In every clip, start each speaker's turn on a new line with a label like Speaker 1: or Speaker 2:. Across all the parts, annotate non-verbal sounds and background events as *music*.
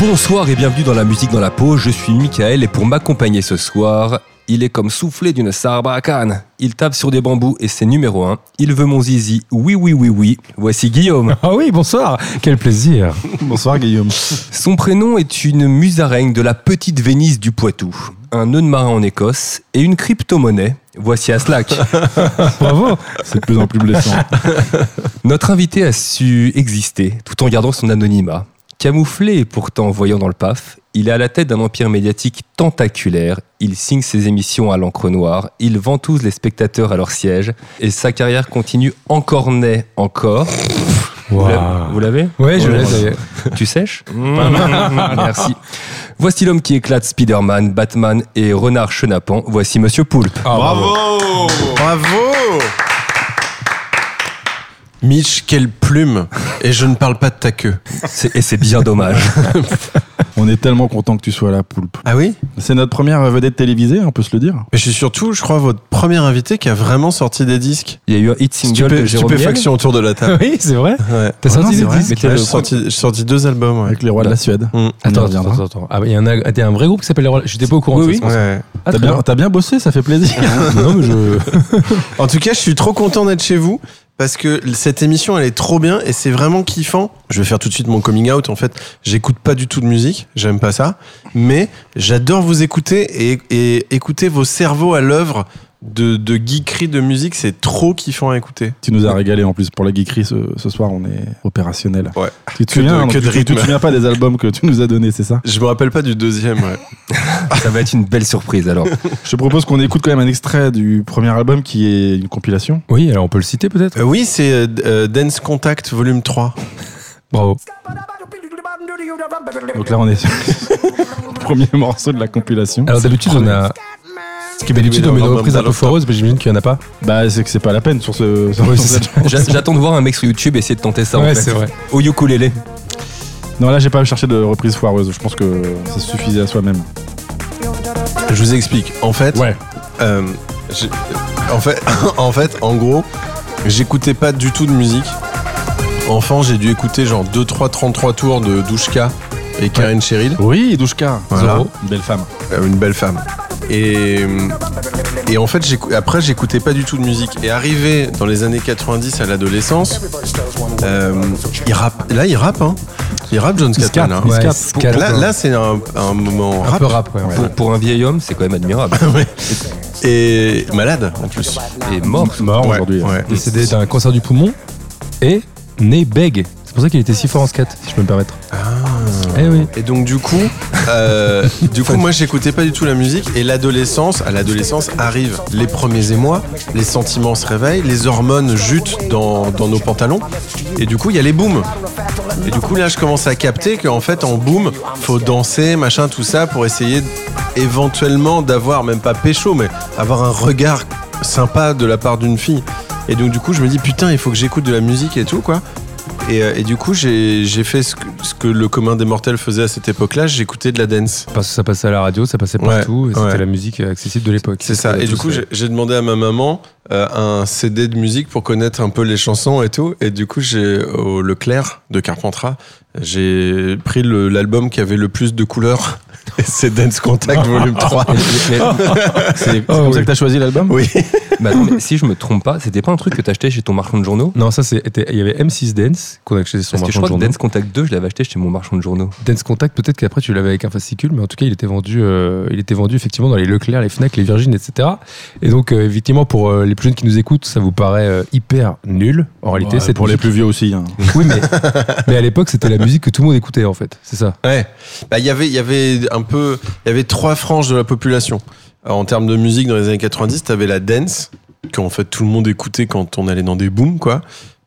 Speaker 1: Bonsoir et bienvenue dans la musique dans la peau, je suis Michael et pour m'accompagner ce soir, il est comme soufflé d'une sarbacane. Il tape sur des bambous et c'est numéro 1. Il veut mon zizi, oui oui oui oui. Voici Guillaume.
Speaker 2: Ah oui, bonsoir, quel plaisir.
Speaker 3: Bonsoir Guillaume.
Speaker 1: Son prénom est une musaraigne de la petite Vénice du Poitou, un nœud de marin en Écosse et une crypto-monnaie. Voici Aslak.
Speaker 2: Bravo.
Speaker 3: C'est de plus en plus blessant.
Speaker 1: *laughs* Notre invité a su exister tout en gardant son anonymat. Camouflé et pourtant voyant dans le paf, il est à la tête d'un empire médiatique tentaculaire. Il signe ses émissions à l'encre noire, il ventouse les spectateurs à leur siège et sa carrière continue encore naît encore. Vous l'a-
Speaker 2: Waouh.
Speaker 1: Vous l'avez
Speaker 2: *laughs* Ouais, je
Speaker 1: Ouais,
Speaker 2: l'ai
Speaker 1: ouais.
Speaker 2: d'ailleurs.
Speaker 1: Tu
Speaker 3: *laughs*
Speaker 1: sèches Merci. Voici l'homme qui éclate Spider-Man, Batman et Renard Chenapan. Voici Monsieur Poulpe.
Speaker 2: Ah,
Speaker 4: Bravo Bravo Mitch, quelle plume Et je ne parle pas de ta queue.
Speaker 1: C'est- Et c'est bien dommage.
Speaker 3: On est tellement content que tu sois là, Poulpe.
Speaker 4: Ah oui
Speaker 3: C'est notre première vedette télévisée, on peut se le dire.
Speaker 4: Mais je suis surtout, je crois, votre premier invité qui a vraiment sorti des disques.
Speaker 1: Il y a eu un hit single de
Speaker 4: Stupé-
Speaker 1: Jérôme Niel.
Speaker 4: stupéfaction autour de la
Speaker 2: *laughs*
Speaker 4: table.
Speaker 2: Oui, c'est vrai.
Speaker 4: Ouais.
Speaker 2: T'as
Speaker 3: Oh
Speaker 1: Ah
Speaker 3: non,
Speaker 2: sorti
Speaker 3: c'est
Speaker 2: des
Speaker 3: vrai.
Speaker 2: disques
Speaker 4: J'ai sorti, j'ai sorti deux albums. ouais.
Speaker 3: Avec les rois de la Suède.
Speaker 4: Mm.
Speaker 3: On y
Speaker 2: Attends, attends,
Speaker 3: reviendra.
Speaker 2: attends, attends. Ah, il y a un, il y a un vrai groupe qui s'appelle les Rois- J'étais pas au courant.
Speaker 1: Oui, oui.
Speaker 2: de ça.
Speaker 4: Mm. Ouais.
Speaker 2: Ah,
Speaker 3: T'as
Speaker 2: très
Speaker 3: bien,
Speaker 2: bien.
Speaker 3: t'as bien bossé, ça fait plaisir.
Speaker 2: *laughs* non, mais je.
Speaker 4: *laughs* En tout cas, je suis trop content d'être chez vous parce que cette émission, elle est trop bien et c'est vraiment kiffant. Je vais faire tout de suite mon coming out. En fait, j'écoute pas du tout de musique, j'aime pas ça, mais j'adore vous écouter et, et écouter vos cerveaux à l'œuvre de, de geekerie de musique. C'est trop kiffant à écouter.
Speaker 3: tu nous as régalé en plus pour la geekerie ce, ce soir, on est opérationnel.
Speaker 4: Ouais.
Speaker 3: Tu te
Speaker 4: Que de-
Speaker 3: souviens,
Speaker 4: que de
Speaker 3: tu- tu- Tu
Speaker 4: rythme.
Speaker 3: te souviens pas des albums que tu nous as donnés,
Speaker 4: *laughs*
Speaker 3: c'est ça
Speaker 4: Je me rappelle pas du deuxième. ouais.
Speaker 1: Ça va être une belle surprise alors.
Speaker 3: Je te propose qu'on écoute quand même un extrait du premier album qui est une compilation.
Speaker 2: *laughs* Oui, alors on peut le citer peut-être.
Speaker 4: *laughs* Euh, oui, c'est euh, euh, Dance Contact Volume 3.
Speaker 2: Bravo.
Speaker 3: Donc là, on est sur le *laughs* premier morceau de la compilation.
Speaker 2: Alors d'habitude, on a. Ce qui est d'habitude, on met une
Speaker 4: Dans-
Speaker 2: reprise
Speaker 4: dans
Speaker 2: un peu
Speaker 4: l'octave.
Speaker 2: foireuse, mais j'imagine qu'il n'y en a pas.
Speaker 3: Bah, c'est que c'est pas la peine sur ce. sur
Speaker 2: Oui,
Speaker 3: cette
Speaker 2: c'est ça.
Speaker 1: *laughs*
Speaker 3: chanson.
Speaker 1: J'a- J'attends de voir un mec sur YouTube essayer de tenter ça en
Speaker 2: ouais,
Speaker 1: fait.
Speaker 2: c'est vrai.
Speaker 1: Au ukulélé.
Speaker 3: Non, là, j'ai pas cherché de reprise foireuse. Je pense que ça suffisait à soi-même.
Speaker 4: Je vous explique. En fait,
Speaker 2: Ouais.
Speaker 4: Euh, j'ai- en fait, *laughs* en fait, en gros, j'écoutais pas du tout de musique. Enfant, j'ai dû écouter genre 2-3 33 tours de Douchka et Karen Cheryl,
Speaker 3: Oui, Douchka.
Speaker 4: Voilà.
Speaker 3: Zorro, une Belle femme.
Speaker 4: euh, une belle femme. Et, et en fait, j'écou- après, j'écoutais pas du tout de musique. Et arrivé dans les années 90 à l'adolescence, euh, il rappe. Là, il rappe, hein. Il rappe John
Speaker 2: Scat,
Speaker 4: Scatman. hein.
Speaker 2: ouais,
Speaker 3: Scat.
Speaker 2: Scat.
Speaker 4: Là, là c'est un, un moment
Speaker 2: un
Speaker 4: rap.
Speaker 2: peu rap, ouais. ouais.
Speaker 1: Pour, pour un vieil homme, c'est quand même admirable.
Speaker 4: Et malade, en plus.
Speaker 1: Et
Speaker 2: *laughs*
Speaker 1: mort.
Speaker 3: Mort
Speaker 4: Ouais,
Speaker 3: aujourd'hui. hein.
Speaker 4: ouais.
Speaker 2: Décédé d'un cancer du poumon et né bègue. C'est pour ça qu'il était si fort en scat, si je peux me permettre.
Speaker 4: Ah.
Speaker 2: Eh oui.
Speaker 4: Et donc du coup, euh, du coup, moi j'écoutais pas du tout la musique et l'adolescence, à l'adolescence arrivent les premiers émois, les sentiments se réveillent, les hormones jutent dans, dans nos pantalons et du coup il y a les booms. Et du coup là je commence à capter qu'en fait en boom faut danser, machin, tout ça pour essayer d- éventuellement d'avoir même pas pécho mais avoir un regard sympa de la part d'une fille. Et donc du coup je me dis putain il faut que j'écoute de la musique et tout quoi. Et, euh, et du coup, j'ai j'ai fait ce que, ce que le commun des mortels faisait à cette époque-là, j'écoutais de la dance.
Speaker 2: Parce que ça passait à la radio, ça passait
Speaker 4: Ouais,
Speaker 2: partout, et c'était
Speaker 4: ouais.
Speaker 2: la musique accessible de l'époque.
Speaker 4: C'est ça. Et du coup, j'ai j'ai demandé à ma maman euh, un CD de musique pour connaître un peu les chansons et tout. Et du coup, j'ai au Leclerc de Carpentras, j'ai pris le- l'album qui avait le plus de couleurs. *laughs* Et c'est Dance Contact Volume 3.
Speaker 1: Mais-
Speaker 3: C'est
Speaker 2: Oh,
Speaker 3: comme
Speaker 2: oui.
Speaker 3: ça que t'as choisi l'album
Speaker 4: Oui.
Speaker 1: mais attends, mais si je me trompe pas, c'était pas un truc que t'achetais chez ton marchand de journaux
Speaker 2: Non, ça c'était. Il y avait M6 Dance qu'on a acheté sur
Speaker 1: Parce que je
Speaker 2: marchand de
Speaker 1: crois que
Speaker 2: journaux.
Speaker 1: Dance Contact 2, je l'avais acheté chez mon marchand de journaux.
Speaker 2: Dance Contact, peut-être qu'après tu l'avais avec un fascicule, mais en tout cas il était vendu, euh, il était vendu effectivement dans les Leclerc, les Fnac, les Virgin, etc. Et donc euh, effectivement pour euh, les plus jeunes qui nous écoutent, ça vous paraît euh, hyper nul. En réalité,
Speaker 3: Ouais,
Speaker 2: c'est
Speaker 3: pour les plus vieux aussi. hein.
Speaker 2: Oui, mais, *laughs* mais à l'époque c'était la musique que tout le monde écoutait en fait. C'est ça.
Speaker 4: Ouais. Bah, il y avait, il y avait un peu, il y avait trois franges de la population. Alors, en termes de musique, dans les années 90, t'avais la dance, qu'en fait tout le monde écoutait quand on allait dans des booms, quoi.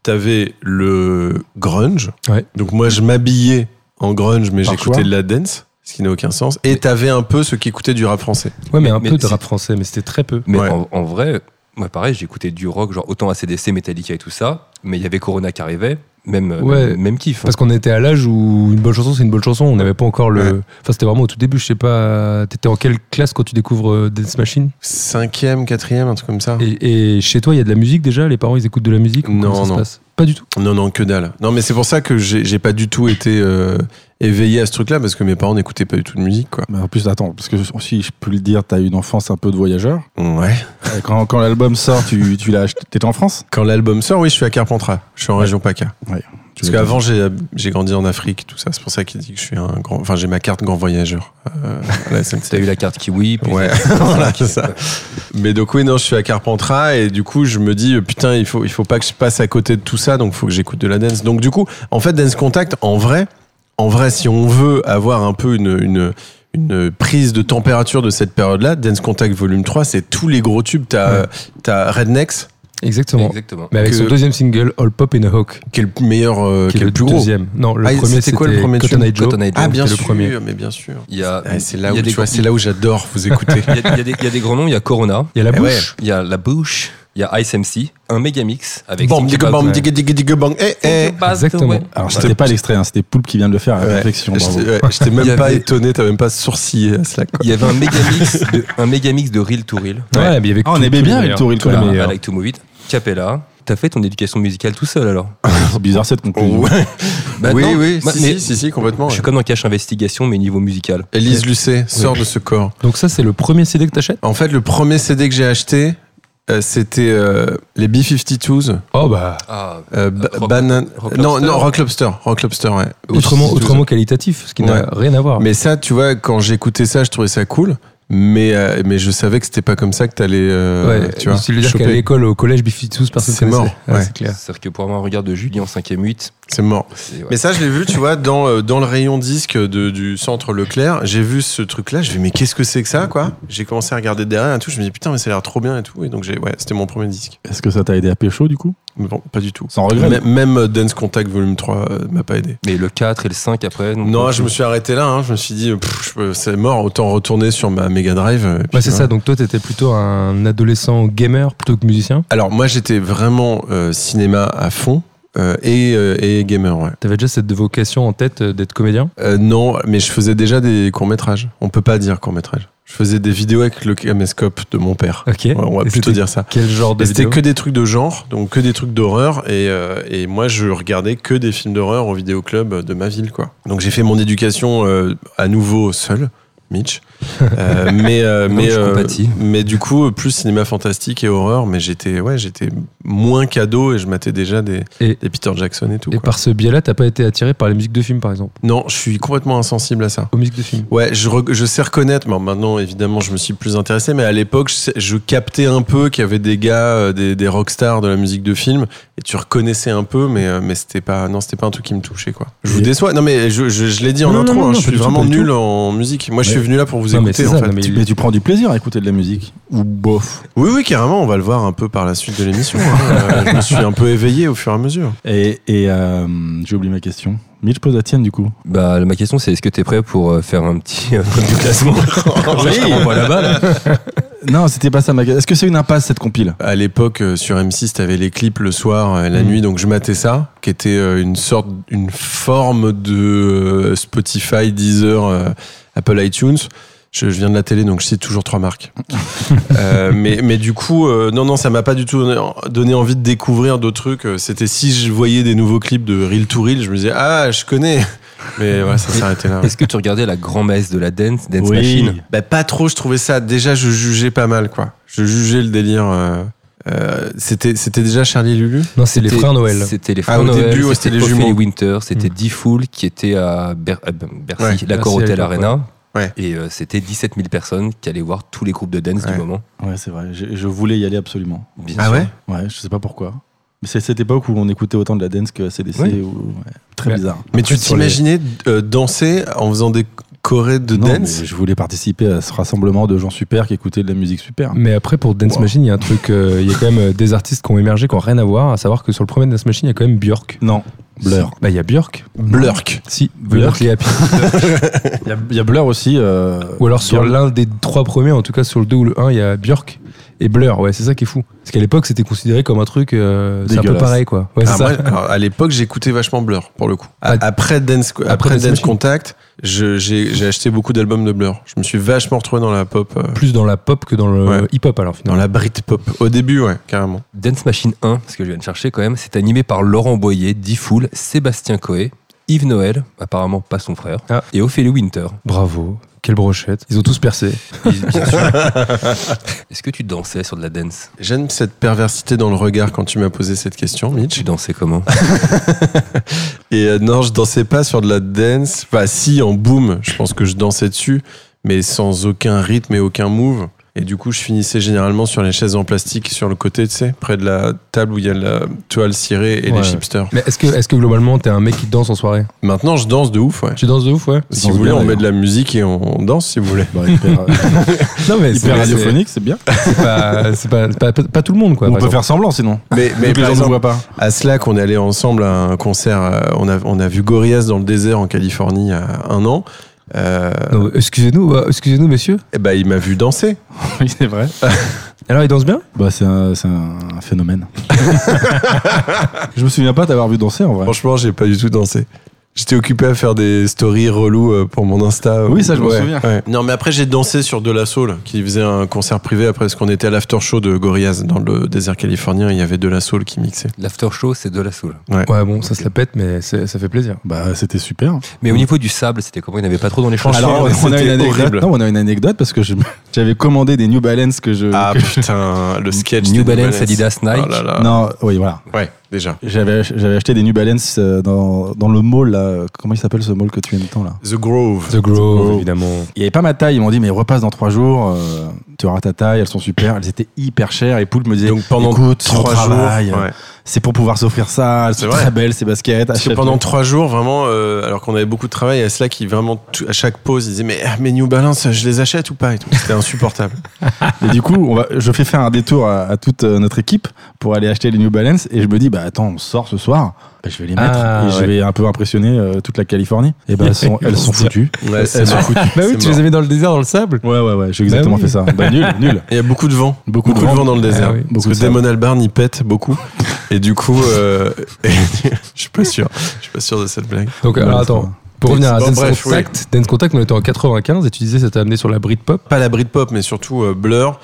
Speaker 4: T'avais le grunge.
Speaker 2: Ouais.
Speaker 4: Donc, moi, je m'habillais en grunge, mais
Speaker 3: Par
Speaker 4: j'écoutais
Speaker 3: choix.
Speaker 4: de la dance, ce qui n'a aucun sens. Et t'avais un peu ceux qui écoutaient du rap français.
Speaker 2: Ouais,
Speaker 1: Mais-
Speaker 2: mais, un
Speaker 1: mais
Speaker 2: peu de
Speaker 1: c'est-
Speaker 2: rap français, mais c'était très peu.
Speaker 1: Mais
Speaker 4: Ouais.
Speaker 1: en, en vrai, moi pareil, j'écoutais du rock, genre autant ACDC, Metallica et tout ça, mais il y avait Corona qui arrivait. même,
Speaker 2: Ouais.
Speaker 1: même, même kiff. hein.
Speaker 2: Parce qu'on était à l'âge où une bonne chanson, c'est une bonne chanson. On n'avait pas encore le.
Speaker 4: Ouais.
Speaker 2: Enfin, c'était vraiment au tout début. Je sais pas. T'étais en quelle classe quand tu découvres euh, Dance Machine
Speaker 4: Cinquième, quatrième, un truc comme ça.
Speaker 2: et, et chez toi, il y a de la musique déjà Les parents, ils écoutent de la musique ou
Speaker 4: Non,
Speaker 2: comment ça se
Speaker 4: non.
Speaker 2: passe Pas du tout.
Speaker 4: Non, non, que dalle. Non, mais c'est pour ça que j'ai j'ai pas du tout été euh, éveillé à ce truc-là, parce que mes parents n'écoutaient pas du tout de musique, quoi.
Speaker 3: Mais en plus, attends, parce que aussi, je peux le dire, t'as eu une enfance un peu de voyageur.
Speaker 4: Ouais.
Speaker 3: Et Quand, quand l'album sort, tu, tu l'as acheté. T'étais en France
Speaker 4: Quand l'album sort, oui, je suis à Carpentras. Je suis en région PACA.
Speaker 3: Tu
Speaker 4: Parce
Speaker 3: l'as
Speaker 4: qu'avant, j'ai j'ai grandi en Afrique, tout ça. C'est pour ça qu'il dit que je suis un grand. Enfin, j'ai ma carte grand voyageur. euh, à la SNCF.
Speaker 1: T'as eu la carte Kiwi, puis
Speaker 4: Ouais, *laughs* voilà, c'est ça. Mais donc oui, non, je suis à Carpentras et du coup, je me dis euh, putain, il faut, il faut pas que je passe à côté de tout ça, donc faut que j'écoute de la dance. Donc du coup, en fait, Dance Contact, en vrai, en vrai, si on veut avoir un peu une, une une prise de température de cette période-là, Dance Contact Volume 3, c'est tous les gros tubes. T'as
Speaker 2: Ouais.
Speaker 4: euh, t'as Rednecks,
Speaker 2: Exactement.
Speaker 1: Exactement.
Speaker 2: Mais avec
Speaker 4: Que-
Speaker 2: son deuxième single, All Pop in a Hawk,
Speaker 4: qui est le meilleur, euh,
Speaker 2: qui
Speaker 4: qui
Speaker 2: est
Speaker 4: est
Speaker 2: le,
Speaker 4: le plus gros.
Speaker 2: deuxième. Non, le
Speaker 4: Ah,
Speaker 2: premier,
Speaker 4: c'était quoi le premier
Speaker 2: Cotton
Speaker 4: tube
Speaker 2: Eye Joe.
Speaker 1: Cotton Eye Joe.
Speaker 4: Ah bien
Speaker 2: C'était
Speaker 4: sûr,
Speaker 2: le premier.
Speaker 4: mais bien sûr.
Speaker 1: Il y a,
Speaker 4: Ah, c'est là
Speaker 1: il y
Speaker 4: où
Speaker 1: a des
Speaker 4: tu vois,
Speaker 1: groupes-
Speaker 4: c'est là où j'adore vous écouter.
Speaker 1: *laughs* Il y, a- il y a des- il y a des grands noms, il y a Corona,
Speaker 2: Il y a la
Speaker 4: Eh ouais.
Speaker 2: bouche.
Speaker 1: il y a La Bouche, il y a Ice MC, un méga mix avec.
Speaker 4: Bam,
Speaker 1: Slinky
Speaker 4: digga,
Speaker 1: Baz,
Speaker 4: bam,
Speaker 1: ouais.
Speaker 4: digga, digga, digga, bang. Eh, eh.
Speaker 1: Slinky Baz,
Speaker 2: Exactement.
Speaker 1: ouais.
Speaker 3: Alors, c'était pas l'extrait, hein, c'était Poulpe qui vient de le faire à la
Speaker 4: Ouais.
Speaker 3: perfection. bravo.
Speaker 4: J'étais ouais, j'étais
Speaker 1: Il y
Speaker 4: même pas
Speaker 1: avait-
Speaker 4: étonné, t'as même pas sourcillé à cela. Quoi.
Speaker 1: Il y avait un méga mix de, un méga mix de Real to Real.
Speaker 2: Ouais, mais il y avait
Speaker 3: Ah, on
Speaker 2: tout-
Speaker 3: aimait
Speaker 2: tout
Speaker 3: bien
Speaker 2: le
Speaker 3: le
Speaker 2: meilleur.
Speaker 3: tour, il euh,
Speaker 1: Voilà,
Speaker 3: le meilleur.
Speaker 1: I like to move it. Capella. T'as fait ton éducation musicale tout seul alors
Speaker 3: C'est *laughs* bizarre cette conclusion.
Speaker 1: Bah,
Speaker 4: oui,
Speaker 1: non,
Speaker 4: oui,
Speaker 1: bah,
Speaker 4: si,
Speaker 1: mais
Speaker 4: si, si, si, complètement.
Speaker 1: Je suis comme dans Cache Investigation, mais niveau musical.
Speaker 4: Élise Lucet, sort de ce corps.
Speaker 2: Donc ça, c'est le premier CD que t'achètes
Speaker 4: En fait, le premier CD que j'ai acheté, euh, c'était euh, les B-52s.
Speaker 2: Oh bah.
Speaker 1: Ah,
Speaker 4: euh, Ba-
Speaker 1: Rock-
Speaker 4: Banan-
Speaker 1: Rock
Speaker 4: euh, non,
Speaker 1: Lobster.
Speaker 4: non, Rock Lobster. Rock Lobster, ouais.
Speaker 2: Autrement,
Speaker 4: B-52s.
Speaker 2: autrement qualitatif, ce qui
Speaker 4: Ouais.
Speaker 2: n'a rien à voir.
Speaker 4: Mais ça, tu vois, quand j'écoutais ça, je trouvais ça cool. Mais, euh, mais je savais que c'était pas comme ça que t'allais. Euh,
Speaker 2: ouais,
Speaker 4: tu vois,
Speaker 2: si le dire
Speaker 4: choper.
Speaker 2: qu'à l'école, au collège, Biffy tous, personne
Speaker 4: C'est
Speaker 2: connaissait.
Speaker 4: mort, ouais.
Speaker 2: C'est clair.
Speaker 1: C'est-à-dire que pour avoir un regard de Julie en 5ème 8,
Speaker 4: C'est mort.
Speaker 1: c'est. ouais.
Speaker 4: Mais ça, je l'ai vu, tu vois, dans, euh, dans le rayon disque de, du centre Leclerc. J'ai vu ce truc-là. Je vais, mais qu'est-ce que c'est que ça, quoi J'ai commencé à regarder derrière et tout. Je me dis, putain, mais ça a l'air trop bien et tout. Et donc, j'ai, ouais, c'était mon premier disque.
Speaker 3: Est-ce que ça t'a aidé à pécho du coup
Speaker 4: Mais bon, pas du tout.
Speaker 3: Sans regret.
Speaker 4: M- même euh, Dance Contact Volume 3 euh, m'a pas aidé.
Speaker 1: Mais le 4 et le 5 après.
Speaker 2: Mmh.
Speaker 1: donc-
Speaker 4: Non, je me suis arrêté là. hein. Je me suis dit, pff, je peux- c'est mort, autant retourner sur ma Mega Drive. euh, et puis
Speaker 2: Ouais, c'est
Speaker 4: voilà.
Speaker 2: ça. Donc toi, t'étais plutôt un adolescent gamer plutôt que musicien.
Speaker 4: Alors, moi, j'étais vraiment euh, cinéma à fond euh, et, euh, et gamer, ouais.
Speaker 2: T'avais déjà cette vocation en tête euh, d'être comédien
Speaker 4: Euh, non, mais je faisais déjà des courts-métrages. On peut pas dire courts-métrages. Je faisais des vidéos avec le caméscope de mon père.
Speaker 2: Ok.
Speaker 4: Ouais, on va
Speaker 2: Et
Speaker 4: plutôt
Speaker 2: c'était
Speaker 4: dire ça.
Speaker 2: Quel genre de
Speaker 4: Et C'était
Speaker 2: vidéo
Speaker 4: que des trucs de genre, donc que des trucs d'horreur. Et, euh, et moi, je regardais que des films d'horreur au vidéoclub euh, de ma ville, quoi. Donc j'ai fait mon éducation euh, à nouveau seul, Mitch. *laughs* Euh, mais, euh,
Speaker 1: Non,
Speaker 4: mais,
Speaker 1: je compatis.
Speaker 4: mais du coup, euh, plus cinéma fantastique et horreur. Mais j'étais ouais, j'étais moins cadeau et je matais déjà des,
Speaker 2: Et-
Speaker 4: des Peter Jackson et tout.
Speaker 2: Et
Speaker 4: quoi.
Speaker 2: par ce biais-là, t'as pas été attiré par les musiques de films, par exemple
Speaker 4: Non, je suis complètement insensible à ça.
Speaker 2: Aux musiques de films
Speaker 4: Ouais, je, re- je sais reconnaître. Bon, maintenant, évidemment, je me suis plus intéressé, mais à l'époque, je, sais- je captais un peu qu'il y avait des gars, euh, des, des rockstars de la musique de film, et tu reconnaissais un peu, mais, euh, mais c'était pas, non, c'était pas un truc qui me touchait, quoi. Je vous
Speaker 2: Et-
Speaker 4: déçois. Non, mais je, je, je l'ai dit en
Speaker 2: Non, non,
Speaker 4: intro,
Speaker 2: non,
Speaker 4: hein,
Speaker 2: non,
Speaker 4: je
Speaker 2: pas
Speaker 4: suis
Speaker 2: du tout,
Speaker 4: vraiment
Speaker 2: pas du
Speaker 4: nul en musique. Moi, je
Speaker 2: Ouais.
Speaker 4: suis venu là pour vous
Speaker 2: Non, mais
Speaker 4: écouter,
Speaker 2: c'est
Speaker 4: en
Speaker 2: ça,
Speaker 4: fait.
Speaker 2: non, mais
Speaker 3: Tu-
Speaker 2: il-
Speaker 3: mais tu prends du plaisir à écouter de la musique Ou bof.
Speaker 4: Oui, oui, carrément, on va le voir un peu par la suite de
Speaker 2: *laughs*
Speaker 4: l'émission. hein. Euh, je me suis un peu éveillé au fur et à mesure.
Speaker 3: Et, et, euh, j'ai oublié ma question. Mitch pose la tienne du coup.
Speaker 1: Bah, ma question c'est est-ce que t'es prêt pour euh, faire un petit euh, *laughs* truc du classement
Speaker 3: Ah,
Speaker 1: On voit la
Speaker 4: *laughs*
Speaker 1: balle.
Speaker 3: Non, c'était pas ça ma question. Est-ce que c'est une impasse cette compile
Speaker 4: À l'époque, euh, sur M6, t'avais les clips le soir, euh, la
Speaker 2: Mm.
Speaker 4: nuit, donc je matais ça, qui était euh, une sorte, une forme de euh, Spotify, Deezer, euh, Apple iTunes. Je, je viens de la télé, donc je cite toujours trois marques. Euh, mais, mais du coup, euh, non, non, ça m'a pas du tout donné, donné envie de découvrir d'autres trucs. Euh, C'était si je voyais des nouveaux clips de Reel to Reel, je me disais, ah, je connais. *laughs* Mais voilà, ça s'arrêtait là.
Speaker 1: Est-ce que tu regardais la grand-messe de la dance, Dance Machine
Speaker 4: Bah, pas trop, je trouvais ça. Déjà, je jugeais pas mal, quoi. Je jugeais le délire. euh, euh, c'était, c'était déjà Charlie et Lulu
Speaker 2: Non, c'est les
Speaker 1: C'était-
Speaker 2: frères Noël.
Speaker 1: C'était les
Speaker 4: Ah,
Speaker 1: frères
Speaker 4: au
Speaker 1: Noël.
Speaker 4: début, ouais, c'était les jumeaux.
Speaker 1: Ophélie Winter, c'était
Speaker 2: Mm.
Speaker 1: D-Fool qui était à, Ber- à Ber- Bercy,
Speaker 4: Ouais,
Speaker 1: l'accord
Speaker 2: Bercy à
Speaker 1: Hotel
Speaker 2: l'époque,
Speaker 1: Arena.
Speaker 4: ouais. Ouais.
Speaker 1: Et euh, c'était 17 000 personnes qui allaient voir tous les groupes de dance
Speaker 4: Ouais.
Speaker 1: du moment.
Speaker 3: Ouais, c'est vrai. Je, je voulais y aller absolument.
Speaker 1: bien
Speaker 4: Ah
Speaker 1: sûr.
Speaker 4: ouais
Speaker 3: Ouais, je sais pas pourquoi. Mais c'est cette époque où on écoutait autant de la dance que ACDC.
Speaker 1: Ouais.
Speaker 3: Ou, ouais. Très
Speaker 2: Ouais.
Speaker 3: bizarre.
Speaker 4: Mais tu
Speaker 2: Après, sur
Speaker 4: t'imaginais euh, danser en faisant des chorés de
Speaker 3: Non,
Speaker 4: dance
Speaker 3: mais je voulais participer à ce rassemblement de gens super qui écoutaient de la musique super.
Speaker 2: Mais après, pour Dance
Speaker 3: Wow.
Speaker 2: Machine, il y a un truc, euh, il y a quand même euh, des artistes qui ont émergé, qui n'ont rien à voir, à savoir que sur le premier Dance Machine, il y a quand même Björk.
Speaker 3: Non,
Speaker 2: *laughs*
Speaker 3: Blur.
Speaker 2: Si. Bah, il y a Björk.
Speaker 4: Blurk.
Speaker 2: Si,
Speaker 3: Björk.
Speaker 2: Björk et Happy.
Speaker 3: Il y, a- il y a Blur aussi. euh,
Speaker 2: Ou alors sur
Speaker 3: Björk.
Speaker 2: l'un des trois premiers, en tout cas sur le 2 ou le 1, il y a Björk. Et Blur, ouais, c'est ça qui est fou. Parce qu'à l'époque, c'était considéré comme un truc. euh, c'est un peu
Speaker 3: Dégueulasse.
Speaker 2: pareil, quoi. Ouais,
Speaker 4: Ah,
Speaker 2: c'est ça.
Speaker 4: moi, alors, à l'époque, j'écoutais vachement Blur, pour le coup. A-
Speaker 2: Ah,
Speaker 4: Après Dance, après
Speaker 2: après Dance
Speaker 4: Dance
Speaker 2: Machine.
Speaker 4: Contact, je- j'ai j'ai acheté beaucoup d'albums de Blur. Je me suis vachement retrouvé dans la pop, euh,
Speaker 2: Plus dans la pop que dans le
Speaker 4: Ouais.
Speaker 2: hip-hop, alors
Speaker 4: dans
Speaker 2: finalement.
Speaker 4: la Britpop. Au début, ouais, carrément.
Speaker 1: Dance Machine 1, ce que je viens de chercher quand même, c'est animé par Laurent Boyer, Difool, Sébastien Coé, Yves Noël, apparemment pas son frère,
Speaker 2: Ah.
Speaker 1: et Ophélie Winter.
Speaker 2: Bravo. Quelle brochette. Ils ont tous percé.
Speaker 1: Bien sûr. Est-ce que tu dansais sur de la dance
Speaker 4: J'aime cette perversité dans le regard quand tu m'as posé cette question, Mitch.
Speaker 1: Tu dansais comment
Speaker 4: Et euh, non, je dansais pas sur de la dance. Enfin, si, en boom, je pense que je dansais dessus, mais sans aucun rythme et aucun move. Et du coup, je finissais généralement sur les chaises en plastique sur le côté, tu sais, près de la table où il y a la toile cirée et
Speaker 2: Ouais.
Speaker 4: les chipsters.
Speaker 2: Mais est-ce que, est que globalement, t'es un mec qui danse en soirée
Speaker 4: Maintenant, je danse de ouf, ouais.
Speaker 2: Tu danses de ouf, ouais
Speaker 4: Si
Speaker 3: danse
Speaker 4: vous voulez,
Speaker 3: bien,
Speaker 4: on met
Speaker 3: d'ailleurs.
Speaker 4: de la musique et on danse, si vous voulez.
Speaker 3: hein. Bah, hyper,
Speaker 2: Non, mais
Speaker 3: hyper radiophonique, c'est bien.
Speaker 2: C'est pas, c'est pas, pas, pas- pas tout le monde, quoi.
Speaker 3: on
Speaker 2: par
Speaker 3: peut
Speaker 2: exemple.
Speaker 3: faire semblant sinon.
Speaker 4: *laughs* Mais, mais
Speaker 3: Vu que
Speaker 4: par
Speaker 3: les gens ne
Speaker 4: exemple,
Speaker 3: voient pas.
Speaker 4: à Slack, on est allé ensemble à un concert. euh, on, a, on a vu Gorillaz dans le désert en Californie il y a un an. Euh,
Speaker 2: Non, mais Excusez-nous, bah, excusez-nous, messieurs.
Speaker 4: eh ben, il m'a vu danser.
Speaker 3: Oui, c'est vrai.
Speaker 2: Alors, ils dansent bien
Speaker 3: Bah, c'est un, c'est un phénomène. je me souviens pas t'avoir vu danser en vrai.
Speaker 4: Franchement, j'ai pas du tout dansé. J'étais occupé à faire des stories reloues euh, pour mon Insta.
Speaker 3: Oui, ça, je m'en
Speaker 4: Ouais,
Speaker 3: souviens.
Speaker 4: ouais. Non, mais après, j'ai dansé sur De La Soul, qui faisait un concert privé après parce qu'on était à l'after show de Gorillaz dans le désert californien. Il y avait De La Soul qui mixait.
Speaker 1: *laughs* L'after show, c'est de la soul.
Speaker 2: Ouais, bon, ça se la pète, mais c'est- ça fait plaisir.
Speaker 3: Bah, c'était super.
Speaker 1: Mais au niveau du sable, c'était comment Il n'y avait pas trop dans les chansons.
Speaker 4: Franchement,
Speaker 3: Alors, on a
Speaker 4: c'était
Speaker 3: une anecdote.
Speaker 4: horrible.
Speaker 3: Non, on a une anecdote parce que je- *laughs* j'avais commandé des New Balance que je.
Speaker 4: Ah
Speaker 3: que-
Speaker 4: putain, le sketch.
Speaker 1: New
Speaker 4: des
Speaker 1: Balance, Adidas, Nike.
Speaker 4: Oh là là.
Speaker 3: non, oui, voilà.
Speaker 4: Ouais, déjà.
Speaker 3: J'avais ach- j'avais acheté des New Balance euh, dans, dans le mall, là. euh, Comment il s'appelle ce mall que tu aimes tant, là
Speaker 4: The Grove.
Speaker 2: The Grove,
Speaker 4: Grove.
Speaker 2: évidemment.
Speaker 3: Il n'y avait pas ma taille. Ils m'ont dit, mais repasse dans trois jours. euh, tu auras ta taille, elles sont super. Elles étaient hyper chères. Et Poul me disait,
Speaker 4: Donc pendant
Speaker 3: écoute, on
Speaker 4: trois
Speaker 3: travaille,
Speaker 4: jours. ouais.
Speaker 3: C'est pour pouvoir s'offrir ça. Elles
Speaker 4: C'est
Speaker 3: sont
Speaker 4: vrai.
Speaker 3: très belles, ces baskets.
Speaker 4: Parce que
Speaker 3: achète-les.
Speaker 4: pendant trois jours, vraiment, euh, alors qu'on avait beaucoup de travail, à cela qui vraiment, tout- à chaque pause, il disait Mais ah, mes New Balance, je les achète ou pas et tout. C'était insupportable.
Speaker 3: Et du coup, on va, je fais faire un détour à, à toute euh, notre équipe pour aller acheter les New Balance. Et je me dis, bah attends, on sort ce soir. Bah, je vais les mettre.
Speaker 2: Ah,
Speaker 3: et je
Speaker 2: ouais.
Speaker 3: vais un peu impressionner euh, toute la Californie. Et ben elles *laughs* sont, elles sont foutues.
Speaker 4: Ouais, c'est
Speaker 3: elles sont
Speaker 4: mort. *laughs*
Speaker 3: foutues.
Speaker 2: Bah oui,
Speaker 4: C'est
Speaker 2: tu
Speaker 4: mort.
Speaker 2: les avais dans le désert, dans le sable.
Speaker 3: Ouais, ouais, ouais. J'ai exactement
Speaker 2: oui.
Speaker 3: fait ça. *laughs* Bah, nul, nul.
Speaker 4: Il y a beaucoup de vent.
Speaker 3: Beaucoup,
Speaker 4: Beaucoup de vent dans le désert.
Speaker 2: Ah oui,
Speaker 3: beaucoup
Speaker 4: Parce
Speaker 3: de
Speaker 4: que Damon Albarn, il pète beaucoup. Et du coup, euh, *laughs* je suis pas sûr. Je suis pas sûr de cette blague.
Speaker 2: Donc, alors,
Speaker 3: Ouais,
Speaker 2: attends.
Speaker 3: c'est
Speaker 2: Pour revenir à
Speaker 4: Bon,
Speaker 2: Dance
Speaker 4: bref,
Speaker 2: Contact, Dance Contact, on était en 95 et tu disais ça t'a amené sur la Britpop.
Speaker 4: Pas la Britpop, mais surtout euh, Blur.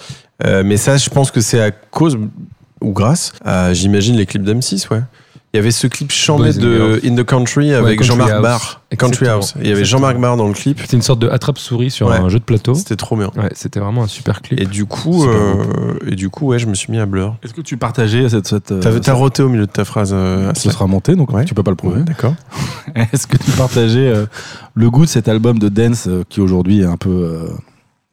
Speaker 4: Euh, mais ça, je pense que c'est à cause ou grâce à, j'imagine, les clips d'M6, ouais. Il y avait ce clip chambé
Speaker 2: Boys and
Speaker 4: de In the Country avec
Speaker 2: Country
Speaker 4: Jean-Marc
Speaker 2: House.
Speaker 4: Barr. Country
Speaker 2: Exactement.
Speaker 4: House. Il y avait
Speaker 2: Exactement.
Speaker 4: Jean-Marc Barr dans le clip.
Speaker 2: C'était une sorte de attrape-souris sur
Speaker 4: Ouais.
Speaker 2: un jeu de plateau.
Speaker 4: C'était trop bien.
Speaker 2: Ouais, c'était vraiment un super clip.
Speaker 4: Et du coup,
Speaker 2: C'est pas
Speaker 4: euh, et du coup, ouais, je me suis mis à Blur.
Speaker 3: Est-ce que tu partageais cette. cette euh,
Speaker 4: T'as
Speaker 3: cette-
Speaker 4: t'as roté au milieu de ta phrase. euh, à
Speaker 3: ce
Speaker 4: Slack.
Speaker 3: sera monté, donc
Speaker 4: Ouais.
Speaker 3: tu peux pas le prouver.
Speaker 4: Ouais, D'accord.
Speaker 3: *laughs* Est-ce que tu partageais euh, le goût de cet album de dance euh, qui aujourd'hui est un peu euh,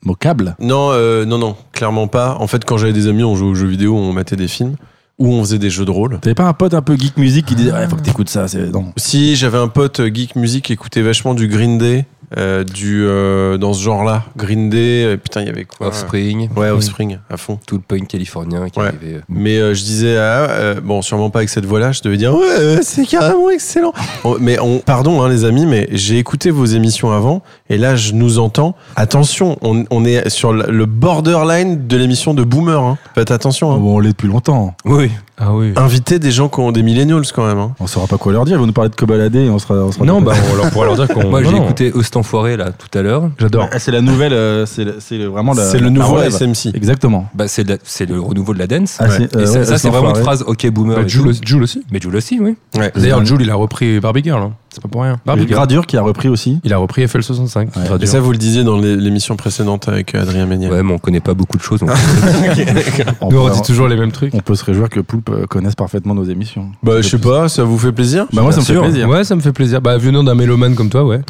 Speaker 3: moquable
Speaker 4: Non, euh, non, non, clairement pas. En fait, quand j'avais des amis, on jouait aux jeux vidéo, on matait des films, ou on faisait des jeux de rôle.
Speaker 3: T'avais pas un pote un peu geek musique qui disait ouais, faut que t'écoutes ça, c'est non.
Speaker 4: Si j'avais un pote euh, geek musique qui écoutait vachement du Green Day, euh, du euh, dans ce genre-là, Green Day, euh, putain, il y avait quoi
Speaker 1: Offspring,
Speaker 4: Ouais, Offspring, à fond.
Speaker 1: tout le punk californien qui
Speaker 4: Ouais.
Speaker 1: arrivait.
Speaker 4: Mais euh, je disais, ah, euh, bon, sûrement pas avec cette voix-là, je devais dire, ouais, euh, c'est carrément excellent. On- mais on, pardon, hein, les amis, mais j'ai écouté vos émissions avant, et là, je nous entends. Attention, on, on est sur le- le borderline de l'émission de Boomer. Hein. Faites attention. hein.
Speaker 3: Oh, bon, on l'est depuis longtemps.
Speaker 1: Oui,
Speaker 2: Ah oui.
Speaker 4: Inviter des gens qui ont des millennials quand même. hein.
Speaker 3: On saura pas quoi leur dire, ils vont nous parler de Cobaladé et on sera. On sera
Speaker 2: Non, bah, on leur pourra leur dire qu'on.
Speaker 1: moi
Speaker 2: Non,
Speaker 1: j'ai
Speaker 2: non.
Speaker 1: écouté Ostenfoiré là tout à l'heure.
Speaker 2: J'adore.
Speaker 3: Ah, c'est la nouvelle, euh, c'est le- c'est le- vraiment la.
Speaker 4: C'est le
Speaker 3: la
Speaker 4: nouveau
Speaker 3: relève.
Speaker 4: SMC.
Speaker 3: Exactement.
Speaker 1: Bah, c'est de la- c'est le renouveau de la dance.
Speaker 3: Ah, c'est-
Speaker 1: Et
Speaker 3: euh,
Speaker 1: ça,
Speaker 3: ouais,
Speaker 1: ça, c'est
Speaker 3: Ostenfoiré.
Speaker 1: vraiment une phrase OK boomer.
Speaker 2: Bah,
Speaker 1: et
Speaker 2: Jules,
Speaker 1: tout.
Speaker 2: Jules aussi.
Speaker 1: Mais Jules aussi, oui.
Speaker 2: D'ailleurs, Jules, il a repris Barbie Girl. hein. C'est pas pour rien. Barbie
Speaker 3: Et
Speaker 2: Girl.
Speaker 3: Gradure qui a
Speaker 2: *laughs*
Speaker 3: repris aussi.
Speaker 2: Il a repris FL65.
Speaker 3: Ouais.
Speaker 4: Et
Speaker 2: Gradure.
Speaker 4: ça, vous le disiez dans l'é- l'émission précédente avec euh, Adrien Méniel.
Speaker 1: Ouais, mais on connaît pas beaucoup de choses. donc-
Speaker 3: On,
Speaker 2: Nous, on
Speaker 3: peut,
Speaker 2: dit toujours les mêmes trucs.
Speaker 3: on peut se réjouir que Poulpe euh, connaisse parfaitement nos émissions.
Speaker 4: Bah, je sais pas, ça vous fait plaisir
Speaker 3: Bah, moi, ça me
Speaker 1: Bien
Speaker 3: fait
Speaker 1: sûr.
Speaker 3: plaisir.
Speaker 2: Ouais, ça me fait plaisir. Bah, venant d'un mélomane comme toi, ouais.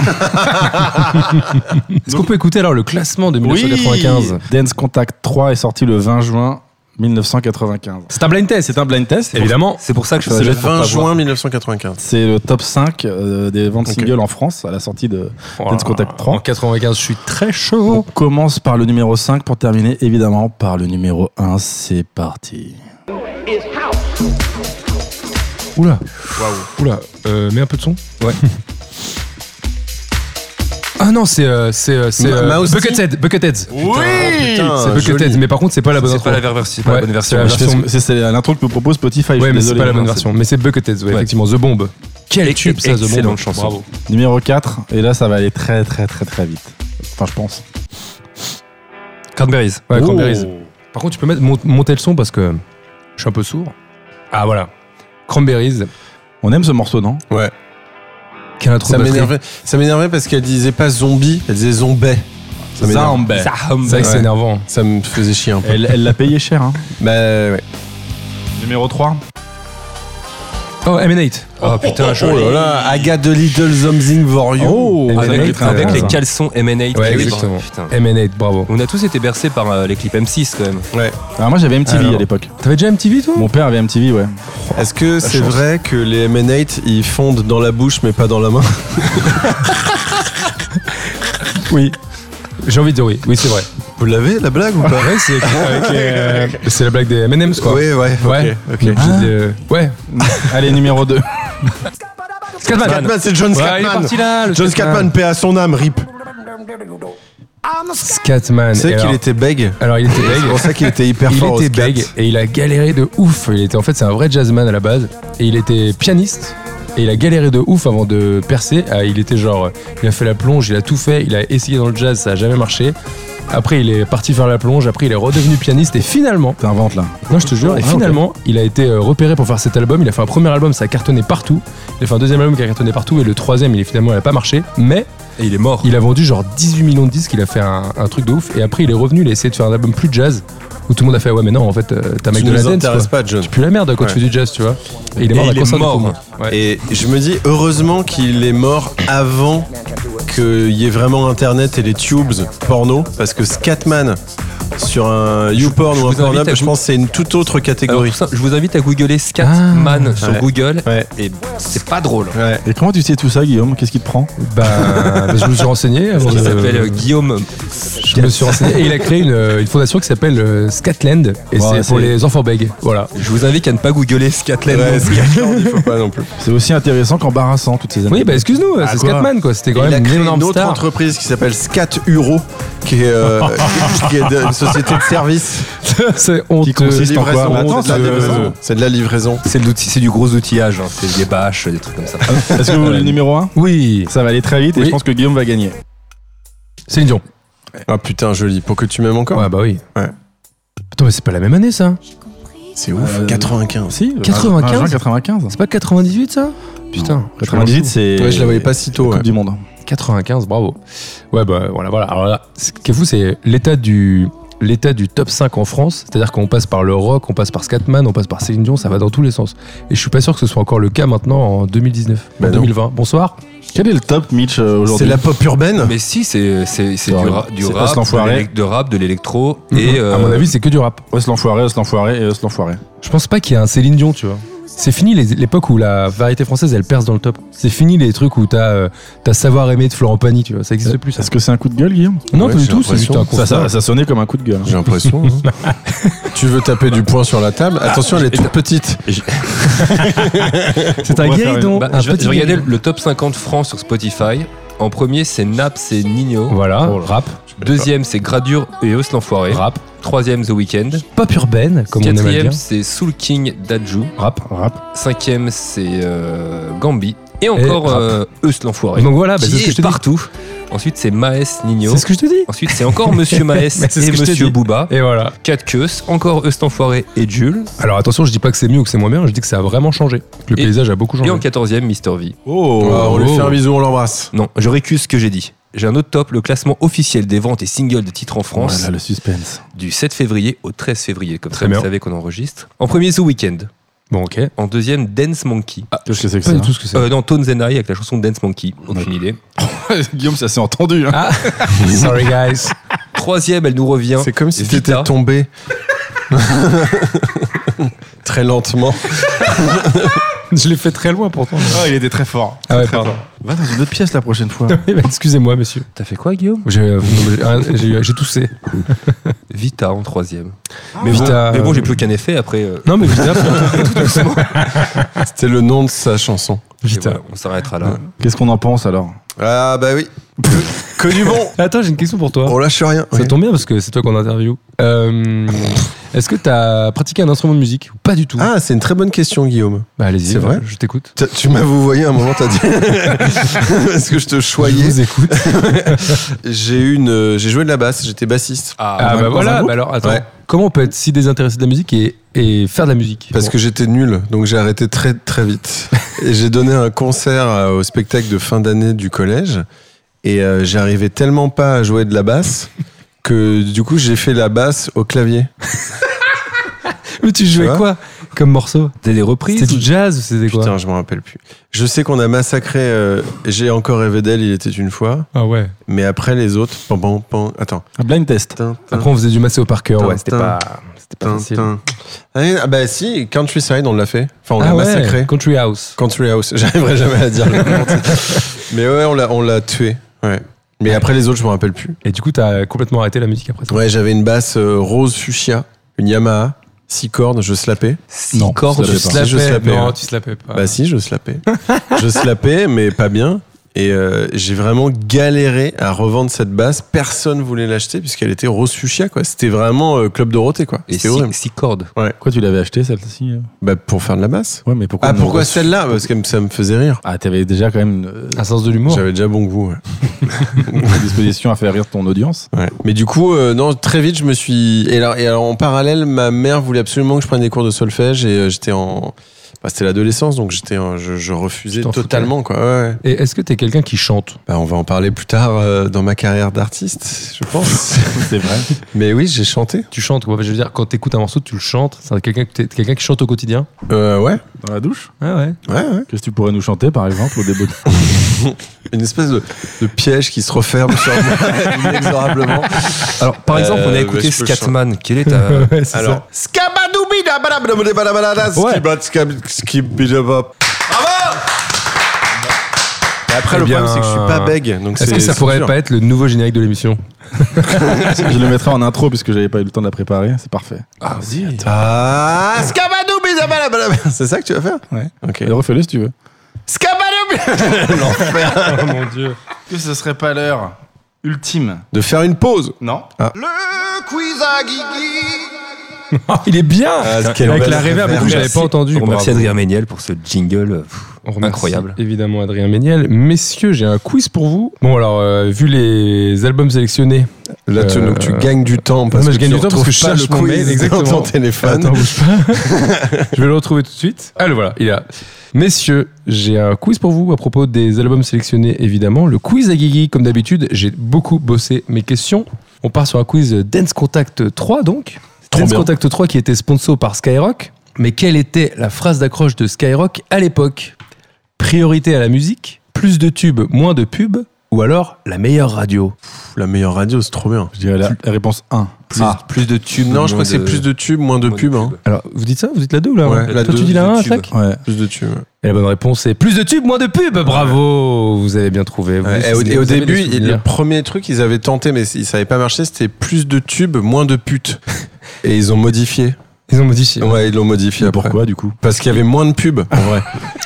Speaker 2: Est-ce qu'on peut écouter alors le classement de 1995
Speaker 3: Dance Contact 3 est sorti le 20 juin 1995.
Speaker 2: C'est un blind test,
Speaker 3: C'est un blind test.
Speaker 2: évidemment.
Speaker 1: C'est pour ça que je
Speaker 4: C'est le
Speaker 1: faisais.
Speaker 4: 20 juin 1995.
Speaker 3: C'est le top 5 euh, des ventes
Speaker 4: Ok.
Speaker 3: singles en France à la sortie de Dance Contact
Speaker 2: En
Speaker 3: 3.
Speaker 2: 95, je suis très
Speaker 3: On
Speaker 2: chaud.
Speaker 3: commence par le numéro 5 pour terminer évidemment par le numéro 1. C'est parti.
Speaker 2: Oula. Oula. Euh, mets un peu de son. Ouais. ah *laughs* Ah non, c'est euh, c'est euh, c'est, euh,
Speaker 4: Ma- Mouse
Speaker 2: Buckethead, Buckethead. C'est Buckethead, mais par contre, c'est pas la bonne
Speaker 1: C'est
Speaker 2: intro.
Speaker 1: pas la ver- version- pas la
Speaker 2: Ouais,
Speaker 1: bonne
Speaker 2: c'est
Speaker 1: version.
Speaker 2: la
Speaker 3: Je fais ce
Speaker 2: version-
Speaker 3: que- c'est- C'est l'intro que me propose Spotify. je suis
Speaker 2: Ouais, mais c'est
Speaker 3: désolé. hein,
Speaker 2: pas la bonne version. Mais c'est Buckethead, ouais,
Speaker 1: Ouais.
Speaker 2: effectivement. The Bomb. Quel
Speaker 1: Ex-
Speaker 2: tube, ça, The Bomb.
Speaker 1: excellente chanson.
Speaker 2: Bravo.
Speaker 3: Numéro 4, et là ça va aller très très très très vite. Enfin, je pense.
Speaker 1: Cranberries.
Speaker 2: Ouais,
Speaker 3: Oh.
Speaker 2: Cranberries. Par contre, tu peux mettre, mon- monter le son parce que je suis un peu sourd. Ah voilà. Cranberries.
Speaker 3: On aime ce morceau, non
Speaker 4: Ouais.
Speaker 2: Quelle intro
Speaker 4: Ça
Speaker 2: de batterie.
Speaker 4: m'énervait. Ça m'énervait parce qu'elle disait pas zombie, elle disait zombet. Ça m'énerve.
Speaker 3: Zambay.
Speaker 2: C'est vrai que c'est
Speaker 4: Ouais.
Speaker 2: énervant.
Speaker 4: Ça me faisait chier un peu.
Speaker 3: Elle elle l'a payé cher. Hein.
Speaker 4: Bah ouais.
Speaker 3: Numéro 3.
Speaker 2: Oh, Emanate.
Speaker 1: Oh putain, je
Speaker 4: Oh là là, I got the little something for you.
Speaker 3: Oh,
Speaker 2: Avec-
Speaker 3: ça doit
Speaker 1: Avec,
Speaker 3: être un
Speaker 1: avec
Speaker 3: hasard.
Speaker 1: les caleçons M&A.
Speaker 2: Ouais, exactement.
Speaker 1: Putain.
Speaker 2: Emanate, bravo.
Speaker 1: Eh, On a tous été bercés par euh, les clips M6 quand même.
Speaker 4: Ouais.
Speaker 3: Alors, Ah, moi j'avais MTV
Speaker 2: Alors.
Speaker 3: à l'époque.
Speaker 2: T'avais déjà MTV, toi
Speaker 3: Mon père avait MTV, ouais.
Speaker 4: Est-ce que c'est vrai que les MN8 ils fondent dans la bouche mais pas dans la main *laughs*
Speaker 2: Oui. J'ai envie de dire oui. Oui, c'est vrai.
Speaker 4: Vous l'avez la blague ou pas
Speaker 2: Ouais, *laughs* c'est avec les, euh, Ah. c'est la blague des M&M's, quoi.
Speaker 4: Oui, ouais,
Speaker 2: Ouais.
Speaker 4: ok.
Speaker 2: On est
Speaker 4: ok.
Speaker 2: obligé de le- euh, Ouais.
Speaker 3: Allez, numéro 2.
Speaker 2: Scatman.
Speaker 4: Scatman, c'est John
Speaker 2: Ouais, il est
Speaker 4: Scatman.
Speaker 2: parti là. le
Speaker 4: John Scatman, paix à son âme, rip.
Speaker 2: Scatman.
Speaker 4: Tu sais
Speaker 2: Et
Speaker 4: qu'il
Speaker 2: alors-
Speaker 4: était bègue
Speaker 2: Alors, il était
Speaker 4: C'est
Speaker 2: bègue.
Speaker 4: pour ça qu'il était hyper
Speaker 2: Il
Speaker 4: fort. au
Speaker 2: était
Speaker 4: scat.
Speaker 2: bègue et il a galéré de ouf. Il était en fait c'est un vrai jazzman à la base et il était pianiste et il a galéré de ouf avant de percer. Ah, il était genre il a fait la plonge, il a tout fait, il a essayé dans le jazz, ça a jamais marché. Après il est parti faire la plonge, après il est redevenu pianiste et finalement
Speaker 3: *laughs* T'inventes là.
Speaker 2: non, je te jure. Et
Speaker 3: Ah, ok.
Speaker 2: finalement, il a été euh, repéré pour faire cet album. Il a fait un premier album, ça a cartonné partout. Il a fait un deuxième album qui a cartonné partout. Et le troisième, il est finalement, il a pas marché. Mais
Speaker 1: Et il est mort.
Speaker 2: il a vendu genre 18 millions de disques. Il a fait un, un truc de ouf. Et après, il est revenu. Il a essayé de faire un album plus jazz. Où tout le monde a fait Ouais, mais non, en fait, euh, t'as un
Speaker 4: Tu
Speaker 2: mec de la
Speaker 4: nous
Speaker 2: dance. quoi.
Speaker 4: intéresses pas, John.
Speaker 2: Tu pues la merde quand
Speaker 4: Ouais.
Speaker 2: tu fais du jazz, tu vois. Et il est
Speaker 1: Et
Speaker 2: mort
Speaker 1: il est
Speaker 2: d'un cancer du
Speaker 1: mort.
Speaker 2: poumon. Ouais.
Speaker 4: Et je me dis, heureusement qu'il est mort avant qu'il y ait vraiment Internet et les tubes porno, parce que Scatman sur un YouPorn
Speaker 1: je
Speaker 4: ou un
Speaker 1: vous invite
Speaker 4: Pornhub,
Speaker 1: à
Speaker 4: je
Speaker 1: vous-
Speaker 4: pense que c'est une toute autre
Speaker 1: Alors,
Speaker 4: catégorie.
Speaker 1: pour ça, je vous invite à googler Scatman sur
Speaker 4: Ouais.
Speaker 1: Google.
Speaker 4: Ouais.
Speaker 1: Et c'est pas drôle.
Speaker 4: Ouais.
Speaker 3: Et comment tu sais tout ça, Guillaume Qu'est-ce qui te prend
Speaker 2: Bah, bah, je me suis renseigné. avant
Speaker 1: Il
Speaker 2: de-
Speaker 1: s'appelle euh, Guillaume.
Speaker 2: Je me suis renseigné. Et il a créé une, euh, une fondation qui s'appelle euh, Scatland. Et
Speaker 3: Ouais,
Speaker 2: c'est pour
Speaker 3: c'est-
Speaker 2: les enfants bègues. Voilà.
Speaker 1: Je vous invite à ne pas googler Scatland.
Speaker 4: Ouais,
Speaker 1: non plus.
Speaker 4: Scatman, il faut pas non plus.
Speaker 3: C'est aussi intéressant qu'embarrassant toutes ces années.
Speaker 2: Oui, bah excuse-nous, c'est
Speaker 3: quoi
Speaker 2: Scatman quoi. C'était quand
Speaker 4: Il a
Speaker 2: même
Speaker 4: créé
Speaker 2: une
Speaker 4: une
Speaker 2: énorme
Speaker 4: autre
Speaker 2: star.
Speaker 4: entreprise qui s'appelle Scat Uro, qui
Speaker 2: *laughs*
Speaker 4: est, euh, qui est de- une société de service.
Speaker 2: C'est honteux.
Speaker 4: de
Speaker 3: consiste en quoi
Speaker 4: livraison.
Speaker 3: Bah, attends,
Speaker 4: C'est de la
Speaker 3: euh,
Speaker 4: livraison. C'est de la livraison.
Speaker 1: C'est de l'outil- c'est du gros outillage. hein. C'est des
Speaker 2: Ah,
Speaker 1: bâches, des trucs comme ça.
Speaker 3: Est-ce *laughs* que vous voulez le numéro 1
Speaker 2: Oui,
Speaker 3: Ça va aller très vite et
Speaker 2: Oui.
Speaker 3: je pense que Guillaume va gagner.
Speaker 2: c'est Dion.
Speaker 4: Ah putain, joli. Pour que tu m'aimes encore
Speaker 2: Ouais, bah oui.
Speaker 4: Ouais.
Speaker 2: Attends, mais c'est pas la même année ça
Speaker 4: C'est ouf.
Speaker 3: Euh,
Speaker 4: 95.
Speaker 3: Si
Speaker 2: 95.
Speaker 3: Ah, 95.
Speaker 2: C'est pas 98 ça Putain. je m'en
Speaker 3: 98,
Speaker 2: fous.
Speaker 3: c'est.
Speaker 4: Ouais, je la voyais pas si tôt.
Speaker 3: Coupe
Speaker 4: ouais.
Speaker 3: du monde.
Speaker 2: 95, bravo. Ouais, bah voilà, voilà. Alors là, ce qui est fou, c'est l'état du. L'état du top 5 en France, c'est-à-dire qu'on passe par le rock, on passe par Scatman, on passe par Céline Dion, ça va dans tous les sens. Et je suis pas sûr que ce soit encore le cas maintenant en 2019,
Speaker 4: Bah
Speaker 2: en
Speaker 4: non.
Speaker 2: 2020. Bonsoir.
Speaker 3: Quel est le top, Mitch, euh,
Speaker 4: C'est
Speaker 3: aujourd'hui
Speaker 4: la pop urbaine.
Speaker 1: Mais si, c'est c'est- c'est
Speaker 3: Ouais.
Speaker 1: du, ra- du
Speaker 3: C'est
Speaker 1: rap,
Speaker 3: Os l'enfoiré.
Speaker 1: de l'élec- de rap, de l'électro. Et
Speaker 2: Mhm. à mon
Speaker 1: euh,
Speaker 2: avis, c'est que du rap.
Speaker 3: Os l'enfoiré, Os l'enfoiré et Os l'enfoiré.
Speaker 2: Je pense pas qu'il y ait un Céline Dion, tu vois. C'est fini les- l'époque où la variété française elle perce dans le top. C'est fini les trucs où t'as euh, t'as savoir aimer de Florent Pagny, tu vois. Ça
Speaker 4: Euh,
Speaker 2: existe plus. Ça.
Speaker 3: Est-ce que c'est un coup de gueule, Guillaume
Speaker 2: Non,
Speaker 4: Ouais,
Speaker 2: pas
Speaker 4: j'ai
Speaker 2: du tout. C'est
Speaker 4: l'impression.
Speaker 2: juste un
Speaker 3: ça,
Speaker 2: constat.
Speaker 3: ça, ça sonnait comme un coup de gueule.
Speaker 4: J'ai l'impression. hein. tu veux taper du poing sur la table Attention, elle est toute petite.
Speaker 2: C'est un
Speaker 3: pourrait faire
Speaker 2: guéridon.
Speaker 1: bah,
Speaker 2: un
Speaker 1: je,
Speaker 2: petit
Speaker 1: je regardais
Speaker 2: guéridon.
Speaker 1: le top 50 francs sur Spotify. En premier, c'est Naps et Nino.
Speaker 2: Voilà.
Speaker 1: Oh là.
Speaker 2: rap,
Speaker 1: Deuxième, c'est Gradure et Os l'enfoiré.
Speaker 2: rap,
Speaker 1: Troisième, The Weeknd.
Speaker 2: pop urbaine, comme on aime à le
Speaker 1: Quatrième,
Speaker 2: dire.
Speaker 1: c'est Soul King Daju.
Speaker 2: Rap.
Speaker 3: Rap.
Speaker 1: Cinquième, c'est euh, Gambi. Et encore
Speaker 2: Et rap.
Speaker 1: euh, Eus l'enfoiré.
Speaker 2: Donc voilà, bah,
Speaker 1: qui
Speaker 2: c'est ce que
Speaker 1: est
Speaker 2: je te dis.
Speaker 1: partout. Ensuite, c'est Maes Nino.
Speaker 2: C'est ce que je te dis.
Speaker 1: Ensuite, c'est encore Monsieur Maes
Speaker 2: Mais c'est ce
Speaker 1: et
Speaker 2: que je te
Speaker 1: Monsieur
Speaker 2: dis.
Speaker 1: Booba.
Speaker 2: Et voilà.
Speaker 1: Quatre queues, encore Eus l'enfoiré et Jules.
Speaker 2: Alors attention, je dis pas que c'est mieux ou que c'est moins bien. Je dis que ça a vraiment changé. Le
Speaker 1: Et-
Speaker 2: paysage a beaucoup
Speaker 1: Et
Speaker 2: changé.
Speaker 1: en quatorzième, Mister V.
Speaker 4: Oh, on lui
Speaker 2: oh.
Speaker 4: fait un bisou, on l'embrasse.
Speaker 1: Non, je récuse ce que j'ai dit. J'ai un autre top, le classement officiel des ventes et singles de titres en France
Speaker 3: Voilà
Speaker 4: *laughs*
Speaker 3: le suspense.
Speaker 1: du 7 février au 13 février, comme
Speaker 2: Très
Speaker 1: ça
Speaker 2: bien.
Speaker 1: vous savez qu'on enregistre. En premier, The Weeknd.
Speaker 2: Bon, ok.
Speaker 1: En deuxième, Dance Monkey.
Speaker 3: Qu'est-ce que c'est que
Speaker 2: Pas
Speaker 3: ça
Speaker 2: du tout ce que c'est.
Speaker 1: Euh, non, Tones and I avec la chanson Dance Monkey, aucune idée.
Speaker 3: Guillaume, ça s'est entendu. hein.
Speaker 2: Ah. Sorry guys. *laughs*
Speaker 1: Troisième, elle nous revient.
Speaker 4: C'est comme si
Speaker 1: Vita.
Speaker 4: t'étais tombé. *laughs* Très lentement.
Speaker 2: je l'ai fait très loin pourtant.
Speaker 3: Ah, il était très fort.
Speaker 2: Ah ouais, pardon.
Speaker 3: Va dans une autre pièce la prochaine
Speaker 4: *laughs*
Speaker 3: fois.
Speaker 2: Eh ben, Excusez-moi, monsieur.
Speaker 1: T'as fait quoi, Guillaume
Speaker 2: J'ai euh, j'ai- j'ai toussé.
Speaker 1: Vita en troisième. mais,
Speaker 2: Vita,
Speaker 1: bon, mais bon, j'ai
Speaker 2: euh,
Speaker 1: plus aucun effet après. euh,
Speaker 2: Non, mais Vita,
Speaker 4: C'était le nom de sa chanson.
Speaker 1: et
Speaker 2: Vita.
Speaker 1: voilà, on s'arrêtera là.
Speaker 3: Qu'est-ce qu'on en pense alors
Speaker 4: Ah bah oui. Que du bon
Speaker 2: Eh, Attends, j'ai une question pour toi.
Speaker 4: On lâche rien.
Speaker 2: Ça tombe bien parce que c'est toi qu'on interview. Euh, Est-ce que t'as pratiqué un instrument de musique ou pas du tout
Speaker 4: Ah, c'est une très bonne question, Guillaume.
Speaker 2: Bah, allez-y,
Speaker 4: c'est vrai
Speaker 2: je t'écoute.
Speaker 4: T'as- Tu m'as vouvoyé à un moment, *laughs* t'as dit. Est-ce que je te
Speaker 2: Je
Speaker 4: choyais
Speaker 2: vous écoute.
Speaker 4: J'ai eu une, euh, j'ai joué de la basse, j'étais bassiste.
Speaker 2: Ah,
Speaker 3: Dans
Speaker 2: bah
Speaker 3: un
Speaker 2: voilà,
Speaker 3: groupe
Speaker 2: bah alors attends.
Speaker 4: Ouais.
Speaker 2: Comment on peut être si désintéressé de la musique et, et faire de la musique
Speaker 4: Parce que j'étais nul, donc j'ai arrêté très très *laughs* vite. Et j'ai donné un concert euh, au spectacle de fin d'année du collège et euh, j'arrivais tellement pas à jouer de la *laughs* basse que du coup j'ai fait la basse au clavier.
Speaker 2: Mais tu jouais
Speaker 4: vois
Speaker 2: quoi comme morceau
Speaker 1: T'as des reprises
Speaker 2: C'était du jazz ou c'était quoi
Speaker 4: Putain, je m'en rappelle plus. Je sais qu'on a massacré. euh, j'ai encore rêvé d'elle, il était une fois,
Speaker 2: Ah ouais.
Speaker 4: mais après les autres. Pan, pan, pan. Attends.
Speaker 3: Un blind test.
Speaker 4: Tin, tin,
Speaker 2: Après, on faisait du macéo par cœur.
Speaker 4: Tintin.
Speaker 2: Ouais, c'était pas, c'était pas
Speaker 4: tin,
Speaker 2: facile.
Speaker 4: tin. Ah bah si, Country Side, on l'a fait. Enfin, on l'a
Speaker 2: ah ouais,
Speaker 4: massacré.
Speaker 2: Country House.
Speaker 4: Country House, *laughs* j'arriverai jamais à dire le nom. *laughs* Mais ouais, on l'a, on l'a tué. Ouais. Mais après les autres, je me rappelle plus.
Speaker 2: Et du coup, t'as complètement arrêté la musique après ça.
Speaker 4: Ouais, j'avais une basse euh, rose fuchsia, une Yamaha, six cordes, je slappais.
Speaker 1: Six
Speaker 3: Non,
Speaker 1: cordes.
Speaker 4: ça, je sais pas.
Speaker 2: slappais,
Speaker 4: Je slappais,
Speaker 2: non,
Speaker 4: ouais.
Speaker 2: tu slappais pas.
Speaker 4: Bah si, je slappais. je slappais, mais pas bien. Et euh, j'ai vraiment galéré à revendre cette basse. Personne voulait l'acheter puisqu'elle était rose fuchsia, quoi. C'était vraiment euh, Club Dorothée, quoi.
Speaker 1: Et
Speaker 4: C'était
Speaker 1: six,
Speaker 4: horrible.
Speaker 1: six cordes.
Speaker 3: Pourquoi tu l'avais acheté celle-ci euh
Speaker 4: Bah, pour faire de la basse.
Speaker 3: Ouais, mais pourquoi
Speaker 4: Ah,
Speaker 3: on-
Speaker 4: pourquoi celle-là Parce que ça me faisait rire.
Speaker 3: Ah, t'avais déjà quand même euh,
Speaker 2: Un sens de l'humour.
Speaker 4: J'avais déjà bon goût. ouais.
Speaker 3: une disposition à faire rire ton
Speaker 4: *laughs*
Speaker 3: audience.
Speaker 4: Ouais. Mais du coup, euh, non, très vite, je me suis. Et alors, et alors, en parallèle, ma mère voulait absolument que je prenne des cours de solfège et euh, j'étais en. bah, c'était l'adolescence, donc j'étais, en- je, je refusais
Speaker 2: Tu t'en foutais.
Speaker 4: totalement, quoi. ouais, ouais.
Speaker 2: Et est-ce que t'es quelqu'un qui chante
Speaker 4: Bah, on va en parler plus tard euh, dans ma carrière d'artiste, je
Speaker 2: *laughs*
Speaker 4: pense.
Speaker 3: C'est vrai.
Speaker 4: Mais oui, j'ai chanté.
Speaker 2: Tu chantes quoi Je veux dire, quand t'écoutes un morceau, tu le chantes. C'est quelqu'un que t'es- t'es quelqu'un qui chante au quotidien
Speaker 4: Euh, ouais,
Speaker 3: Dans la douche
Speaker 2: Ouais, Ah ouais.
Speaker 4: ouais, ouais.
Speaker 3: Qu'est-ce que tu pourrais nous chanter, par exemple, au début
Speaker 4: Une espèce de, de piège qui se referme sur moi *laughs* inexorablement.
Speaker 1: Alors, par
Speaker 4: Euh,
Speaker 1: exemple, on a
Speaker 4: bah,
Speaker 1: écouté
Speaker 4: je peux
Speaker 1: Scatman. Quel est
Speaker 4: *laughs*
Speaker 1: ta.
Speaker 2: ouais c'est
Speaker 4: Alors, Skabadoubidabadabadabadabadabada,
Speaker 2: Ouais.
Speaker 4: skibad, skab- skibidabop. Bravo Mais Après,
Speaker 2: Eh
Speaker 4: le
Speaker 2: bien,
Speaker 4: problème, c'est que je suis pas bègue. donc
Speaker 2: ça. Est-ce
Speaker 4: c'est-
Speaker 2: que ça
Speaker 4: c'est
Speaker 2: pourrait
Speaker 4: dur.
Speaker 2: pas être le nouveau générique de l'émission
Speaker 3: Je le mettrai en intro puisque j'avais pas eu le temps de la préparer. C'est parfait.
Speaker 1: Ah, vas-y.
Speaker 4: Ah, skabadoubidabalabala. C'est ça que tu vas faire
Speaker 3: Ouais.
Speaker 4: Ok.
Speaker 3: Et refais-le si tu veux.
Speaker 4: Skabadoubi- L'enfer.
Speaker 2: Oh mon dieu.
Speaker 3: Que ce serait pas l'heure ultime
Speaker 4: De faire une pause.
Speaker 3: Non.
Speaker 5: Le quiz à Guigui.
Speaker 2: *laughs* il est bien
Speaker 4: Ah, quelle
Speaker 2: Avec la
Speaker 4: belle
Speaker 2: réverb
Speaker 1: Ah,
Speaker 2: et tout,
Speaker 4: réverb.
Speaker 2: j'avais pas entendu.
Speaker 1: On remercie
Speaker 2: Bravo.
Speaker 1: Adrien Méniel pour ce jingle. euh, pff,
Speaker 2: On remercie
Speaker 1: Incroyable.
Speaker 2: Évidemment, Adrien Méniel. Messieurs, j'ai un quiz pour vous. Bon, alors, euh, vu les albums sélectionnés.
Speaker 4: Là, tu,
Speaker 2: Euh,
Speaker 4: donc, tu gagnes du temps parce
Speaker 2: moi, je
Speaker 4: que
Speaker 2: gagne
Speaker 4: tu
Speaker 2: du temps parce
Speaker 4: retrouves
Speaker 2: que je
Speaker 4: pas
Speaker 2: cherche
Speaker 4: le
Speaker 2: mon
Speaker 4: quiz
Speaker 2: mail, exactement.
Speaker 4: dans ton téléphone.
Speaker 2: Attends, bouge pas. *laughs* je vais le retrouver tout de suite. Allez, voilà, il est là. Messieurs, j'ai un quiz pour vous à propos des albums sélectionnés, évidemment. Le quiz à Guigui, comme d'habitude, j'ai beaucoup bossé mes questions. On part sur un quiz Dance Contact 3, donc.
Speaker 4: Trop
Speaker 2: Dance
Speaker 4: bien.
Speaker 2: Contact 3 qui était sponsor par Skyrock. Mais quelle était la phrase d'accroche de Skyrock à l'époque Priorité à la musique, plus de tubes, moins de pubs, ou alors la meilleure radio
Speaker 4: Pff, La meilleure radio, c'est trop bien.
Speaker 3: Je dirais la la réponse Ah, 1.
Speaker 1: Plus, plus de tubes.
Speaker 4: Non, je crois que c'est plus de tubes, moins de
Speaker 1: moins
Speaker 4: pubs. hein.
Speaker 2: Alors, vous dites ça Vous dites la 2 ou la
Speaker 4: Ouais,
Speaker 2: 1
Speaker 4: la
Speaker 2: Toi, tu
Speaker 4: deux,
Speaker 2: dis la
Speaker 1: deux
Speaker 2: 1 à
Speaker 1: tubes.
Speaker 2: chaque
Speaker 3: Ouais.
Speaker 4: Plus de tubes.
Speaker 2: Et la bonne réponse c'est plus de tubes, moins de pubs. Bravo, vous avez bien trouvé. Vous-
Speaker 4: Ouais, et au,
Speaker 2: vous
Speaker 4: et au
Speaker 2: avez
Speaker 4: début,
Speaker 2: des
Speaker 4: il-
Speaker 2: souvenirs.
Speaker 4: le premier truc ils avaient tenté, mais ils savaient pas marcher, c'était plus de tubes, moins
Speaker 2: *laughs*
Speaker 4: de putes. Et ils ont modifié.
Speaker 2: ils ont modifié.
Speaker 4: Ouais, ils l'ont modifié. après.
Speaker 3: Pourquoi du coup
Speaker 4: Parce qu'il y avait moins de pubs,
Speaker 2: Ah,
Speaker 4: en vrai.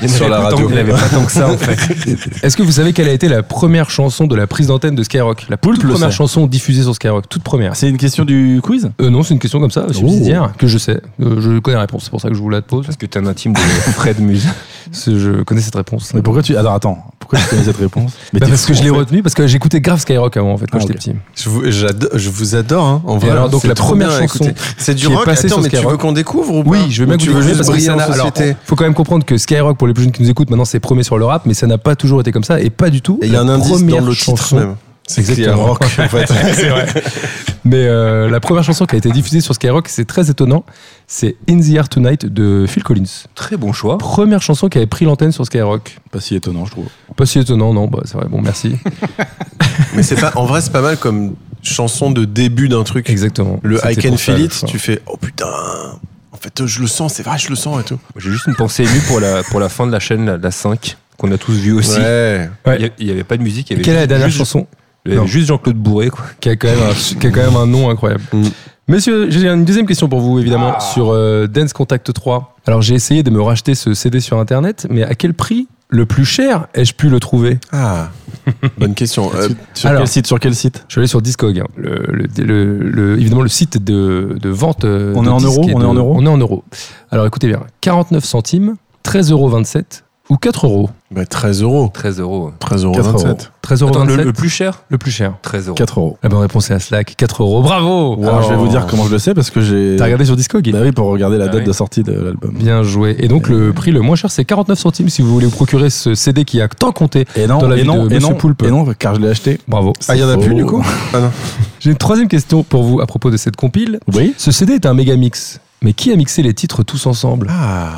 Speaker 4: sur la radio.
Speaker 1: Il n'y avait pas tant que ça,
Speaker 2: *laughs*
Speaker 1: en fait.
Speaker 2: Est-ce que vous savez quelle a été la première chanson de la prise d'antenne de Skyrock La
Speaker 3: Poulpe
Speaker 2: toute
Speaker 3: le
Speaker 2: première
Speaker 3: sait.
Speaker 2: chanson diffusée sur Skyrock, toute première.
Speaker 3: Ah,
Speaker 2: Oh.
Speaker 3: C'est une question du quiz
Speaker 2: Euh, non, c'est une question comme ça, subsidiaire, que je sais. Euh, je connais la réponse, c'est pour ça que je vous la pose.
Speaker 1: Parce que t'es un intime
Speaker 4: *laughs*
Speaker 1: de Fred Musa.
Speaker 2: C'est- Je connais cette réponse.
Speaker 3: Mais pourquoi tu. Alors attends, pourquoi tu connais cette *laughs* réponse Mais
Speaker 2: Bah,
Speaker 3: t'es
Speaker 2: parce que
Speaker 3: fou,
Speaker 2: je l'ai
Speaker 3: en fait.
Speaker 2: retenu parce que j'écoutais grave Skyrock avant en fait quand
Speaker 3: Ah,
Speaker 2: j'étais
Speaker 3: ok.
Speaker 2: petit.
Speaker 4: Je vous, j'adore- je vous adore, hein, en vrai.
Speaker 2: alors, donc,
Speaker 4: C'est
Speaker 2: la
Speaker 4: trop
Speaker 2: première
Speaker 4: bien à
Speaker 2: chanson
Speaker 4: écouter. C'est du
Speaker 2: qui est
Speaker 4: rock.
Speaker 2: passée
Speaker 4: Attends,
Speaker 2: sur
Speaker 4: mais tu
Speaker 2: Skyrock.
Speaker 4: veux qu'on découvre ou pas
Speaker 2: Oui, je veux bien
Speaker 4: Ou
Speaker 2: que
Speaker 4: tu
Speaker 2: vous
Speaker 4: veux
Speaker 2: découvriez
Speaker 4: juste
Speaker 2: parce que
Speaker 4: briller
Speaker 2: ça
Speaker 4: en
Speaker 2: n'a- alors,
Speaker 4: société.
Speaker 2: faut quand même comprendre que Skyrock pour les plus jeunes qui nous écoutent maintenant c'est premier sur le rap, mais ça n'a pas toujours été comme ça et pas du tout.
Speaker 4: Et il y a un
Speaker 2: La
Speaker 4: indice dans
Speaker 2: première
Speaker 4: le titre
Speaker 2: chanson-
Speaker 4: même. C'est qu'il y a
Speaker 2: Exactement.
Speaker 4: rock, en fait.
Speaker 2: C'est vrai. *laughs* Mais euh, la première chanson qui a été diffusée sur Skyrock, c'est très étonnant, c'est In the Air Tonight de Phil Collins.
Speaker 1: Très bon choix.
Speaker 2: Première chanson qui avait pris l'antenne sur Skyrock.
Speaker 3: Pas si étonnant, je trouve.
Speaker 2: Pas si étonnant, non, bah, c'est vrai, bon, merci.
Speaker 4: mais c'est pas, en vrai, c'est pas mal comme chanson de début d'un truc.
Speaker 2: Exactement.
Speaker 4: *laughs* Le
Speaker 2: C'était
Speaker 4: I can
Speaker 2: pour ça,
Speaker 4: feel
Speaker 2: je
Speaker 4: it,
Speaker 2: crois.
Speaker 4: tu fais, oh putain. En fait, je le sens, c'est vrai, je le sens et tout.
Speaker 1: J'ai juste une pensée émue pour la, pour la fin de la chaîne, la, la 5, qu'on a tous vue aussi.
Speaker 4: Ouais.
Speaker 1: Il y a- Il n'y avait pas de musique. Il y
Speaker 2: Et
Speaker 1: avait
Speaker 2: quelle est la
Speaker 1: juste-
Speaker 2: dernière
Speaker 1: juste-
Speaker 2: chanson
Speaker 1: il y avait
Speaker 2: Non.
Speaker 1: juste Jean-Claude Bourré, quoi.
Speaker 2: qui a, quand même un, qui a quand même un nom incroyable.
Speaker 4: Mm.
Speaker 2: Messieurs, j'ai une deuxième question pour vous, évidemment,
Speaker 3: Ah.
Speaker 2: sur euh, Dance Contact 3. Alors, j'ai essayé de me racheter ce CD sur Internet, mais à quel prix le plus cher, ai-je pu le trouver
Speaker 4: Ah,
Speaker 2: *laughs*
Speaker 4: bonne question. Euh,
Speaker 3: Sur
Speaker 2: Alors-
Speaker 3: quel site Sur quel site
Speaker 2: Je suis allé sur Discog, hein. le, le- le- le- évidemment le site de, de vente. euh,
Speaker 3: On
Speaker 2: de
Speaker 3: est en
Speaker 2: disques
Speaker 3: euros
Speaker 2: et
Speaker 3: On
Speaker 2: de-
Speaker 3: est en euros
Speaker 2: On est en euros. Alors écoutez bien, 49 centimes, 13,27 euros ou 4 euros
Speaker 4: bah, 13 euros.
Speaker 1: 13 euros.
Speaker 4: 13 euros.
Speaker 3: 4 euros.
Speaker 4: 27.
Speaker 2: 13,27
Speaker 1: Attends,
Speaker 2: euros
Speaker 1: le, le
Speaker 2: le,
Speaker 1: plus cher
Speaker 2: plus cher.
Speaker 1: 13 euros.
Speaker 3: 4 euros. Oh.
Speaker 2: La bonne réponse est à Slack, 4 euros. Bravo
Speaker 3: Alors, je vais vous dire comment je le sais parce que j'ai.
Speaker 2: T'as regardé sur Discog
Speaker 3: Bah oui, pour regarder la
Speaker 1: Ah
Speaker 3: date
Speaker 1: oui.
Speaker 3: de sortie de l'album.
Speaker 2: Bien joué. Et donc le prix le moins cher, c'est 49 centimes si vous voulez vous procurer ce CD qui a tant compté.
Speaker 3: Et non,
Speaker 2: Dans la
Speaker 3: et
Speaker 2: vie
Speaker 3: non,
Speaker 2: de
Speaker 3: et
Speaker 2: Monsieur
Speaker 3: non,
Speaker 2: Poulpe.
Speaker 3: et non, car je l'ai acheté.
Speaker 2: Bravo.
Speaker 3: Ah, il y en a plus, du coup
Speaker 4: Ah non.
Speaker 2: J'ai une troisième question pour vous à propos de cette compile.
Speaker 3: Oui.
Speaker 2: Ce CD est un méga mix. Mais qui a mixé les titres tous ensemble
Speaker 4: Ah,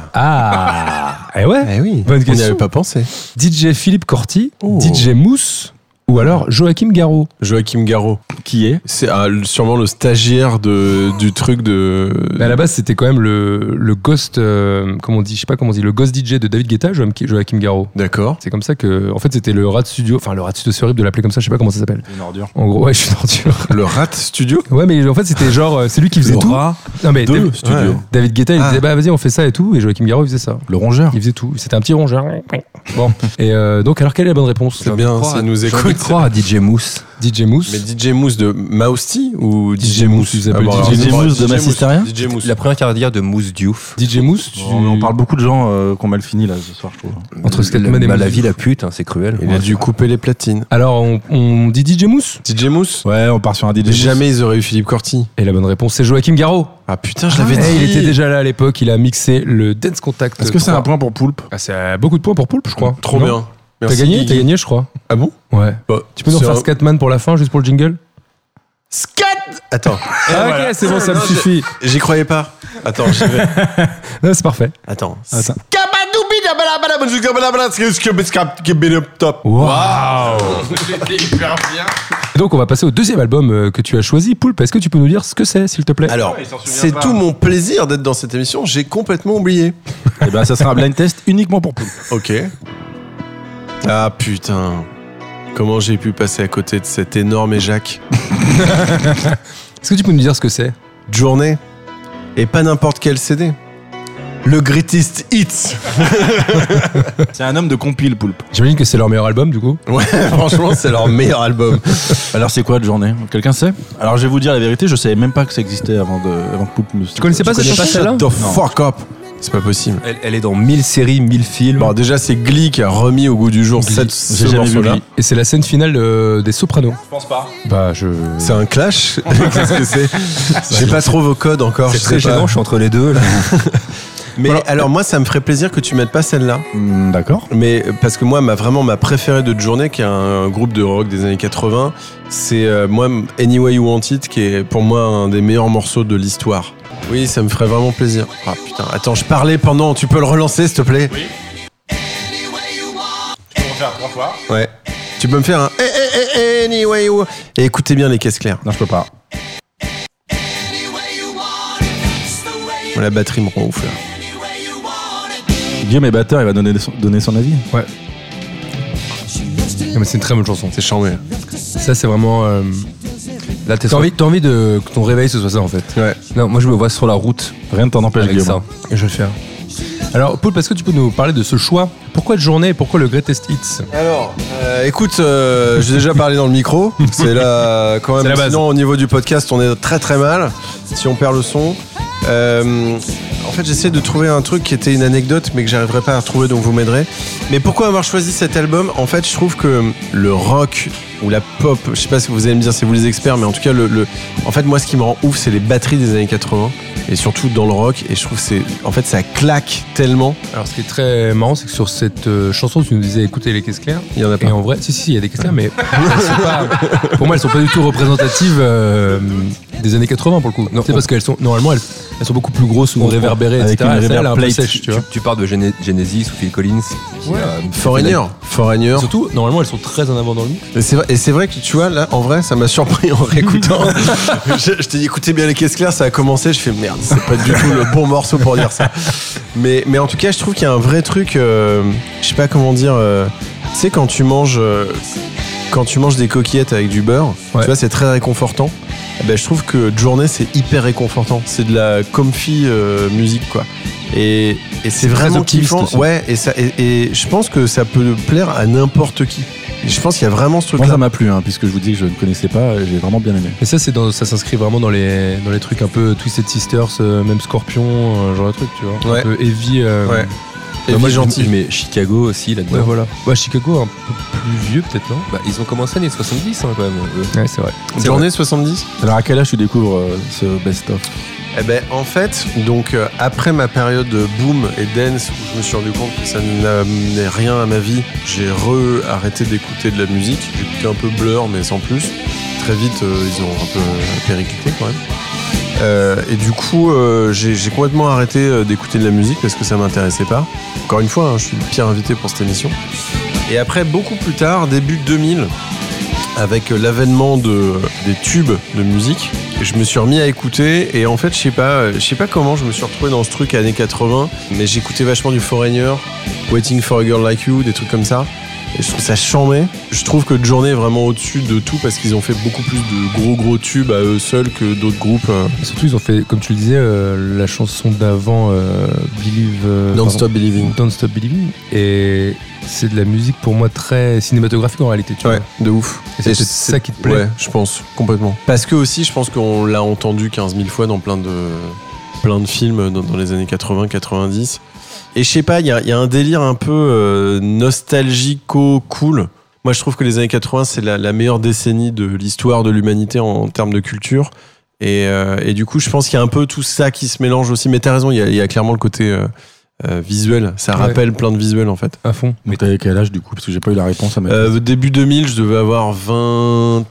Speaker 2: Ah Eh ouais
Speaker 4: eh oui.
Speaker 2: Bonne
Speaker 4: On n'y
Speaker 2: question.
Speaker 4: avait pas pensé.
Speaker 2: DJ Philippe Corti,
Speaker 4: Oh.
Speaker 2: DJ Mousse ou alors Joachim Garraud.
Speaker 4: Joachim Garraud.
Speaker 3: Qui est
Speaker 4: C'est ah, le- sûrement le stagiaire de, du truc de.
Speaker 2: Mais à Bah, la base, c'était quand même le, le ghost, euh, comment on dit, je sais pas comment on dit, le ghost DJ de David Guetta, Joachim, Joachim Garraud.
Speaker 4: D'accord.
Speaker 2: C'est comme ça que, en fait, c'était le rat de studio, enfin le rat de studio, c'est horrible de l'appeler comme ça, je sais pas comment ça s'appelle.
Speaker 3: une ordure.
Speaker 2: En gros, ouais, *laughs* je suis torture.
Speaker 4: Le Rat Studio
Speaker 2: Ouais, mais en fait, c'était genre, euh, c'est lui qui faisait
Speaker 4: Le
Speaker 2: tout.
Speaker 4: Rat
Speaker 2: Non, mais
Speaker 4: de
Speaker 2: David,
Speaker 4: Studio.
Speaker 3: Ouais.
Speaker 2: David Guetta, il
Speaker 4: Ah.
Speaker 2: disait, bah vas-y, on fait ça et tout, et Joachim Garraud, il faisait ça.
Speaker 3: Le rongeur.
Speaker 2: Il faisait tout. C'était un petit rongeur. Bon. Et euh, donc, alors, quelle est la bonne réponse
Speaker 4: C'est bien,
Speaker 1: croire-
Speaker 4: ça nous
Speaker 1: Ah, J'ai envie de
Speaker 4: écoute.
Speaker 1: croire à DJ Mousse.
Speaker 2: DJ Mousse.
Speaker 4: Mais DJ Mousse de Mausty ou DJ,
Speaker 2: DJ Mousse,
Speaker 4: Mousse Ah,
Speaker 2: ils appellent
Speaker 4: bon, alors,
Speaker 3: DJ
Speaker 4: bon,
Speaker 3: Mousse de
Speaker 4: DJ
Speaker 3: Massisteria
Speaker 4: DJ Mousse.
Speaker 1: La première carrière de Mousse Diouf.
Speaker 2: DJ Mousse, tu...
Speaker 3: On parle beaucoup de gens euh, qui ont mal fini là ce soir, je trouve.
Speaker 2: Entre Scatman et
Speaker 1: la,
Speaker 2: Mousse
Speaker 1: la vie,
Speaker 2: Diouf.
Speaker 1: la pute, hein, c'est cruel.
Speaker 4: Il a dû couper les platines.
Speaker 2: Alors, on, on dit DJ Mousse
Speaker 4: DJ Mousse
Speaker 3: Ouais, on part sur un DJ.
Speaker 4: Jamais ils auraient eu Philippe Corti.
Speaker 2: Et la bonne réponse, c'est Joachim Garraud.
Speaker 4: Ah putain, je l'avais
Speaker 2: Eh,
Speaker 4: dit.
Speaker 2: il était déjà là à l'époque, il a mixé le Dance Contact.
Speaker 3: Est-ce que c'est
Speaker 2: 3.
Speaker 3: un point pour Poulpe
Speaker 2: Ah, C'est euh, beaucoup de points pour Poulpe, je crois.
Speaker 4: Trop
Speaker 2: Non
Speaker 4: bien.
Speaker 2: T'as
Speaker 4: Merci,
Speaker 2: gagné
Speaker 4: Guigui.
Speaker 2: T'as gagné, je crois.
Speaker 4: Ah bon
Speaker 2: Ouais.
Speaker 4: Bah,
Speaker 2: Tu peux nous
Speaker 4: c'est
Speaker 2: refaire
Speaker 4: un-
Speaker 2: Scatman pour la fin, juste pour le jingle
Speaker 4: Scat Attends,
Speaker 2: Ah, ok, c'est bon, ça me
Speaker 4: Non, j'ai-
Speaker 2: suffit.
Speaker 4: j'y croyais pas. Attends, j'y vais. Ah.
Speaker 2: Non, Ah, C'est parfait.
Speaker 4: Attends.
Speaker 3: Attends.
Speaker 2: Waouh Donc, on va passer au deuxième album euh, que tu as choisi, Poulpe. Est-ce que tu peux nous dire ce que c'est, s'il te plaît
Speaker 4: Alors, c'est tout mon plaisir d'être dans cette émission. J'ai complètement oublié.
Speaker 3: Eh ben, ça sera un blind test uniquement pour Poulpe.
Speaker 4: Ok. Ah putain. Comment j'ai pu passer à côté de cet énorme éjac
Speaker 2: Est-ce que tu peux nous dire ce que c'est
Speaker 4: de journée et pas n'importe quel CD. Le Greatest Hits.
Speaker 3: C'est un homme de compile, Poulpe.
Speaker 2: J'imagine que c'est leur meilleur album, du coup.
Speaker 4: Ouais, *laughs* franchement, c'est leur meilleur album.
Speaker 3: Alors, c'est quoi de journée Quelqu'un sait Alors, je vais vous dire la vérité, je savais même pas que ça existait avant, de, avant que Poulpe me. Tu
Speaker 2: connaissais pas cette chanson
Speaker 3: celle-là
Speaker 4: The fuck up. C'est pas possible.
Speaker 1: Elle, elle est dans 1000 séries, 1000 films.
Speaker 4: Bon, déjà, c'est Glee qui a remis au goût du jour
Speaker 2: Glee.
Speaker 4: cette,
Speaker 3: J'ai
Speaker 4: ce
Speaker 3: jamais vu
Speaker 4: morceau-là.
Speaker 3: Glee.
Speaker 2: Et c'est la scène finale euh, des Sopranos. Je pense pas. Bah, je.
Speaker 4: C'est un clash Qu'est-ce que c'est J'ai pas trop vos codes encore.
Speaker 1: c'est
Speaker 4: je
Speaker 1: très
Speaker 4: sais pas.
Speaker 1: gênant, je suis entre les deux. là.
Speaker 4: Mais alors, moi, ça me ferait plaisir que tu mettes pas celle-là.
Speaker 3: Hmm, D'accord.
Speaker 4: Mais euh, parce que moi, ma, vraiment, ma préférée de journée, qui est un groupe de rock des années 80, c'est euh, moi, Anyway You Want It, qui est pour moi un des meilleurs morceaux de l'histoire. Oui, ça me ferait vraiment plaisir. Ah putain, attends, je parlais pendant, tu peux le relancer s'il te plaît Oui. Ouais. Tu peux me faire un eh, eh, eh, Anyway You Want Et écoutez bien les caisses claires.
Speaker 3: Non, je peux pas.
Speaker 4: Oh, La batterie me rend ouf là.
Speaker 3: Guillaume est batteur, il va donner son, donner son avis.
Speaker 2: Ouais. Non, mais c'est une très bonne chanson.
Speaker 4: C'est chambé.
Speaker 2: Ça, c'est vraiment. euh,
Speaker 1: Là, t'es
Speaker 2: T'as
Speaker 1: sur-
Speaker 2: envie, t'as envie de, que ton réveil ce soit ça en fait.
Speaker 4: Ouais.
Speaker 1: Non, moi, je me vois sur la route
Speaker 3: Rien ne t'en empêche,
Speaker 1: avec ça.
Speaker 3: Guillaume.
Speaker 2: Et je vais le faire. Alors, Paul, est-ce que tu peux nous parler de ce choix Pourquoi de journée et pourquoi le Greatest Hits
Speaker 4: Alors, euh, écoute, euh, j'ai déjà parlé dans le
Speaker 2: *laughs*
Speaker 4: micro. C'est là quand
Speaker 2: C'est
Speaker 4: même.
Speaker 2: la base.
Speaker 4: Sinon, au niveau du podcast, on est très très mal. Si on perd le son. Euh, en fait, j'essaie de trouver un truc qui était une anecdote, mais que j'arriverai pas à trouver, donc vous m'aiderez. Mais pourquoi avoir choisi cet album En fait, je trouve que le rock ou la pop, je sais pas si vous allez me dire, c'est vous les experts, mais en tout cas, le, le- en fait, moi, ce qui me rend ouf, c'est les batteries des années 80, et surtout dans le rock. Et je trouve que c'est, en fait, ça claque tellement.
Speaker 2: Alors, ce qui est très marrant, c'est que sur cette euh, chanson, tu nous disais écoutez les caisses claires.
Speaker 4: Il y en a pas.
Speaker 2: Et en vrai, si, si, il y a des caisses claires, mais elles sont pas- pour moi, elles sont pas du tout représentatives euh, des années 80 pour le coup. C'est parce qu'elles sont normalement, elles, elles sont beaucoup plus grosses ou
Speaker 1: On-
Speaker 2: réverbérées,
Speaker 3: avec
Speaker 2: etc.
Speaker 3: une
Speaker 2: Celle-là, elle est un peu
Speaker 3: reverb plate.
Speaker 2: sèche, tu vois.
Speaker 1: Tu parles de Gene- Genesis ou Phil Collins. qui euh, a-
Speaker 4: Foreigner, Foreigner.
Speaker 2: Surtout, normalement, elles sont très en avant dans le mix.
Speaker 4: Et c'est vrai, et c'est vrai que tu vois, là, en vrai, ça m'a surpris en réécoutant. je je t'ai dit, écoutez bien les caisses claires, ça a commencé. Je fais merde, c'est pas du tout le bon morceau pour dire ça. Mais, mais en tout cas, je trouve qu'il y a un vrai truc, euh, je sais pas comment dire, euh, tu sais, quand tu manges. euh, quand tu manges des coquillettes avec du beurre,
Speaker 2: Ouais.
Speaker 4: tu vois, c'est très réconfortant. Eh ben, je trouve que de journée, c'est hyper réconfortant. C'est de la comfy euh, musique, quoi. Et, et c'est
Speaker 3: très
Speaker 4: vraiment
Speaker 3: optimiste
Speaker 4: kiffant.
Speaker 3: aussi.
Speaker 4: Ouais, et, ça, et, et je pense que ça peut plaire à n'importe qui. Et je pense qu'il y a vraiment ce
Speaker 3: Moi, ça
Speaker 4: truc-là.
Speaker 3: m'a plu, hein, puisque je vous dis que je ne connaissais pas, euh, j'ai vraiment bien aimé.
Speaker 2: Et ça, c'est dans, ça s'inscrit vraiment dans les, dans les trucs un peu Twisted Sisters, euh, même Scorpion, euh, genre de truc, tu vois.
Speaker 4: Ouais.
Speaker 2: Un peu heavy. euh,
Speaker 4: Ouais. Et
Speaker 1: Bah,
Speaker 4: moi,
Speaker 1: je-
Speaker 4: gentil.
Speaker 1: je mets Chicago aussi là-dedans.
Speaker 2: Ouais, voilà. Bah, Chicago, un peu plus vieux, peut-être, non
Speaker 1: Bah, ils ont commencé les 70 hein, quand même. eux.
Speaker 2: Ouais, c'est vrai.
Speaker 1: C'est
Speaker 4: Journée 70
Speaker 3: Alors, à quel âge tu découvres euh, ce best-of
Speaker 4: Eh ben, en fait, donc euh, après ma période de boom et dance où je me suis rendu compte que ça n'amenait rien à ma vie, j'ai re arrêté d'écouter de la musique. J'écoutais un peu Blur, mais sans plus. Très vite, euh, ils ont un peu euh, périclité quand même. Euh, et du coup, euh, j'ai j'ai complètement arrêté euh, d'écouter de la musique parce que ça m'intéressait pas. Encore une fois, hein, je suis le pire invité pour cette émission. Et après, beaucoup plus tard, début 2000, avec euh, l'avènement de, des tubes de musique, je me suis remis à écouter et en fait, je sais pas, euh, je sais pas comment je me suis retrouvé dans ce truc années 80, mais j'écoutais vachement du Foreigner, Waiting for a Girl Like You, des trucs comme ça. Et je trouve ça chambé. Je trouve que Journée est vraiment au-dessus de tout parce qu'ils ont fait beaucoup plus de gros gros tubes à eux seuls que d'autres groupes. euh,
Speaker 2: Et surtout, ils ont fait, comme tu le disais, euh, la chanson d'avant, euh, Believe. euh,
Speaker 4: Don't Stop Believing.
Speaker 2: Don't Stop Believing. Et c'est de la musique pour moi très cinématographique en réalité. Tu
Speaker 4: Ouais,
Speaker 2: vois.
Speaker 4: de ouf.
Speaker 2: Et c'est
Speaker 4: Et
Speaker 2: peut-être ça qui te plaît.
Speaker 4: Ouais, je pense, complètement. Parce que aussi, je pense qu'on l'a entendu 15 000 fois dans plein de, plein de films dans, dans les années 80, 90. Et je sais pas, il y a, il y a un délire un peu euh, nostalgico-cool. Moi, je trouve que les années 80, c'est la, la meilleure décennie de l'histoire de l'humanité en, termes de culture. Et, euh, et du coup, je pense qu'il y a un peu tout ça qui se mélange aussi. Mais t'as raison, il y a, il y a clairement le côté euh, euh, visuel. Ça
Speaker 2: Ouais.
Speaker 4: rappelle plein de visuels, en fait.
Speaker 2: À fond.
Speaker 3: Mais t'avais quel âge du coup Parce que j'ai pas eu la réponse à ma
Speaker 4: Euh, début 2000, je devais avoir 20,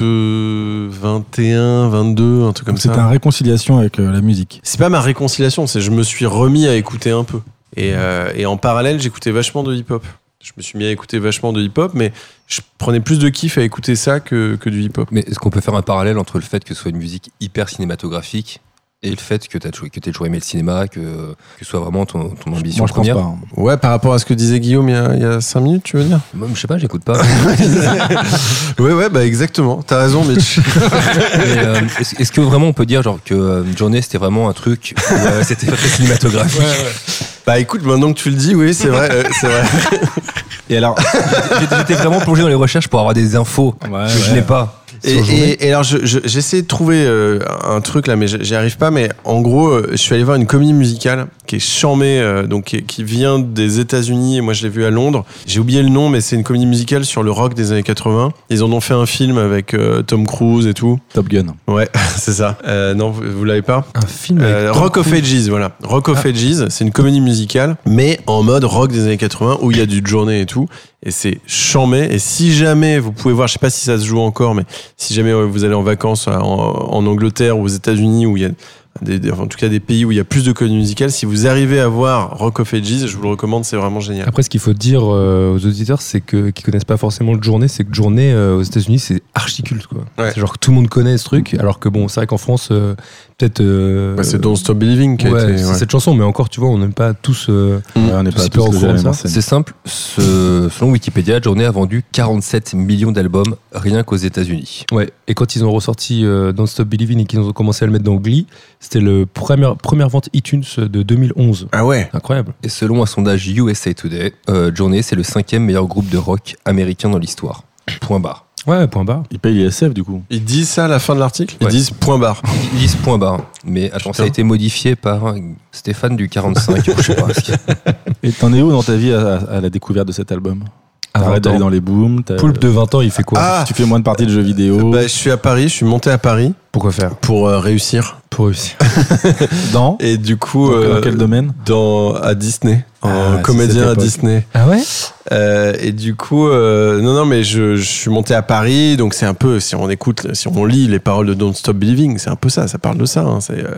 Speaker 4: 21, 22, un truc comme
Speaker 3: Comme c'est
Speaker 4: ça.
Speaker 3: un réconciliation avec euh, la musique.
Speaker 4: C'est pas ma réconciliation, c'est je me suis remis à écouter un peu. Et, euh, et en parallèle, j'écoutais vachement de hip-hop. Je me suis mis à écouter vachement de hip-hop, mais je prenais plus de kiff à écouter ça que, que du hip-hop.
Speaker 1: Mais est-ce qu'on peut faire un parallèle entre le fait que ce soit une musique hyper cinématographique et le fait que tu que t'aies toujours aimé le cinéma, que, que ce soit vraiment ton, ton ambition
Speaker 3: Moi, je pense
Speaker 1: première
Speaker 3: pas. hein.
Speaker 4: Ouais, par rapport à ce que disait Guillaume il y a, il y a 5 minutes, tu veux dire
Speaker 1: Moi, je sais pas, j'écoute pas.
Speaker 4: *laughs*
Speaker 1: *laughs*
Speaker 4: Ouais, ouais, bah exactement. T'as raison, *laughs* Mitch.
Speaker 1: Mais, euh, est-ce, est-ce que vraiment on peut dire genre que euh, Journée c'était vraiment un truc où,
Speaker 3: *laughs*
Speaker 1: euh, c'était pas très cinématographique
Speaker 4: bah écoute, maintenant que tu le dis, oui, c'est vrai. euh, c'est vrai.
Speaker 3: Et alors
Speaker 1: J'étais j'étais vraiment plongé dans les recherches pour avoir des infos
Speaker 3: Ouais,
Speaker 1: que je
Speaker 3: ouais.
Speaker 1: n'ai pas.
Speaker 4: Et, et- et alors, je- je- j'essaie de trouver euh, un truc là, mais j- j'y arrive pas. Mais en gros, euh, je suis allé voir une comédie musicale qui est chamée, euh, donc qui, qui vient des États-Unis. Et moi, je l'ai vue à Londres. J'ai oublié le nom, mais c'est une comédie musicale sur le rock des années 80. Ils en ont fait un film avec euh, Tom Cruise et tout.
Speaker 3: Top Gun.
Speaker 4: Ouais, *laughs* c'est ça. Euh, non, vous, vous l'avez pas.
Speaker 2: Un film.
Speaker 4: Euh, Rock of Ages, voilà. Rock of Ages, c'est une comédie musicale, mais en mode rock des années 80 où il y a du journée et tout. Et c'est chambé. Et si jamais vous pouvez voir, je sais pas si ça se joue encore, mais si jamais euh, vous allez en vacances euh, en, en Angleterre ou aux États-Unis où il y a des, des- en tout cas des pays où il y a plus de comédie musicale, si vous arrivez à voir Rock of Ages, je vous le recommande, c'est vraiment génial.
Speaker 2: Après, ce qu'il faut dire euh, aux auditeurs, c'est que qui connaissent pas forcément le journée, c'est que journée euh, aux États-Unis, c'est archi culte, quoi.
Speaker 4: Ouais.
Speaker 2: C'est genre que tout le monde connaît ce truc, alors que bon, c'est vrai qu'en France, euh, peut-être. euh,
Speaker 4: Bah, c'est Don't Stop Believing qui a
Speaker 2: ouais,
Speaker 4: été.
Speaker 2: c'est
Speaker 4: ouais.
Speaker 2: cette chanson, mais encore, tu vois, on n'aime pas tous. euh,
Speaker 4: Mm.
Speaker 3: Ouais, on n'est
Speaker 2: Tout
Speaker 3: pas
Speaker 2: s'y perd
Speaker 3: tous
Speaker 2: au
Speaker 3: de
Speaker 2: courant,
Speaker 3: la même
Speaker 2: ça.
Speaker 3: enseigne.
Speaker 1: C'est simple, ce- selon Wikipédia, Journée a vendu 47 millions d'albums rien qu'aux États-Unis.
Speaker 2: Ouais. Et quand ils ont ressorti euh, Don't Stop Believing et qu'ils ont commencé à le mettre dans Glee, c'était le premier première vente iTunes de 2011.
Speaker 4: Ah ouais.
Speaker 2: Incroyable.
Speaker 1: Et selon un sondage USA Today, euh, Journée c'est le cinquième meilleur groupe de rock américain dans l'histoire. Point barre.
Speaker 2: Ouais, point barre.
Speaker 3: Ils payent l'ISF du coup.
Speaker 4: Ils disent ça à la fin de l'article Ils
Speaker 1: Ouais.
Speaker 4: disent point barre.
Speaker 1: Ils disent point barre. Mais attends, ça a été modifié par Stéphane du 45, je
Speaker 2: *laughs*
Speaker 1: crois.
Speaker 3: Et t'en es où dans ta vie à, à la découverte de cet album T'arrêtes d'aller dans les booms. t'as-
Speaker 2: Poulpe de 20 ans, il fait quoi
Speaker 4: Ah
Speaker 3: Tu fais moins de parties de jeux vidéo.
Speaker 4: Bah, je suis à Paris, je suis monté à Paris
Speaker 2: Pourquoi faire
Speaker 4: pour euh, réussir.
Speaker 2: Pour réussir.
Speaker 3: dans
Speaker 4: Et du coup,
Speaker 3: Dans
Speaker 4: euh,
Speaker 3: quel domaine
Speaker 4: dans à Disney,
Speaker 3: Ah,
Speaker 4: en
Speaker 3: c'est
Speaker 4: comédien
Speaker 3: cette
Speaker 4: à
Speaker 3: époque.
Speaker 4: Disney.
Speaker 2: Ah ouais
Speaker 4: Euh, et du coup, euh, non, non, mais je, je suis monté à Paris, donc c'est un peu, si on écoute, si on lit les paroles de Don't Stop Believing, c'est un peu ça, ça parle de ça. hein, c'est euh,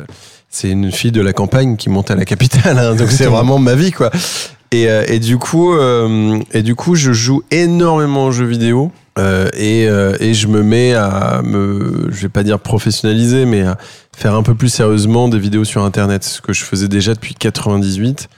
Speaker 4: c'est une fille de la campagne qui monte à la capitale, hein, donc c'est vraiment ma vie, quoi. Et, euh, et du coup, euh, et du coup, je joue énormément aux jeux vidéo. euh, et, euh, et je me mets à me, je vais pas dire professionnaliser, mais à faire un peu plus sérieusement des vidéos sur Internet, ce que je faisais déjà depuis 98.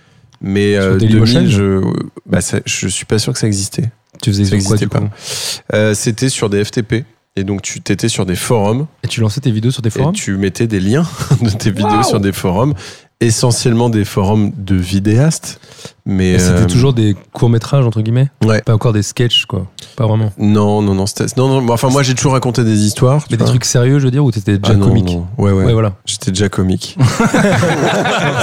Speaker 4: Mais
Speaker 2: Sur
Speaker 4: euh,
Speaker 2: Dailymotion
Speaker 4: 2000, je, bah, ça- je suis pas sûr que ça existait.
Speaker 2: Tu faisais
Speaker 4: Ça
Speaker 2: quoi
Speaker 4: existait
Speaker 2: du coup
Speaker 4: pas. Euh, C'était sur des FTP. Et donc, tu t'étais sur des forums
Speaker 2: Et tu lançais tes vidéos sur des
Speaker 4: et
Speaker 2: forums
Speaker 4: *laughs* tu mettais des liens de tes vidéos sur des forums. essentiellement des forums de vidéastes, mais,
Speaker 2: Et
Speaker 4: euh,
Speaker 2: C'était toujours des courts-métrages, entre guillemets
Speaker 4: Ouais.
Speaker 2: Pas encore des sketchs, quoi. Pas vraiment.
Speaker 4: non, non, non, c'était- non, non, bon, Enfin, moi, j'ai toujours raconté des histoires. tu
Speaker 2: Mais des
Speaker 4: vois.
Speaker 2: trucs sérieux, je veux dire, ou t'étais déjà
Speaker 4: Ah non,
Speaker 2: comique
Speaker 4: non. Ouais, ouais.
Speaker 2: Ouais, voilà.
Speaker 4: J'étais déjà comique.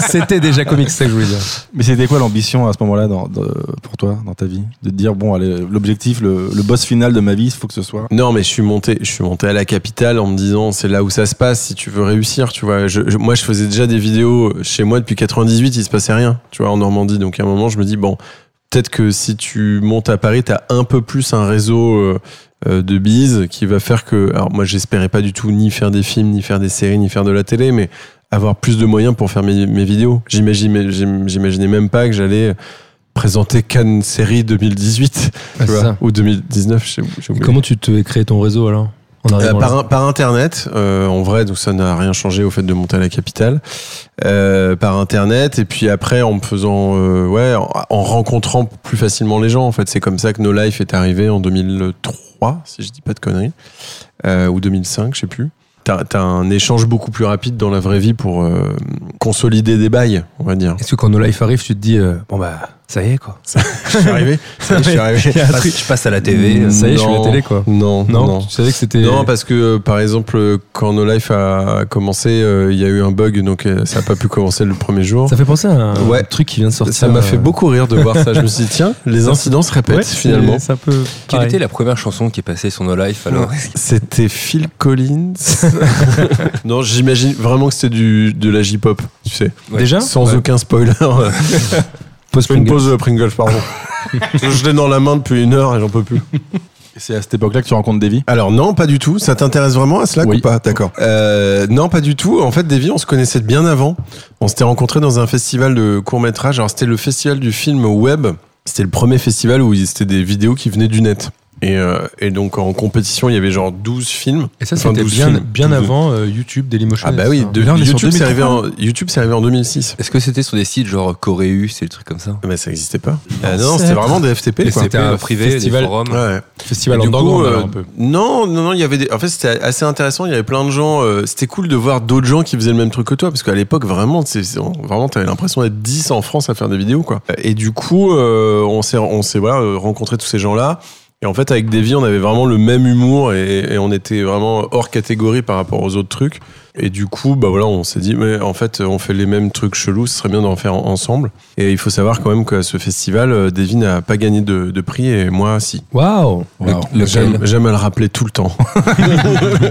Speaker 2: C'était déjà comique, c'est ça que je voulais dire.
Speaker 3: Mais c'était quoi l'ambition à ce moment-là dans- de- pour toi, dans ta vie De te dire, bon, allez, l'objectif, le, le boss final de ma vie, il faut que ce soit.
Speaker 4: Non, mais je suis monté, je suis monté à la capitale en me disant c'est là où ça se passe si tu veux réussir, tu vois. Je- je- moi, je faisais déjà des vidéos chez moi depuis 98, il se passait rien, tu vois, en Normandie. Donc à un moment, je me dis bon, peut-être que si tu montes à Paris, t'as un peu plus un réseau euh, euh, de bise qui va faire que. Alors moi, j'espérais pas du tout ni faire des films, ni faire des séries, ni faire de la télé, mais avoir plus de moyens pour faire mes, mes vidéos. J'imaginais, j'im- j'imaginais même pas que j'allais présenter Cannes série 2018 *laughs* tu vois, ou 2019 je sais- j'ai
Speaker 2: Et
Speaker 4: oublié.
Speaker 2: comment tu te crées ton réseau alors en
Speaker 4: Euh,
Speaker 2: arrivant
Speaker 4: par,
Speaker 2: là
Speaker 4: un- par internet, euh, en vrai, donc ça n'a rien changé au fait de monter à la capitale. Euh, par internet, et puis après en me faisant, euh, ouais, en, en rencontrant plus facilement les gens. En fait, c'est comme ça que No Life est arrivé en 2003, si je dis pas de conneries, euh, ou 2005, je sais plus. T'as t'as un échange beaucoup plus rapide dans la vraie vie pour euh, consolider des bails, on
Speaker 2: *laughs*
Speaker 4: va dire.
Speaker 2: Est-ce que quand No Life arrive, tu te dis euh, bon bah ça y est quoi
Speaker 4: Je suis arrivé. ça y est, je suis arrivé.
Speaker 1: Je passe, je passe à la TV.
Speaker 4: Mm.
Speaker 2: Ça y est, je suis à la
Speaker 4: Non.
Speaker 2: télé quoi.
Speaker 4: Non,
Speaker 2: Non, tu savais que c'était.
Speaker 4: Non, parce que euh, par exemple, euh, quand No Life a commencé, euh, il y a eu un bug, donc euh, ça n'a pas pu commencer le premier jour.
Speaker 2: Ça fait penser à un
Speaker 4: Ouais.
Speaker 2: truc qui vient de sortir.
Speaker 4: Ça m'a fait
Speaker 2: euh,
Speaker 4: beaucoup rire de voir ça. Je me suis dit, tiens, les incidents se répètent
Speaker 2: ouais, c'est-
Speaker 4: finalement.
Speaker 2: C'est un peu.
Speaker 1: Quelle
Speaker 2: pareil.
Speaker 1: était la première chanson qui est passée sur No Life alors
Speaker 4: C'était Phil Collins. *laughs* non, j'imagine vraiment que c'était du, de la J-pop, tu sais.
Speaker 1: Ouais.
Speaker 2: Déjà
Speaker 4: Sans
Speaker 2: Ouais.
Speaker 4: aucun *laughs* spoiler.
Speaker 2: Post
Speaker 4: Une
Speaker 2: Pringles.
Speaker 4: pause de Pringles, *laughs* pardon. Je l'ai dans la main depuis une heure et j'en peux plus.
Speaker 3: C'est à cette époque-là que tu rencontres Davy
Speaker 4: Alors non, pas du tout. Ça t'intéresse vraiment à cela
Speaker 3: Oui.
Speaker 4: ou pas D'accord. Euh, non, pas du tout. En fait, Davy, on se connaissait de bien avant. On s'était rencontrés dans un festival de court métrage. Alors c'était le festival du film web. C'était le premier festival où il- c'était des vidéos qui venaient du net. Et, euh, et donc en compétition, il y avait genre 12 films.
Speaker 2: Et ça
Speaker 4: Enfin,
Speaker 2: c'était
Speaker 4: 12
Speaker 2: bien,
Speaker 4: films.
Speaker 2: bien
Speaker 4: 12.
Speaker 2: avant euh, YouTube, Dailymotion.
Speaker 4: Ah bah
Speaker 2: et
Speaker 4: oui,
Speaker 2: ça.
Speaker 4: de-
Speaker 3: Là, on est sur
Speaker 4: YouTube c'est arrivé,
Speaker 3: 2003.
Speaker 4: en- YouTube, c'est arrivé en 2006.
Speaker 1: Est-ce que c'était sur des sites genre Coréus et le truc comme ça
Speaker 4: Mais ça n'existait pas. Euh, non, c'était vraiment des FTP.
Speaker 2: Et
Speaker 4: Quoi.
Speaker 2: c'était un
Speaker 1: privé,
Speaker 2: festival-
Speaker 1: des forums.
Speaker 4: Ouais.
Speaker 2: Festival
Speaker 4: Du coup,
Speaker 2: underground
Speaker 4: euh,
Speaker 2: alors, un peu.
Speaker 4: Non, non, non, il y avait des... En fait, c'était assez intéressant. Il y avait plein de gens. euh, c'était cool de voir d'autres gens qui faisaient le même truc que toi, parce qu'à l'époque, vraiment, c'est c'est- vraiment, t'avais l'impression d'être 10 en France à faire des vidéos, quoi. Et du coup, euh, on s'est, on s'est voilà, euh, rencontré tous ces gens-là. Et en fait, avec Davy, on avait vraiment le même humour et, et on était vraiment hors catégorie par rapport aux autres trucs. Et du coup, bah voilà, on s'est dit, mais en fait, on fait les mêmes trucs chelous, ce serait bien d'en faire en- ensemble. Et il faut savoir quand même qu'à ce festival, euh, Davy n'a pas gagné de, de prix et moi, si.
Speaker 2: Waouh
Speaker 1: Le-
Speaker 4: J'aime
Speaker 1: lequel
Speaker 4: j'aime à le rappeler tout le temps.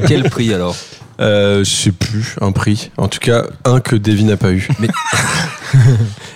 Speaker 1: Quel prix alors
Speaker 4: Euh, je sais plus, un prix. En tout cas, un que Davy n'a pas eu.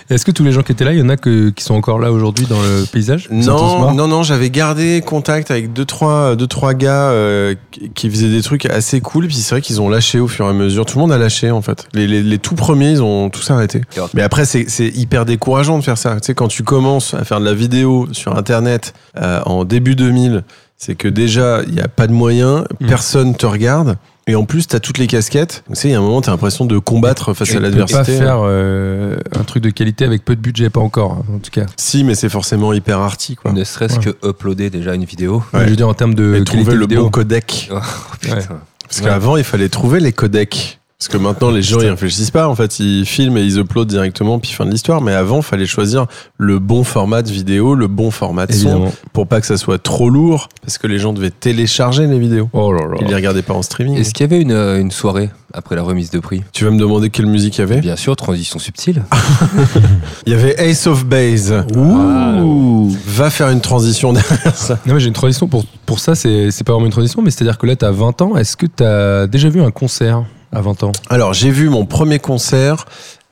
Speaker 2: Est-ce que tous les gens qui étaient là, il y en a que, qui sont encore là aujourd'hui dans le paysage
Speaker 4: Non, non, non, j'avais gardé contact avec deux trois, deux, trois gars euh, qui- qui faisaient des trucs assez cool. Puis c'est vrai qu'ils ont lâché au fur et à mesure. Tout le monde a lâché en fait. Les, les- les tout premiers, ils ont tous arrêté.
Speaker 1: Alors-
Speaker 4: Mais après, c'est c'est hyper décourageant de faire ça. Tu sais, quand tu commences à faire de la vidéo sur Internet euh, en début 2000, c'est que déjà, il n'y a pas de moyens,
Speaker 2: Mm.
Speaker 4: personne te regarde. Et en plus, t'as toutes les casquettes. Donc, Tu sais, il y a un moment, t'as l'impression de combattre face
Speaker 2: Tu
Speaker 4: à
Speaker 2: peux pas
Speaker 4: l'adversité.
Speaker 2: faire euh, un truc de qualité avec peu de budget, pas encore hein, en tout cas.
Speaker 4: Si, mais c'est forcément hyper arty, quoi.
Speaker 1: Ne serait-ce que uploader déjà une vidéo.
Speaker 4: Ouais.
Speaker 2: Je veux dire en termes de
Speaker 4: Et
Speaker 2: qualité
Speaker 4: trouver le
Speaker 2: vidéo. *laughs*
Speaker 4: bon codec.
Speaker 1: Oh, putain.
Speaker 2: Ouais.
Speaker 4: Parce qu'avant, il fallait trouver les codecs. Parce que maintenant, les gens, ils réfléchissent pas. En fait, ils filment et ils uploadent directement, puis fin de l'histoire. Mais avant, il fallait choisir le bon format de vidéo, le bon format de son,
Speaker 2: Évidemment.
Speaker 4: pour pas que ça soit trop lourd, parce que les gens devaient télécharger les vidéos.
Speaker 2: Oh là là.
Speaker 4: Ils les regardaient pas en streaming.
Speaker 1: Est-ce qu'il y avait une, euh, une soirée après la remise de prix Ah.
Speaker 4: Tu vas me demander quelle musique il y avait
Speaker 1: Bien sûr, transition subtile.
Speaker 4: Il y avait Ace of Base.
Speaker 1: Ouh.
Speaker 4: Va faire une transition *laughs* derrière ça.
Speaker 2: Non mais j'ai une transition pour pour ça c'est c'est pas vraiment une transition mais c'est-à-dire que là t'as 20 ans est-ce que t'as déjà vu un concert à 20 ans
Speaker 4: Alors, j'ai vu mon premier concert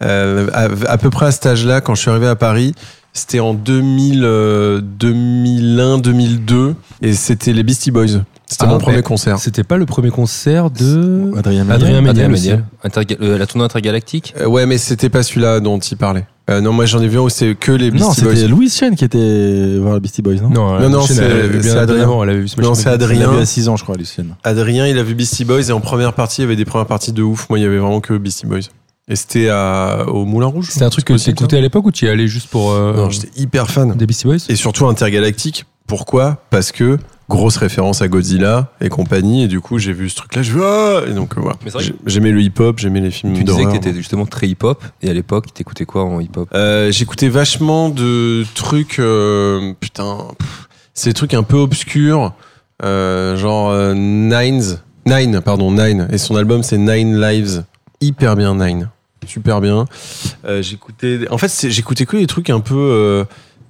Speaker 4: euh, à, à peu près à cet âge-là, quand je suis arrivé à Paris. C'était en 2000, euh, 2001, 2002. Et c'était les Beastie Boys.
Speaker 2: Ah,
Speaker 4: C'était mon
Speaker 2: ouais.
Speaker 4: premier concert.
Speaker 2: c'était pas le premier concert de
Speaker 3: Adrien Méniel.
Speaker 2: Adrien
Speaker 1: Adrien
Speaker 2: Méniel aussi.
Speaker 1: Méniel. Interga- euh, la tournée intergalactique
Speaker 4: Euh, ouais, mais c'était pas celui-là dont il parlait. Euh, non, moi j'en ai vu un où c'était que les
Speaker 3: Non,
Speaker 4: Beastie Boys.
Speaker 3: c'était Louis Chen qui était voir les Beastie Boys, non
Speaker 2: non
Speaker 4: Non, non,
Speaker 2: Lucien, elle
Speaker 4: c'est-
Speaker 2: avait vu bien
Speaker 4: c'est
Speaker 2: Adrien
Speaker 4: Adrien.
Speaker 2: avant, elle avait vu Smash
Speaker 4: Non,
Speaker 2: Mouth.
Speaker 4: c'est
Speaker 3: Il
Speaker 4: Adrien.
Speaker 3: avait à 6 ans, je crois, Lucienne.
Speaker 4: Adrien, il a vu Beastie Boys. Et en première partie, il y avait des premières parties de ouf. Moi, il y avait vraiment que Beastie Boys. Et c'était à- au Moulin Rouge.
Speaker 2: C'était un truc que
Speaker 4: C'est possible,
Speaker 2: t'écoutais à l'époque ou tu y allais juste pour euh,
Speaker 4: ça Non, j'étais hyper fan.
Speaker 2: des Beastie Boys
Speaker 4: Et surtout Intergalactique. Pourquoi Parce que grosse référence à Godzilla et compagnie. Et du coup, j'ai vu ce truc-là, je veux. Et donc, euh, voilà.
Speaker 1: Mais c'est vrai
Speaker 4: J'ai- J'aimais le hip-hop, j'aimais les films
Speaker 1: Tu disais que
Speaker 4: d'horreur.
Speaker 1: t'étais justement très hip-hop, et à l'époque, t'écoutais quoi en hip-hop
Speaker 4: Euh, J'écoutais vachement de trucs. euh, putain. pff, C'est des trucs un peu obscurs. euh, genre euh, Nines. Nine, pardon, Nine. Et son album, c'est Nine Lives. Hyper bien, Nine. Super bien. Euh, j'écoutais. En fait, c'est- j'écoutais que des trucs un peu. euh,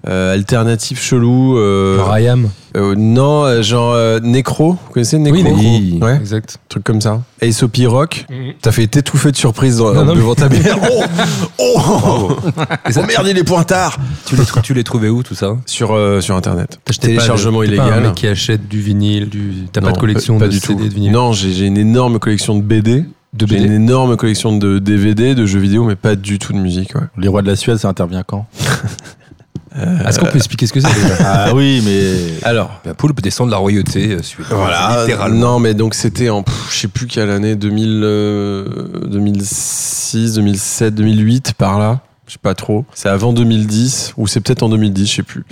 Speaker 4: euh, alternatifs chelous euh,
Speaker 2: Rayam.
Speaker 4: euh, non euh, genre euh, Necro vous connaissez Necro,
Speaker 2: Oui, Necro.
Speaker 4: ouais
Speaker 2: Exact.
Speaker 4: truc comme ça S.O.P. Rock t'as fait t'étouffer de surprise dans,
Speaker 2: Non,
Speaker 4: en
Speaker 2: non,
Speaker 4: buvant ta
Speaker 2: *laughs*
Speaker 4: bière oh, oh, *laughs* oh merde il est pointard
Speaker 1: tu, les, trou- tu les trouvais où tout ça
Speaker 4: sur, euh, sur internet.
Speaker 2: T'es pas-
Speaker 4: Téléchargement
Speaker 2: t'es pas
Speaker 4: illégal.
Speaker 2: un mec qui achète du vinyle, du... t'as
Speaker 4: Non, euh,
Speaker 2: pas de collection de
Speaker 4: du
Speaker 2: CD
Speaker 4: tout.
Speaker 2: de vinyle.
Speaker 4: Non, j'ai j'ai une énorme collection de BD.
Speaker 2: de
Speaker 4: J'ai
Speaker 2: BD.
Speaker 4: une énorme collection de DVD, de jeux vidéo, mais pas du tout de musique. ouais.
Speaker 3: Les rois de la Suède, ça intervient quand
Speaker 4: Euh,
Speaker 2: Est-ce qu'on peut expliquer ce que c'est
Speaker 4: *laughs*
Speaker 2: déjà
Speaker 3: *laughs* Ah oui, mais.
Speaker 4: Alors,
Speaker 1: La poule descend de la royauté, euh, suédoise,
Speaker 4: voilà.
Speaker 1: littéralement.
Speaker 4: Non, mais donc c'était en, pff, je sais plus quelle année, 2000, euh, 2006, 2007, 2008, par là. Je sais pas trop. C'est avant 2010, ou c'est peut-être en 2010, je sais plus.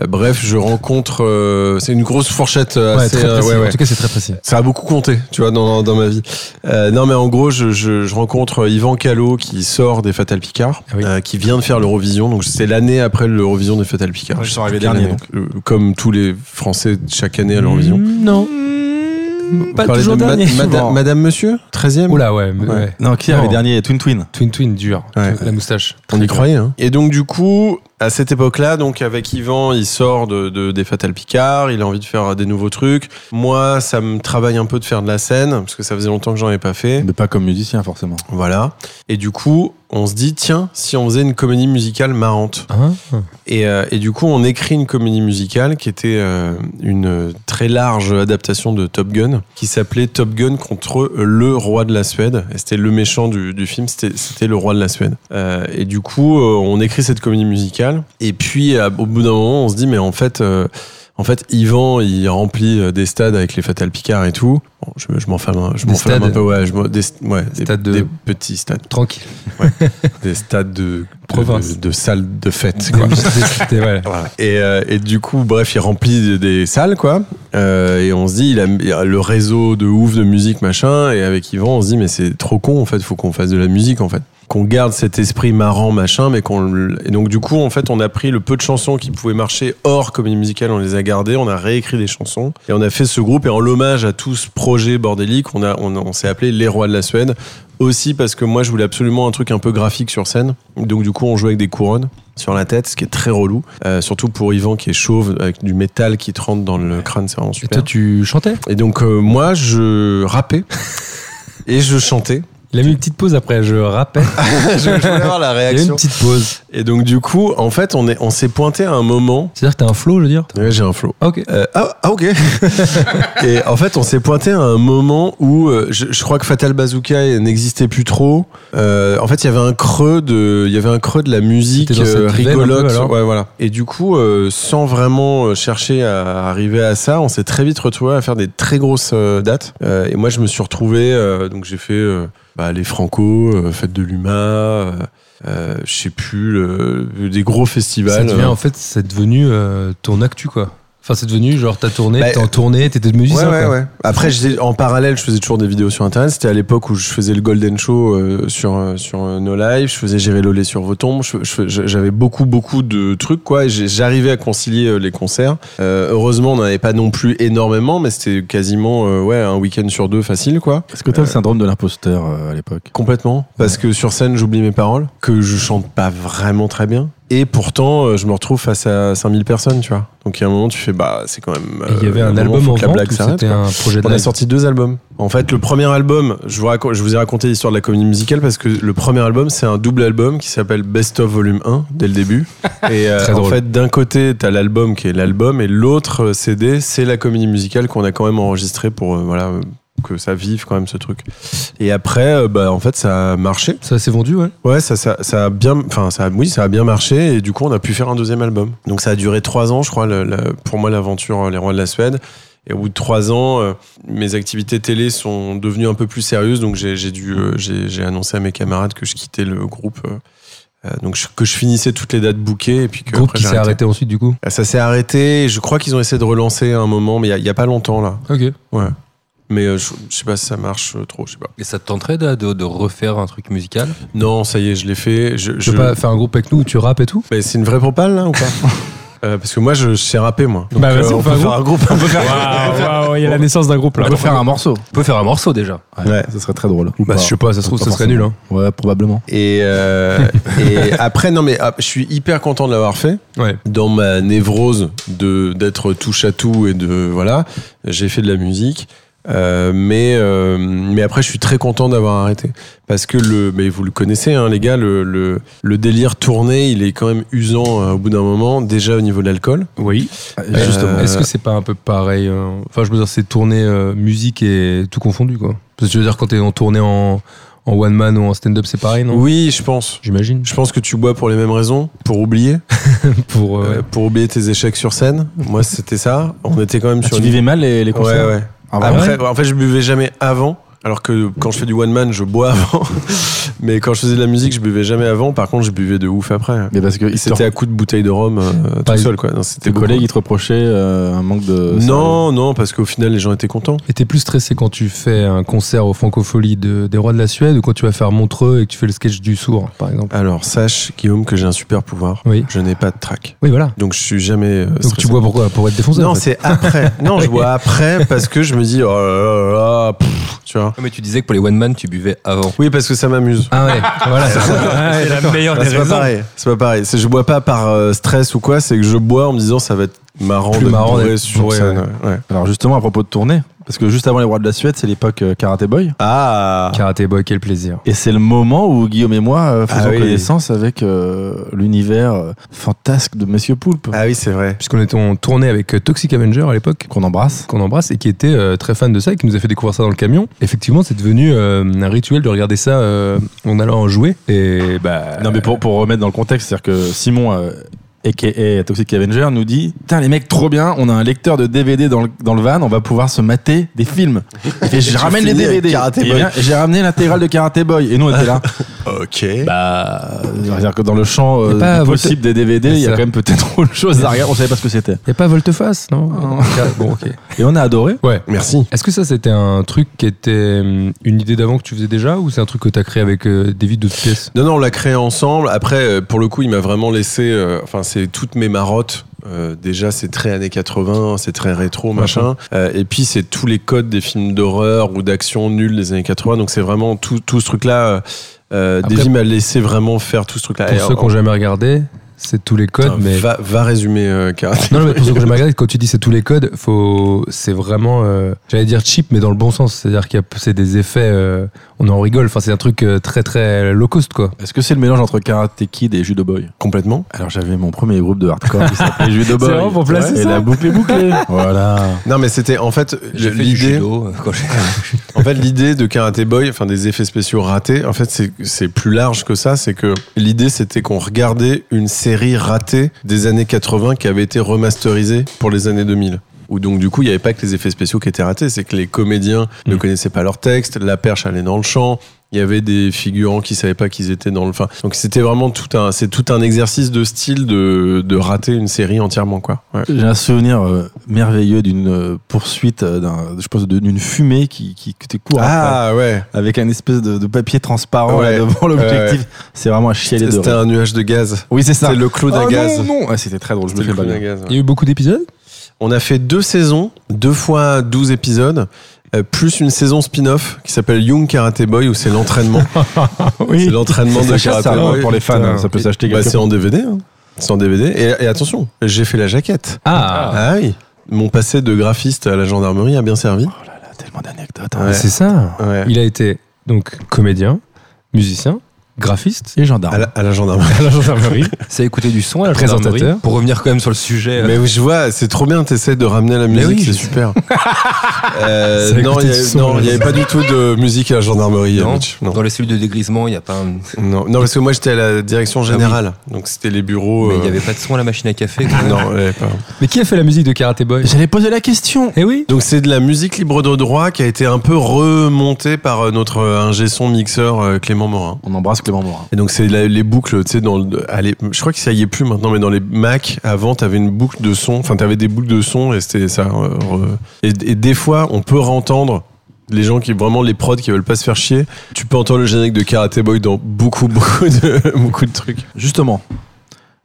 Speaker 4: Euh, bref, je rencontre. euh, c'est une grosse fourchette euh,
Speaker 2: Ouais,
Speaker 4: assez,
Speaker 2: très
Speaker 4: euh,
Speaker 2: précis.
Speaker 4: ouais, ouais.
Speaker 2: En tout cas, c'est très précis.
Speaker 4: Ça a beaucoup compté, tu vois, dans, dans ma vie. Euh, non, mais en gros, je, je, je rencontre Yvan Callot qui sort des Fatal Picard,
Speaker 2: Ah oui.
Speaker 4: euh, qui vient de faire l'Eurovision. Donc, c'est l'année après l'Eurovision des Fatal Picard.
Speaker 3: Ouais, ils
Speaker 4: Je
Speaker 3: sont
Speaker 4: sais
Speaker 3: arrivés
Speaker 4: plus quelle
Speaker 3: derniers,
Speaker 4: année. Euh, comme tous les Français chaque année à l'Eurovision.
Speaker 2: Non.
Speaker 4: Vous parlez de Ma- Madame, Madame Monsieur 13e
Speaker 2: Oula, ouais. mais-
Speaker 4: Ouais.
Speaker 2: ouais.
Speaker 3: Non, qui est
Speaker 2: Non.
Speaker 3: arrivé dernier Twin Twin.
Speaker 2: Twin Twin, dur.
Speaker 4: Ouais.
Speaker 2: La moustache.
Speaker 4: On y croyait. Hein. Et donc du coup, à cette époque-là, donc avec Yvan, il sort de, de- des Fatal Picard, il a envie de faire des nouveaux trucs. Moi, ça me travaille un peu de faire de la scène, parce que ça faisait longtemps que j'en avais pas fait.
Speaker 3: Mais pas comme musicien, forcément.
Speaker 4: Voilà. Et du coup, on se dit, tiens, si on faisait une comédie musicale marrante.
Speaker 2: Hein
Speaker 4: Et, euh, et du coup, on écrit une comédie musicale qui était euh, une euh, très large adaptation de Top Gun, qui s'appelait Top Gun contre le roi de la Suède. Et c'était le méchant du, du film, c'était c'était le roi de la Suède. Euh, et du coup, euh, on écrit cette comédie musicale. Et puis, à- au bout d'un moment, on se dit, mais en fait... euh, en fait, Yvan, il remplit euh, des stades avec les Fatal Picard et tout. Bon, je je m'enferme un, je
Speaker 2: Des
Speaker 4: m'enferme un
Speaker 2: stades
Speaker 4: peu. Euh, Ouais, je m'en- des, ouais, des-
Speaker 2: Stades de-
Speaker 4: des petits stades
Speaker 2: Tranquille.
Speaker 4: des stades de
Speaker 2: Province.
Speaker 4: de, de salles de fête.
Speaker 2: Des
Speaker 4: Quoi.
Speaker 2: mus- des- ouais.
Speaker 4: Voilà. Et, euh, et du coup, bref, il remplit des, des salles, quoi. Euh, et on se dit, il a, il a le réseau de ouf de musique, machin. Et avec Yvan, on se dit, mais c'est trop con, en fait. Faut qu'on fasse de la musique, en fait. Qu'on garde cet esprit marrant, machin, mais qu'on. le- Et donc, du coup, en fait, on a pris le peu de chansons qui pouvaient marcher hors comédie musicale, on les a gardées, on a réécrit des chansons. Et on a fait ce groupe. Et en l'hommage à tout ce projet bordélique, on, a, on, on s'est appelé Les Rois de la Suède. Aussi parce que moi, je voulais absolument un truc un peu graphique sur scène. Donc, du coup, on jouait avec des couronnes sur la tête, ce qui est très relou. Euh, surtout pour Yvan qui est chauve, avec du métal qui te rentre dans le crâne, c'est vraiment
Speaker 2: Et
Speaker 4: super.
Speaker 2: toi, tu chantais
Speaker 4: Et donc, euh, moi, je rappais *laughs* et je chantais.
Speaker 2: Il a mis une petite pause après, je rappelle.
Speaker 4: je, je voulais avoir la
Speaker 2: Il y a eu une
Speaker 4: réaction.
Speaker 2: petite pause.
Speaker 4: Et donc, du coup, en fait, on est- on s'est pointé à un moment.
Speaker 2: C'est-à-dire que t'as un flow, je veux dire
Speaker 4: Ouais, j'ai un flow.
Speaker 2: Ah, ok.
Speaker 4: Euh, ah, ah, ok. *laughs* et en fait, on s'est pointé à un moment où euh, je, je crois que Fatal Bazooka n'existait plus trop. Euh, en fait, il y avait un creux de, il y avait un creux de la musique
Speaker 2: C'était dans cette
Speaker 4: euh,
Speaker 2: veine un
Speaker 4: rigolote.
Speaker 2: peu, alors
Speaker 4: Ouais, voilà. Et du coup, euh, sans vraiment euh, chercher à arriver à ça, on s'est très vite retrouvé à faire des très grosses euh, dates. Euh, et moi, je me suis retrouvé, euh, donc j'ai fait euh, bah, les Franco, euh, Fête de l'Humain. euh, euh, je sais plus, le- des gros
Speaker 2: Ça
Speaker 4: festivals.
Speaker 2: devient, en fait, c'est devenu euh, ton actu, quoi. Enfin, c'est devenu, genre, t'as tourné,
Speaker 4: Bah,
Speaker 2: t'es en tournée, t'étais musicien,
Speaker 4: Ouais, ouais,
Speaker 2: quoi.
Speaker 4: ouais. Après, j'étais- en parallèle, je faisais toujours des vidéos sur Internet. C'était à l'époque où je faisais le Golden Show euh, sur, euh, sur euh, No Live. Je faisais Gérer Lolé sur vos tombes. Je- je- je- J'avais beaucoup, beaucoup de trucs, quoi. Et j'ai- J'arrivais à concilier euh, les concerts. Euh, heureusement, on n'en avait pas non plus énormément, mais c'était quasiment euh, ouais, un week-end sur deux facile, quoi.
Speaker 3: Est-ce que t'as le syndrome de l'imposteur euh, à l'époque
Speaker 4: Complètement. Parce que sur scène, j'oublie mes paroles, que je chante pas vraiment très bien. Et pourtant, euh, je me retrouve face à 5000 personnes, tu vois. Donc, il y a un moment, tu fais, bah, c'est quand même.
Speaker 2: Et Il y
Speaker 4: euh,
Speaker 2: avait
Speaker 4: à
Speaker 2: un
Speaker 4: moment,
Speaker 2: album
Speaker 4: faut
Speaker 2: en
Speaker 4: que la
Speaker 2: vente
Speaker 4: blague
Speaker 2: ou
Speaker 4: s'arrête,
Speaker 2: c'était un projet de
Speaker 4: on a
Speaker 2: live
Speaker 4: sorti deux albums. En fait, le premier album, je vous, raconte- je vous ai raconté l'histoire de la comédie musicale parce que le premier album, c'est un double album qui s'appelle Best of Volume 1 dès
Speaker 2: *laughs*
Speaker 4: le début. Et euh,
Speaker 2: Très
Speaker 4: en
Speaker 2: drôle.
Speaker 4: fait, d'un côté, t'as l'album qui est l'album et l'autre euh, CD, c'est la comédie musicale qu'on a quand même enregistrée pour euh, voilà euh, que ça vive quand même ce truc. Et après, euh, bah, en fait, ça a marché.
Speaker 2: Ça s'est vendu, ouais.
Speaker 4: Ouais, ça, ça, ça a bien, enfin, ça, a- oui, ça a bien marché et du coup, on a pu faire un deuxième album. Donc, ça a duré trois ans, je crois, le- le- pour moi, l'aventure euh, Les Rois de la Suède. Et au bout de trois ans, euh, mes activités télé sont devenues un peu plus sérieuses, donc j'ai j'ai dû, euh, j'ai j'ai annoncé à mes camarades que je quittais le groupe. euh, Euh, donc je- que je finissais toutes les dates bookées et puis que
Speaker 2: Groupe
Speaker 4: après,
Speaker 2: qui
Speaker 4: j'ai
Speaker 2: s'est arrêté ensuite, du coup.
Speaker 4: Euh, Ça s'est arrêté. Je crois qu'ils ont essayé de relancer à un moment, mais il y a- il y a, pas longtemps là.
Speaker 2: Ok.
Speaker 4: Ouais. Mais euh, je, je sais pas si ça marche euh, trop. Je sais pas.
Speaker 1: *laughs* Et ça te tenterait de, de- de refaire un truc musical
Speaker 4: Non, ça y est, je l'ai fait. Je,
Speaker 2: Tu
Speaker 4: je-
Speaker 2: veux pas faire un groupe avec nous où tu rappes et tout
Speaker 4: Mais c'est une vraie propale là ou pas
Speaker 2: *laughs*
Speaker 4: Euh, Parce que moi, je, je sais rapper moi. Donc, euh,
Speaker 2: Bah, vas-y, on
Speaker 4: on
Speaker 2: fait un
Speaker 4: peut faire un groupe.
Speaker 2: Waouh, Ah, waouh, il y a la naissance d'un groupe
Speaker 3: On
Speaker 2: là.
Speaker 3: peut faire un morceau.
Speaker 1: On peut faire un morceau déjà.
Speaker 3: Ouais, ce serait très drôle. Ou
Speaker 2: Bah,
Speaker 3: pas.
Speaker 2: je sais pas, ça se trouve,
Speaker 3: Pas
Speaker 2: ça serait
Speaker 3: forcément.
Speaker 2: nul. Hein.
Speaker 3: Ouais, probablement.
Speaker 4: *laughs* Et, euh, *laughs* et après, non mais ah, je suis hyper content de l'avoir fait.
Speaker 2: Ouais.
Speaker 4: dans ma névrose de d'être touche à tout et de voilà, j'ai fait de la musique. Euh, mais euh, mais après je suis très content d'avoir arrêté parce que le mais vous le connaissez hein, les gars le, le le délire tourné il est quand même usant euh, au bout d'un moment déjà au niveau de l'alcool
Speaker 2: Oui.
Speaker 4: Euh,
Speaker 3: Ah,
Speaker 2: Justement. Est-ce que c'est pas un peu pareil euh, Enfin, je veux dire, c'est tourner musique et tout confondu, quoi. Parce que tu veux dire, quand t'es en tournée en, en one man ou en stand-up, c'est pareil, non
Speaker 4: oui je pense
Speaker 2: J'imagine.
Speaker 4: je pense que tu bois pour les mêmes raisons pour oublier
Speaker 2: Pour. euh,
Speaker 4: euh, pour oublier tes échecs sur scène moi c'était ça on était quand même sur
Speaker 3: Tu
Speaker 4: une-
Speaker 3: vivais mal les, les
Speaker 4: ouais
Speaker 3: concerts
Speaker 4: ouais
Speaker 3: Ah, vraiment
Speaker 4: Après, bah, en fait, je buvais jamais avant. Alors que quand je fais du one man, je bois avant. *laughs* Mais quand je faisais de la musique, je buvais jamais avant. Par contre, je buvais de ouf après.
Speaker 3: Mais parce que ils te
Speaker 4: C'était à coup de bouteille de rhum euh, tout
Speaker 2: Par
Speaker 4: seul, quoi. Non, c'était
Speaker 3: tes
Speaker 4: beaucoup.
Speaker 3: collègues ils te reprochaient euh, un manque de.
Speaker 4: Non, non, parce qu'au final, les gens étaient contents.
Speaker 2: Et t'es plus stressé quand tu fais un concert au Francofolie de- des Rois de la Suède ou quand tu vas faire Montreux et que tu fais le sketch du sourd, par exemple
Speaker 4: Alors, sache, Guillaume, que j'ai un super pouvoir.
Speaker 2: Oui.
Speaker 4: Je n'ai pas de trac.
Speaker 2: Oui, voilà.
Speaker 4: Donc, je suis jamais. euh,
Speaker 2: Donc tu
Speaker 4: stressé.
Speaker 2: bois pourquoi Pour être défoncé
Speaker 4: Non,
Speaker 2: en fait.
Speaker 4: c'est après. non, je bois après parce que je me dis, oh là là là, pff, tu vois.
Speaker 1: Ah, Mais tu disais que pour les one man, tu buvais avant.
Speaker 4: Oui, parce que ça m'amuse.
Speaker 2: Ah
Speaker 4: *laughs*
Speaker 2: ouais, voilà. c'est ça. Ouais, d'accord.
Speaker 1: meilleure
Speaker 4: Ah, c'est pas pareil. C'est pas pareil. C'est- Je bois pas par euh, stress ou quoi. C'est que je bois en me disant ça va être marrant
Speaker 2: Plus
Speaker 4: de
Speaker 2: marrant
Speaker 4: bourrer
Speaker 2: d'être
Speaker 4: sur
Speaker 2: bourré,
Speaker 4: scène. ouais.
Speaker 3: Alors justement à propos de tournée, parce que juste avant les rois de la Suède, c'est l'époque euh, Karate Boy.
Speaker 4: Ah.
Speaker 2: Karaté Boy, quel plaisir.
Speaker 3: Et c'est le moment où Guillaume et moi euh, faisons
Speaker 4: Ah oui.
Speaker 3: connaissance avec euh, l'univers euh, fantasque de Monsieur Poulpe,
Speaker 4: Ah oui, c'est vrai.
Speaker 2: Puisqu'on était en tournée avec euh, Toxic Avenger à l'époque,
Speaker 3: qu'on embrasse.
Speaker 2: qu'on embrasse et qui était euh, très fan de ça et qui nous a fait découvrir ça dans le camion. Effectivement, c'est devenu euh, un rituel de regarder ça euh, en allant en jouer. Et bah.
Speaker 3: Non mais pour, pour remettre dans le contexte, c'est-à-dire que Simon, euh, aka Toxic Avenger, nous dit « Putain les mecs, trop bien, on a un lecteur de DVD dans le, dans le van, on va pouvoir se mater des films. » Il
Speaker 2: *laughs*
Speaker 3: fait « Je ramène les
Speaker 4: finis avec
Speaker 3: DVD. »
Speaker 4: Karate
Speaker 3: Et il
Speaker 4: Boy.
Speaker 3: vient, J'ai ramené l'intégrale de Karate Boy. Et nous on
Speaker 2: *laughs*
Speaker 3: était là.
Speaker 4: Ok.
Speaker 1: Bah,
Speaker 3: Euh, C'est-à-dire que dans le champ
Speaker 2: Y a pas
Speaker 3: euh, du
Speaker 2: Volte-
Speaker 3: possible des DVD, il y
Speaker 2: C'est
Speaker 3: a
Speaker 2: ça.
Speaker 3: quand même peut-être *laughs* autre chose à regarder. On savait pas ce que c'était.
Speaker 2: Y'a pas Volteface, Ah, non Bon, ok.
Speaker 3: Et on a adoré.
Speaker 2: Ouais.
Speaker 4: Merci.
Speaker 2: Est-ce que ça, c'était un truc qui était hum, une idée d'avant que tu faisais déjà ou c'est un truc que t'as créé avec euh, David de pièces
Speaker 4: Non, non, on l'a créé ensemble. Après, euh, pour le coup, il m'a vraiment laissé. euh, Enfin, c'est toutes mes marottes. Euh, déjà, c'est très années 80, c'est très rétro, machin. Euh, et puis, c'est tous les codes des films d'horreur ou d'action nuls des années 80. Donc, c'est vraiment tout, tout ce truc-là. euh, Euh,
Speaker 2: Après-
Speaker 4: Davy m'a laissé vraiment faire tout ce truc-là.
Speaker 2: Pour
Speaker 4: Et
Speaker 2: ceux qui
Speaker 4: en-
Speaker 2: n'ont jamais regardé, c'est tous les codes,
Speaker 4: Putain,
Speaker 2: mais.
Speaker 4: va, va résumer euh, Karate.
Speaker 2: Non, non, mais pour ceux qui ont jamais regardé, quand tu dis c'est tous les codes, faut... c'est vraiment, euh, j'allais dire cheap, mais dans le bon sens. C'est-à-dire qu'il y a c'est des effets, euh, on en rigole. Enfin, c'est un truc euh, très très low cost, quoi.
Speaker 3: Est-ce que c'est le mélange entre Karate Kid et Judo Boy
Speaker 4: Complètement.
Speaker 3: Alors j'avais mon premier groupe de hardcore
Speaker 2: *laughs*
Speaker 3: qui s'appelait Judo Boy.
Speaker 2: vraiment pour placer
Speaker 3: Et
Speaker 2: ça
Speaker 3: la boucle est bouclée. voilà.
Speaker 4: Non, mais c'était en fait
Speaker 1: j'ai fait du
Speaker 4: l'idée.
Speaker 1: judo euh, quand j'ai-
Speaker 4: En fait, l'idée de Karate Boy, enfin des effets spéciaux ratés. En fait, c'est c'est plus large que ça. C'est que l'idée, c'était qu'on regardait une série ratée des années 80 qui avait été remasterisée pour les années 2000. Ou donc du coup, il n'y avait pas que les effets spéciaux qui étaient ratés, c'est que les comédiens ne
Speaker 2: Mm.
Speaker 4: connaissaient pas leur texte, la perche allait dans le champ. Il y avait des figurants qui savaient pas qu'ils étaient dans le. Enfin, donc c'était vraiment tout un, c'est tout un exercice de style de, de rater une série entièrement quoi. Ouais.
Speaker 3: J'ai un souvenir euh, merveilleux d'une euh, poursuite, euh, d'un- je pense, de- d'une fumée qui, qui, qui te court après,
Speaker 4: Ah ouais.
Speaker 3: avec un espèce de, de papier transparent
Speaker 4: Ouais.
Speaker 3: là, devant l'objectif.
Speaker 4: Ouais.
Speaker 3: C'est vraiment à chialer de
Speaker 4: C'était
Speaker 3: rire.
Speaker 4: un nuage de gaz.
Speaker 3: Oui, c'est ça.
Speaker 4: C'était le clou d'un
Speaker 3: Oh
Speaker 4: gaz.
Speaker 3: Non, non. Ah, c'était très drôle. Je me
Speaker 4: C'était
Speaker 3: fais
Speaker 4: le
Speaker 3: pas
Speaker 4: clou d'un
Speaker 3: bien.
Speaker 4: gaz. ouais.
Speaker 2: Il y a eu beaucoup d'épisodes.
Speaker 4: On a fait deux saisons, deux fois 12 épisodes, euh, plus une saison spin-off qui s'appelle Young Karate Boy où c'est
Speaker 3: *laughs*
Speaker 4: l'entraînement. C'est l'entraînement de
Speaker 3: Ça s'achète,
Speaker 4: Karate
Speaker 3: ça,
Speaker 4: Boy.
Speaker 3: pour les fans, hein,
Speaker 4: Putain.
Speaker 3: ça peut
Speaker 4: Et-
Speaker 3: s'acheter
Speaker 4: bah,
Speaker 3: quelque
Speaker 4: C'est en DVD. hein. C'est en DVD. Et, et attention, j'ai fait la jaquette.
Speaker 1: *laughs*
Speaker 2: Ah,
Speaker 4: Ah oui. Mon passé de graphiste à la gendarmerie a bien servi.
Speaker 3: Oh là là, tellement d'anecdotes.
Speaker 4: Ouais.
Speaker 2: c'est ça.
Speaker 4: Ouais.
Speaker 2: Il a été donc comédien, musicien, graphiste,
Speaker 3: Et
Speaker 4: À,
Speaker 3: gendarme.
Speaker 4: la, à la gendarmerie.
Speaker 2: à la gendarmerie.
Speaker 1: C'est écouter du son à la
Speaker 2: Présentateur.
Speaker 1: gendarmerie. Pour revenir quand même sur le sujet. euh, *laughs*
Speaker 4: Mais oui, je vois, c'est trop bien, t'essaies de ramener la musique,
Speaker 1: oui, je- *laughs*
Speaker 4: c'est super. Euh,
Speaker 2: Ça a
Speaker 4: non,
Speaker 2: coûté
Speaker 4: il
Speaker 2: du son,
Speaker 4: n'y
Speaker 2: là.
Speaker 4: avait pas du tout de musique à la gendarmerie,
Speaker 1: non,
Speaker 4: Mitch. Non.
Speaker 1: Dans les cellules de dégrisement, il n'y a pas un-
Speaker 4: Non, non, parce que moi j'étais à la direction générale, donc c'était les bureaux.
Speaker 1: Ah mais il
Speaker 4: euh,
Speaker 1: n'y avait pas de son à la machine à café. *laughs* quoi.
Speaker 4: Non, elle avait pas.
Speaker 2: Mais qui a fait la musique de Karate Boy
Speaker 3: J'allais poser la question.
Speaker 2: Eh oui.
Speaker 4: Donc c'est de la musique libre de droit qui a été un peu remontée par euh, notre euh, ingé son mixeur euh, Clément Morin.
Speaker 3: On embrasse Clément Morin.
Speaker 4: Et donc c'est la- les boucles, tu sais, dans le- allez, je crois que ça y est plus maintenant, mais dans les Mac, avant, t'avais une boucle de son, enfin t'avais des boucles de son et c'était ça. euh, re- et, et des fois, on peut entendre les gens qui vraiment les prods qui veulent pas se faire chier. Tu peux entendre le générique de Karate Boy dans beaucoup, *laughs* beaucoup de, beaucoup de trucs.
Speaker 3: Justement,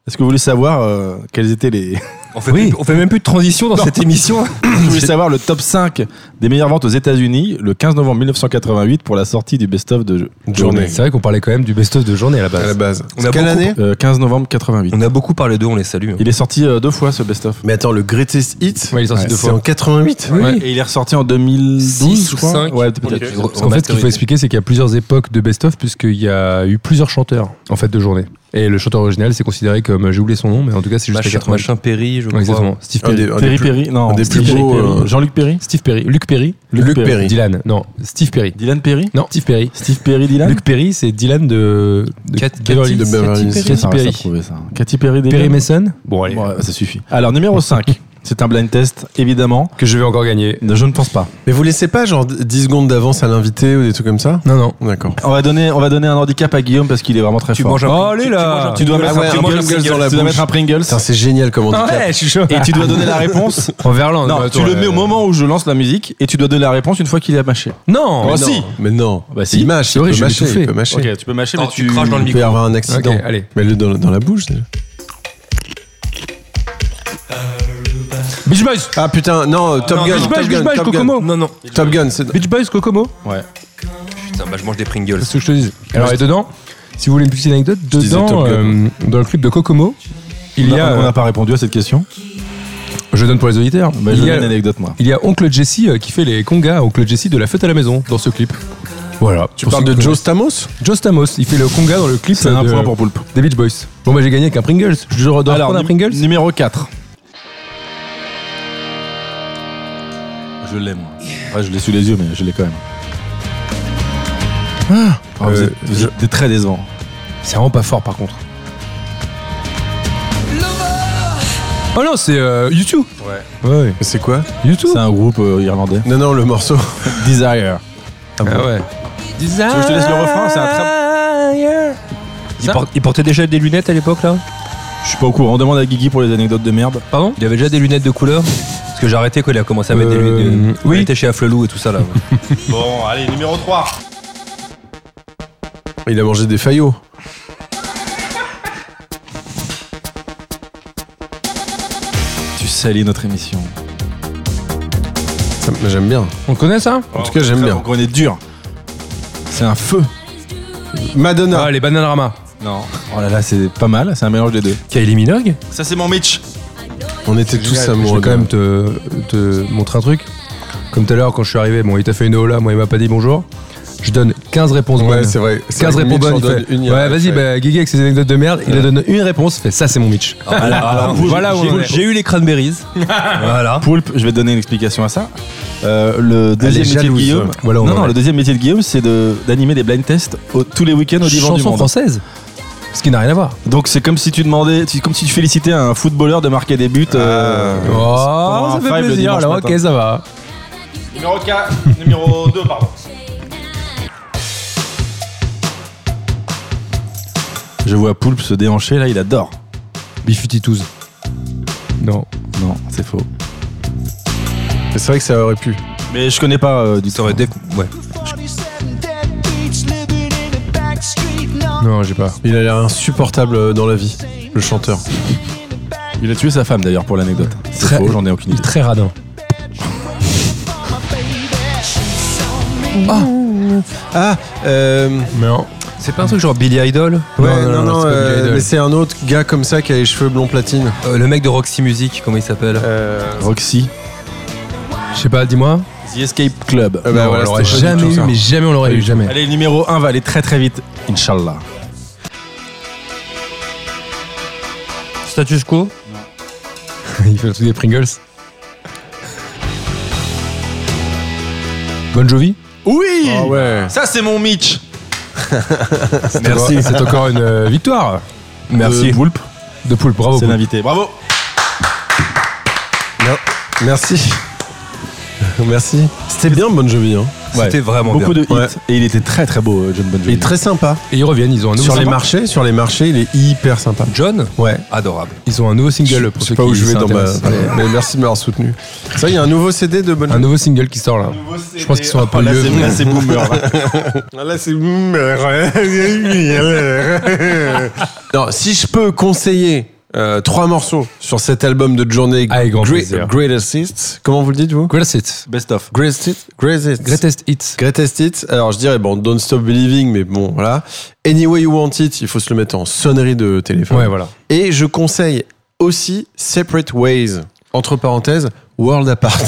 Speaker 3: est-ce que vous voulez savoir euh, quels étaient les. *laughs*
Speaker 1: On fait, plus- on fait même plus de transition dans cette émission.
Speaker 3: vous voulez savoir le top 5 des meilleures ventes aux États-Unis le 15 novembre 1988 pour la sortie du best-of de
Speaker 4: Journée.
Speaker 2: C'est vrai qu'on parlait quand même du best-of de journée à la
Speaker 4: À la
Speaker 2: base.
Speaker 4: base.
Speaker 1: On
Speaker 4: C'est
Speaker 1: a
Speaker 4: quelle
Speaker 1: beaucoup-
Speaker 4: année
Speaker 3: Euh, 15 novembre 88.
Speaker 1: On a beaucoup parlé d'eux, on les salue. hein.
Speaker 3: Il est sorti euh, deux fois ce best-of.
Speaker 4: Mais attends, le Greatest Hit,
Speaker 2: Ouais, il est sorti
Speaker 3: Ouais,
Speaker 2: deux
Speaker 4: c'est
Speaker 2: fois.
Speaker 4: en 88.
Speaker 2: Oui.
Speaker 3: Ouais, Et il est ressorti en 2012,
Speaker 1: Six
Speaker 3: je
Speaker 1: ou
Speaker 3: crois.
Speaker 1: cinq.
Speaker 3: Ouais, peut-être.
Speaker 1: Tu-
Speaker 2: Parce qu'en fait, ce qu'il faut expliquer, c'est qu'il y a plusieurs époques de best-of, puisqu'il y a eu plusieurs chanteurs, en fait, de journée. Et le chanteur original, c'est considéré comme, j'ai oublié son nom, mais en tout cas, c'est juste à
Speaker 1: Machin,
Speaker 2: 80.
Speaker 1: machin Perry, je
Speaker 2: Ouais,
Speaker 1: crois.
Speaker 2: exactement. Steve
Speaker 4: Un
Speaker 2: Perry.
Speaker 4: des- un des
Speaker 3: Perry
Speaker 4: plus-
Speaker 3: Perry, non.
Speaker 4: un des
Speaker 3: Steve
Speaker 4: plus
Speaker 3: Perry,
Speaker 4: beaux,
Speaker 3: Perry.
Speaker 4: euh,
Speaker 3: Jean-Luc Perry
Speaker 2: Steve Perry. Luc Perry.
Speaker 4: Luc Perry.
Speaker 2: Dylan. Non, Steve Perry.
Speaker 3: Dylan Perry
Speaker 2: Non, Steve Perry.
Speaker 3: Steve Perry, Dylan
Speaker 2: Luc Perry, c'est Dylan de. de
Speaker 1: Cat-
Speaker 2: Beverly
Speaker 4: Cathy-
Speaker 2: Hills.
Speaker 4: de Beverly Hills.
Speaker 2: Perry. Cathy
Speaker 3: Ah,
Speaker 2: Perry.
Speaker 3: ça prouvait ça. Katy Perry, Dylan.
Speaker 2: Perry Mason. Bon, allez.
Speaker 3: Bon, ouais, ça suffit. Alors, numéro 5. *laughs* C'est un blind test, évidemment.
Speaker 2: Que je vais encore gagner.
Speaker 3: Je ne pense pas.
Speaker 4: Mais vous laissez pas genre 10 secondes d'avance à l'invité ou des trucs comme ça
Speaker 2: Non, non.
Speaker 4: D'accord.
Speaker 3: On va donner, on va donner un handicap à Guillaume parce qu'il est vraiment très
Speaker 1: Tu
Speaker 3: fort.
Speaker 1: manges un
Speaker 2: Oh, allez là
Speaker 3: tu dois
Speaker 4: Ah
Speaker 3: mettre
Speaker 4: ouais, un
Speaker 3: un Pringles,
Speaker 4: Pringles dans la
Speaker 3: tu dois
Speaker 4: bouche.
Speaker 3: mettre un Pringles.
Speaker 4: Putain, c'est génial comme handicap.
Speaker 2: Ouais, je suis chaud.
Speaker 3: Et tu
Speaker 4: *laughs*
Speaker 3: dois donner la réponse.
Speaker 2: En Verlan. euh,
Speaker 3: Non, tu le mets au moment où je lance la musique et tu dois donner la réponse une fois qu'il a mâché.
Speaker 2: Non
Speaker 3: Oh, si.
Speaker 4: Mais non.
Speaker 3: Bah si.
Speaker 4: Il mâche,
Speaker 2: C'est
Speaker 4: il
Speaker 2: vrai,
Speaker 4: peut
Speaker 2: je vais
Speaker 4: mâcher,
Speaker 2: étouffer.
Speaker 4: il peut mâcher.
Speaker 3: tu peux mâcher,
Speaker 1: Attends, Ah, tu craches dans le
Speaker 4: Il
Speaker 1: micro.
Speaker 4: peut y avoir un accident.
Speaker 2: Ok, allez.
Speaker 4: Mets-le dans, dans la bouche. déjà.
Speaker 2: Beach Boys
Speaker 4: Ah putain, non, Top
Speaker 1: non,
Speaker 4: Gun,
Speaker 1: non,
Speaker 4: Top
Speaker 2: Beach Boys,
Speaker 4: Gun,
Speaker 2: Beach
Speaker 4: Top
Speaker 2: Boys,
Speaker 4: Gun.
Speaker 2: Kokomo.
Speaker 1: Non, non.
Speaker 4: Top Gun, c'est...
Speaker 2: Beach Boys, Kokomo
Speaker 3: Ouais.
Speaker 1: Putain, bah je mange des Pringles.
Speaker 2: C'est ce que je te dis. Alors, et dedans, si vous voulez une petite anecdote,
Speaker 4: disais
Speaker 2: dedans,
Speaker 4: Top Gun.
Speaker 2: euh, dans le clip de Kokomo, il y a. euh,
Speaker 3: on n'a pas répondu à cette question.
Speaker 2: Je donne pour les auditeurs.
Speaker 3: Bah, je
Speaker 2: il, y
Speaker 3: donne
Speaker 2: a,
Speaker 3: une anecdote moi.
Speaker 2: il y a Oncle Jesse euh, qui fait les congas, Oncle Jesse de la fête à la maison dans ce clip. Voilà.
Speaker 4: Tu parles de Joe Stamos
Speaker 2: Joe Stamos. Il fait le conga dans le clip euh,
Speaker 3: C'est un
Speaker 2: de-
Speaker 3: point pour Poulpe.
Speaker 2: des Beach Boys. Bon, bah j'ai gagné avec un Pringles. Je redors prendre un
Speaker 3: nu-
Speaker 2: Pringles
Speaker 3: numéro 4. Je l'ai moi. Ouais, je l'ai sous les yeux mais je l'ai quand même. Ah, vous
Speaker 2: Euh,
Speaker 3: êtes, vous êtes des très décevant.
Speaker 2: C'est vraiment pas fort par contre. Oh non, c'est euh, YouTube. Ouais. Ouais,
Speaker 4: C'est quoi
Speaker 2: YouTube.
Speaker 3: C'est un groupe euh, irlandais.
Speaker 4: Non, non, le morceau. *laughs*
Speaker 3: Desire.
Speaker 2: Ah ouais.
Speaker 3: Tu veux que je te laisse le refrain C'est un très-
Speaker 1: Il, por- il portait déjà des lunettes à l'époque là
Speaker 3: Je suis pas au courant. On demande à Guigui pour les anecdotes de merde.
Speaker 2: Pardon
Speaker 1: Il avait déjà des lunettes de couleur Parce que j'ai arrêté quand il a commencé à mettre des
Speaker 2: Euh,
Speaker 1: lunettes. de-
Speaker 2: oui.
Speaker 1: Il était chez Afflelou et tout
Speaker 2: *laughs*
Speaker 1: ça là.
Speaker 5: Bon, allez, numéro 3.
Speaker 4: Il a mangé des faillots.
Speaker 3: Tu salis notre émission.
Speaker 4: Ça, mais j'aime bien.
Speaker 2: On connaît ça
Speaker 4: En tout cas, j'aime bien.
Speaker 3: On est dur. C'est un feu.
Speaker 4: Madonna.
Speaker 2: Ah, les Bananarama.
Speaker 3: Non. Oh là là, c'est pas mal. C'est un mélange des deux.
Speaker 2: Kylie Minogue
Speaker 3: Ça c'est mon Mitch.
Speaker 4: On était tous
Speaker 2: Ah, Génial, Je
Speaker 4: amoureux.
Speaker 2: vais quand même te, te montrer un truc. Comme tout à l'heure, quand je suis arrivé, bon, il t'a fait une hola, moi, il m'a pas dit bonjour. Je donne 15 réponses
Speaker 4: Ouais,
Speaker 2: bonnes.
Speaker 4: c'est vrai. C'est
Speaker 2: 15
Speaker 4: vrai que
Speaker 2: réponses bonnes, il
Speaker 4: Mitch en
Speaker 2: fait.
Speaker 4: donne une, il y a
Speaker 2: ouais,
Speaker 4: un
Speaker 2: vas-y,
Speaker 4: fait.
Speaker 2: bah, Guigui avec ses anecdotes de merde, il a donne une réponse, il fait ça, c'est mon Mitch.
Speaker 3: Ah,
Speaker 2: voilà où on en est.
Speaker 1: J'ai eu les
Speaker 2: *laughs*
Speaker 1: cranberries. voilà.
Speaker 3: Poulpe, je vais te donner une explication à ça. Euh, le deuxième métier de
Speaker 2: jalouse.
Speaker 3: Guillaume,
Speaker 2: Voilà où
Speaker 3: non,
Speaker 2: on en
Speaker 3: non,
Speaker 2: est.
Speaker 3: le deuxième métier de Guillaume, c'est de- d'animer des blind tests au- tous les week-ends au divan du
Speaker 2: Chanson
Speaker 3: monde.
Speaker 2: française Ce qui n'a rien à voir.
Speaker 3: Donc c'est comme si tu demandais, tu- comme si tu félicitais un footballeur de marquer des buts. euh,
Speaker 4: Ah.
Speaker 3: pendant un
Speaker 2: Oh, ça fait
Speaker 3: five le
Speaker 2: plaisir,
Speaker 3: dimanche
Speaker 2: alors
Speaker 3: matin.
Speaker 2: ok, ça va.
Speaker 5: Numéro 4, numéro 2, pardon.
Speaker 3: Je vois Poulpe se déhancher là, il adore.
Speaker 2: Bifuti Tooth. Non.
Speaker 3: Non, c'est faux.
Speaker 4: Mais C'est vrai que ça aurait pu.
Speaker 3: Mais je connais pas euh, du
Speaker 1: Ça
Speaker 3: tout.
Speaker 1: aurait été- Ouais.
Speaker 2: Non, j'ai pas.
Speaker 4: Il a l'air insupportable euh, dans la vie, le chanteur.
Speaker 3: Il a tué sa femme d'ailleurs pour l'anecdote. C'est
Speaker 2: Très-
Speaker 3: faux, j'en ai
Speaker 4: *laughs*
Speaker 3: aucune idée.
Speaker 2: Très radin.
Speaker 4: Ah, euh...
Speaker 2: Non.
Speaker 1: C'est pas un truc genre Billy Idol
Speaker 4: Ouais,
Speaker 2: Non, non,
Speaker 4: non, non,
Speaker 2: non, c'est pas
Speaker 4: euh,
Speaker 2: Billy Idol.
Speaker 4: mais c'est un autre gars comme ça qui a les cheveux blond platine.
Speaker 1: Euh, Le mec de Roxy Music, comment il s'appelle
Speaker 3: Roxy,
Speaker 2: Je sais pas, dis-moi.
Speaker 3: The Escape Club.
Speaker 4: Ah bah
Speaker 2: Non, on
Speaker 4: voilà,
Speaker 2: l'aurait
Speaker 4: c'était pas du
Speaker 2: jamais
Speaker 4: tout
Speaker 2: eu,
Speaker 4: ça.
Speaker 2: mais jamais on l'aurait eu, jamais.
Speaker 3: Allez, le numéro 1 va aller très très vite. Inch'Allah.
Speaker 1: Status quo
Speaker 2: *laughs* Il fait le truc des Pringles. Bon Jovi
Speaker 3: Oui
Speaker 4: Ah ouais.
Speaker 3: Ça c'est mon Mitch
Speaker 2: Merci. C'est encore une euh, victoire
Speaker 3: Merci. Poulpe,
Speaker 2: de poule. Bravo.
Speaker 3: c'est
Speaker 2: Poulpe.
Speaker 3: l'invité. Bravo
Speaker 4: *laughs* Non. Merci. Merci. C'était bien Bon Jovi. Hein.
Speaker 1: C'était vraiment
Speaker 3: Beaucoup
Speaker 1: bien.
Speaker 3: de hits.
Speaker 4: Ouais.
Speaker 3: Et il était très très beau, euh, John Bon Jovi.
Speaker 4: Et très sympa.
Speaker 2: Et ils reviennent, ils ont un nouveau
Speaker 4: Sur les
Speaker 2: sympa-
Speaker 4: marchés, sur les marchés, il est hyper sympa.
Speaker 1: John,
Speaker 4: Ouais.
Speaker 1: adorable.
Speaker 2: Ils ont un nouveau single pour
Speaker 4: Je sais
Speaker 2: ceux
Speaker 4: pas où
Speaker 2: qui
Speaker 4: je vais dans ma.
Speaker 2: s'intéressent.
Speaker 4: Mais merci de m'avoir soutenu. Ça, il y a un nouveau CD de Bonne
Speaker 2: Un nouveau single qui sort là. Je pense qu'ils sont un peu
Speaker 3: Là,
Speaker 2: vieux,
Speaker 3: c'est-
Speaker 2: mais-
Speaker 3: *laughs* là, c'est boomer. là.
Speaker 4: Ah, Là, c'est. non, si je peux conseiller euh, trois morceaux sur cet album de journée
Speaker 2: Avec grand
Speaker 4: Great,
Speaker 2: plaisir.
Speaker 4: Greatest Hits, comment vous le dites, vous
Speaker 2: Greatest Hits.
Speaker 3: Best of.
Speaker 4: Greatest Hits Greatest Hits.
Speaker 2: Greatest Hits.
Speaker 4: Greatest Hits. Alors, je dirais, bon, Don't Stop Believing, mais bon, voilà. Anyway You Want It, il faut se le mettre en sonnerie de téléphone.
Speaker 2: Ouais, voilà.
Speaker 4: Et je conseille aussi Separate Ways, entre parenthèses, World Apart.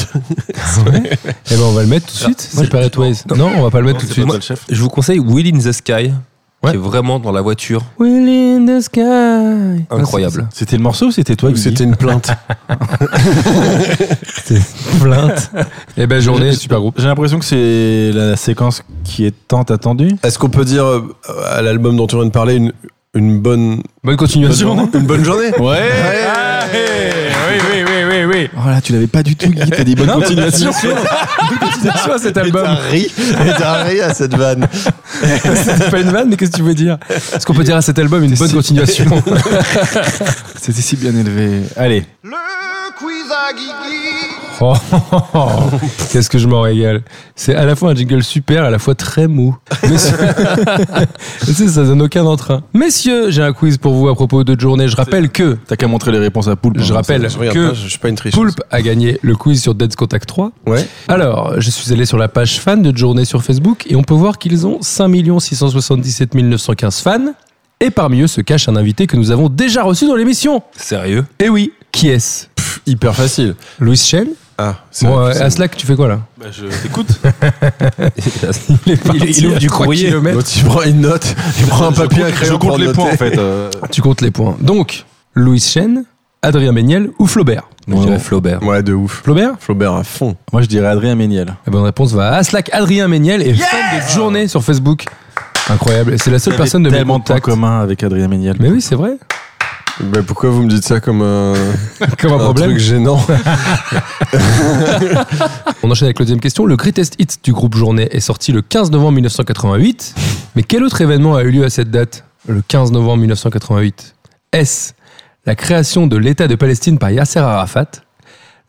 Speaker 2: Et ben on va le mettre tout de suite. Separate Ways. Non, on va pas le mettre tout de
Speaker 3: C'est
Speaker 2: suite.
Speaker 3: pas le chef.
Speaker 1: Je vous conseille Will in the Sky,
Speaker 2: Ouais. Ah,
Speaker 1: qui est vraiment dans la voiture.
Speaker 2: Will in the sky.
Speaker 1: Incroyable.
Speaker 3: C'était le morceau ou c'était toi
Speaker 4: Ou C'était une plainte.
Speaker 2: Plainte. Et ben journée, super groupe.
Speaker 3: J'ai l'impression que c'est la séquence qui est tant attendue.
Speaker 4: *laughs* Est-ce qu'on peut dire euh, à l'album dont tu viens de parler une, une bonne
Speaker 2: Bonne
Speaker 4: Bonne
Speaker 2: continuation.
Speaker 4: journée. Une bonne journée.
Speaker 3: Ouais.
Speaker 2: Oui, oui, oui, oui, oui.
Speaker 3: Oh là, tu l'avais pas du tout, Guy. *laughs* T'as dit bonne continuation.
Speaker 2: Continuation à cet album.
Speaker 4: ri, *laughs* t'as ri à cette vanne.
Speaker 2: C'est *laughs* pas une vanne, mais qu'est-ce que tu veux dire Est-ce qu'on peut dire à cet album une bonne *laughs* continuation
Speaker 3: C'était si bien élevé. Allez.
Speaker 5: Le quiz à Guigui.
Speaker 2: Oh, oh, oh. Qu'est-ce que je m'en régale. C'est à la fois un jingle super, à la fois très mou. Messieurs, *laughs* Tu sais, ça donne aucun entrain. Messieurs, j'ai un quiz pour vous à propos de journée. Je rappelle que,
Speaker 3: T'as qu'à montrer les réponses à Poulpe.
Speaker 2: je rappelle
Speaker 4: Je regarde
Speaker 2: que
Speaker 4: pas, je suis pas une triche.
Speaker 2: Poulpe a gagné le quiz sur Dead Contact 3.
Speaker 4: Ouais.
Speaker 2: Alors, je suis allé sur la page fan de Journée sur Facebook et on peut voir qu'ils ont 5 677 915 fans. Et parmi eux se cache un invité que nous avons déjà reçu dans l'émission.
Speaker 1: Sérieux
Speaker 2: Eh oui, qui est-ce
Speaker 4: Hyper facile.
Speaker 2: Louis Chen
Speaker 4: Ah, c'est
Speaker 2: Bon,
Speaker 4: vrai
Speaker 2: euh,
Speaker 4: que c'est-
Speaker 2: Aslak, tu fais quoi là
Speaker 4: Bah, je
Speaker 2: *laughs*
Speaker 4: t'écoute.
Speaker 2: Il, est parti
Speaker 1: il ouvre
Speaker 2: à
Speaker 1: du
Speaker 2: trois
Speaker 1: courrier.
Speaker 2: kilomètres.
Speaker 4: L'autre, il prend une note, il prend Oh, un papier, un
Speaker 3: *laughs* Je
Speaker 4: crayon pour
Speaker 3: compte les
Speaker 4: noter.
Speaker 3: points en fait. euh.
Speaker 2: Tu comptes les points. Donc, Louis Chen, Adrien Méniel ou Flaubert
Speaker 1: Je dirais Flaubert.
Speaker 4: Ouais, de ouf.
Speaker 2: Flaubert
Speaker 4: Flaubert à fond.
Speaker 3: Moi, je dirais Adrien Méniel.
Speaker 2: La bonne réponse va à Aslak, Adrien Méniel et fan de journée sur Facebook. Incroyable. C'est la seule personne de mes
Speaker 3: tellement de points
Speaker 2: contacts.
Speaker 3: communs avec Adrien Méniel.
Speaker 2: Mais oui, c'est vrai.
Speaker 4: Bah, pourquoi vous me dites ça comme un,
Speaker 2: Comme un,
Speaker 4: un
Speaker 2: problème.
Speaker 4: truc
Speaker 3: *laughs*
Speaker 4: gênant
Speaker 2: On enchaîne avec la deuxième question. Le greatest hit du groupe Journée est sorti le 15 novembre 1988. Mais quel autre événement a eu lieu à cette date, le 15 novembre 1988 Est-ce la création de l'État de Palestine par Yasser Arafat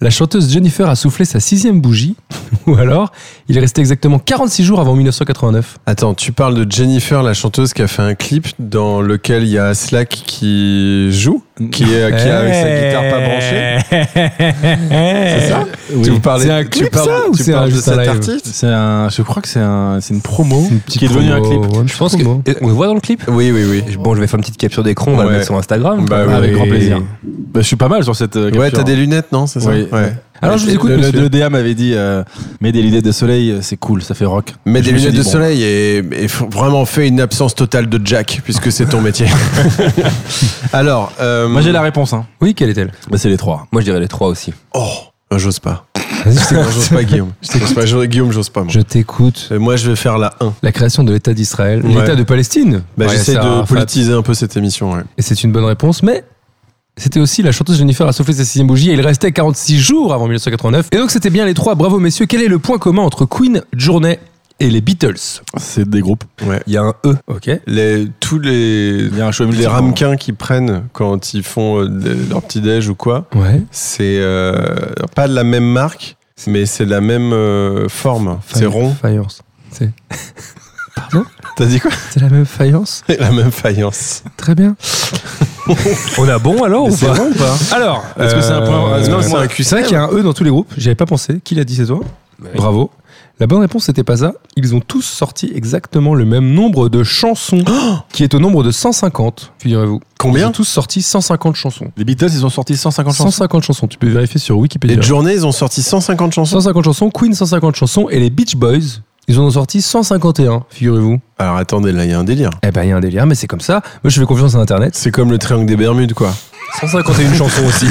Speaker 2: La chanteuse Jennifer a soufflé sa sixième bougie *laughs* Ou alors, il est resté exactement 46 jours avant 1989
Speaker 4: Attends, tu parles de Jennifer, la chanteuse qui a fait un clip dans lequel il y a Slack qui joue, qui, est, qui a avec sa
Speaker 3: Eh.
Speaker 4: guitare pas branchée.
Speaker 3: *laughs*
Speaker 2: branchée
Speaker 4: C'est ça
Speaker 3: Oui.
Speaker 4: Tu parles,
Speaker 2: C'est un
Speaker 4: tu
Speaker 2: clip,
Speaker 4: parles-
Speaker 2: ça, ou
Speaker 4: tu
Speaker 2: c'est un
Speaker 4: parles de
Speaker 2: juste un
Speaker 4: cet
Speaker 2: live
Speaker 4: artiste
Speaker 3: C'est un, je crois que c'est un, c'est une promo
Speaker 2: Une petite
Speaker 3: qui est devenue un
Speaker 2: promo,
Speaker 3: clip.
Speaker 2: ouais, une
Speaker 1: Je pense
Speaker 2: petite
Speaker 1: que.
Speaker 2: promo.
Speaker 1: Et On le voit dans le clip
Speaker 4: Oui, oui, oui.
Speaker 1: Bon, je vais faire une petite capture d'écran, on va
Speaker 4: Ouais.
Speaker 1: le mettre sur Instagram.
Speaker 4: Bah oui.
Speaker 3: Avec
Speaker 2: oui.
Speaker 3: grand plaisir. Bah, je suis pas mal sur cette. euh,
Speaker 4: Ouais,
Speaker 3: capture.
Speaker 4: t'as des lunettes, non C'est ça
Speaker 3: Oui.
Speaker 4: Ouais.
Speaker 2: Alors, je vous écoute,
Speaker 3: Le, le,
Speaker 2: monsieur.
Speaker 3: le DA m'avait dit, euh, mets des lunettes de soleil, euh, c'est cool, ça fait rock.
Speaker 4: Mets
Speaker 3: Je
Speaker 4: des
Speaker 3: me suis
Speaker 4: lunettes
Speaker 3: dit,
Speaker 4: de
Speaker 3: bon,
Speaker 4: soleil et, et f- vraiment fais une absence totale de Jack, puisque c'est ton métier. *laughs* Alors, euh,
Speaker 3: Moi, j'ai la réponse. Hein.
Speaker 2: Oui, quelle est-elle
Speaker 3: Bah, c'est les trois.
Speaker 1: Moi, je dirais les trois aussi.
Speaker 4: Oh, j'ose pas.
Speaker 2: Vas-y, je
Speaker 4: *laughs* Non,
Speaker 2: t'écoute.
Speaker 4: j'ose pas, *laughs* Guillaume. J'ose pas, j'ose- Guillaume, j'ose pas. Moi.
Speaker 2: Je t'écoute.
Speaker 4: Euh, moi, je vais faire la 1.
Speaker 2: La création de l'État d'Israël,
Speaker 4: Ouais.
Speaker 2: l'État de Palestine.
Speaker 4: Bah,
Speaker 2: Ouais,
Speaker 4: J'essaie
Speaker 2: ça,
Speaker 4: de
Speaker 2: Arafat.
Speaker 4: politiser un peu cette émission. ouais.
Speaker 2: Et c'est une bonne réponse, mais c'était aussi la chanteuse Jennifer a soufflé sa sixième bougie et il restait 46 jours avant 1989. Et donc c'était bien les trois. Bravo messieurs. Quel est le point commun entre Queen, Journey et les Beatles
Speaker 3: C'est des groupes.
Speaker 1: Il y a un E.
Speaker 2: Ok.
Speaker 4: Les, tous les,
Speaker 3: Il y a un show
Speaker 4: les
Speaker 3: musical.
Speaker 4: ramequins qu'ils prennent quand ils font euh, le- leur petit-déj ou quoi,
Speaker 2: Ouais.
Speaker 4: c'est euh, pas de la même marque, mais c'est de la même euh, forme. C'est rond.
Speaker 2: Faïence. C'est. Pardon
Speaker 4: T'as dit quoi
Speaker 2: C'est la même faïence
Speaker 4: C'est *laughs* la même faïence.
Speaker 2: Très bien. *laughs* On a bon alors ou pas
Speaker 4: ou pas
Speaker 2: Alors. euh,
Speaker 3: Est-ce que c'est un point- est-ce que
Speaker 2: non,
Speaker 4: Euh, c'est un
Speaker 2: C'est vrai qu'il y a un E dans tous les groupes. J'y avais pas pensé. Qui l'a dit C'est toi Bravo. La bonne réponse n'était pas ça. Ils ont tous sorti exactement le même nombre de chansons, qui est au nombre de 150, figurez-vous. Ils ont
Speaker 4: Combien
Speaker 2: tous sorti 150 chansons.
Speaker 3: Les Beatles, ils ont sorti 150 chansons.
Speaker 2: 150 chansons, tu peux vérifier sur Wikipédia.
Speaker 4: Les journées, ils ont sorti 150 chansons.
Speaker 2: 150 chansons, Queen 150 chansons, et les Beach Boys, ils en ont sorti 151, figurez-vous.
Speaker 4: Ah, Alors attendez, là, il y a un délire.
Speaker 2: Eh ben, il y a un délire, mais c'est comme ça. Moi, je fais confiance à Internet.
Speaker 4: C'est comme le triangle des Bermudes, quoi.
Speaker 1: 151 chansons
Speaker 2: *laughs*
Speaker 1: aussi.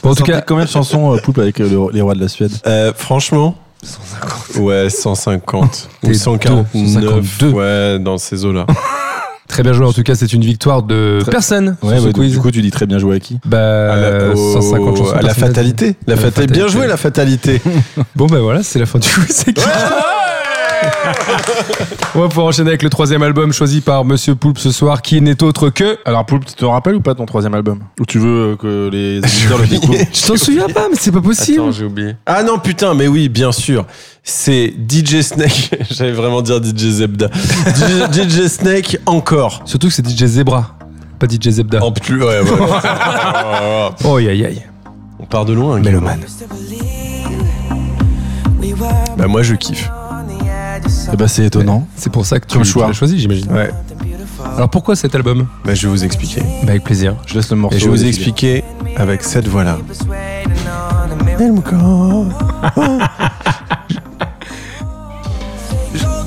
Speaker 2: Bon, en
Speaker 3: En
Speaker 2: tout cas,
Speaker 3: combien de chansons euh, Poulpe avec euh, le- les rois de la Suède
Speaker 4: Euh, franchement. 150. Ouais, 150.
Speaker 2: T'es
Speaker 4: Ou 149.
Speaker 2: deux, 152.
Speaker 4: Ouais, dans ces eaux-là.
Speaker 2: Très bien joué. En tout cas, c'est une victoire de
Speaker 3: Très-
Speaker 2: personne. sur
Speaker 3: Ouais,
Speaker 2: ce
Speaker 3: ouais,
Speaker 2: quiz.
Speaker 3: du coup, tu dis très bien joué à qui Euh,
Speaker 2: bah,
Speaker 4: À la, au-
Speaker 2: 150 chansons
Speaker 4: à la
Speaker 2: par semaine.
Speaker 3: Eh,
Speaker 4: fatalité. La
Speaker 2: À la
Speaker 4: fatalité. Bien
Speaker 2: fatalité.
Speaker 4: joué, la fatalité.
Speaker 2: Bon, ben voilà, c'est la fin du quiz. C'est clair. On va pouvoir enchaîner avec le troisième album choisi par Monsieur Poulpe ce soir, qui n'est autre que.
Speaker 3: Alors, Poulpe, tu te rappelles ou pas ton troisième album Ou tu veux euh, que les éditeurs le découvrent
Speaker 2: Je t'en souviens pas, mais c'est pas possible.
Speaker 6: Attends, j'ai oublié.
Speaker 4: Ah non, putain, mais oui, bien sûr. C'est DJ Snake. *laughs* J'allais vraiment dire DJ Zebda. DJ Snake
Speaker 2: *laughs*
Speaker 4: encore.
Speaker 2: Surtout que c'est DJ Zebra, pas DJ Zebda.
Speaker 4: En plus, ouais, ouais.
Speaker 2: Oh, aïe aïe aïe.
Speaker 4: On part de loin. hein, Guillaume.
Speaker 2: Méloman.
Speaker 4: Bah moi, je kiffe.
Speaker 3: Eh ben, c'est étonnant.
Speaker 2: C'est pour ça que tu,
Speaker 3: Comme
Speaker 2: tu
Speaker 3: choix.
Speaker 2: l'as choisi, j'imagine.
Speaker 3: Ouais.
Speaker 2: Alors pourquoi cet album
Speaker 4: Bah je vais vous expliquer.
Speaker 2: Bah, avec plaisir.
Speaker 3: Je laisse le morceau.
Speaker 4: Et je vais vous
Speaker 3: défiler.
Speaker 4: expliquer avec cette voix-là.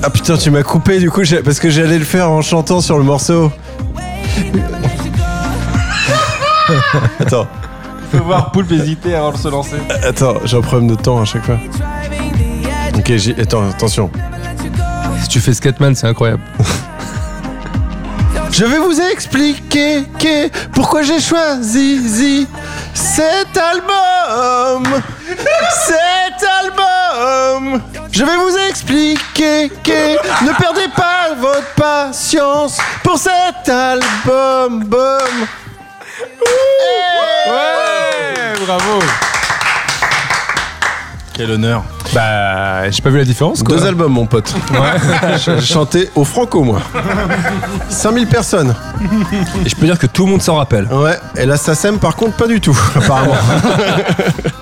Speaker 4: Ah putain, tu m'as coupé du coup j'ai- parce que j'allais le faire en chantant sur le morceau. *laughs* Attends,
Speaker 3: faut voir Poulpe hésiter avant de se lancer.
Speaker 4: attends, j'ai un problème de temps à chaque fois. Ok, j'ai- attends, attention.
Speaker 2: Si tu fais Scatman, c'est incroyable.
Speaker 4: Je vais vous expliquer que- pourquoi j'ai choisi zi, cet album. Cet album. Je vais vous expliquer que ne perdez pas votre patience pour cet album. Bum.
Speaker 2: bravo.
Speaker 3: Quel honneur.
Speaker 2: Bah, j'ai pas vu la différence quoi.
Speaker 4: Deux albums, mon pote. *laughs* J'ai chanté au Franco, moi. 5000 personnes.
Speaker 1: Et je peux dire que tout le monde s'en rappelle.
Speaker 4: Ouais, et la SACEM, par contre, pas du tout, *laughs* apparemment.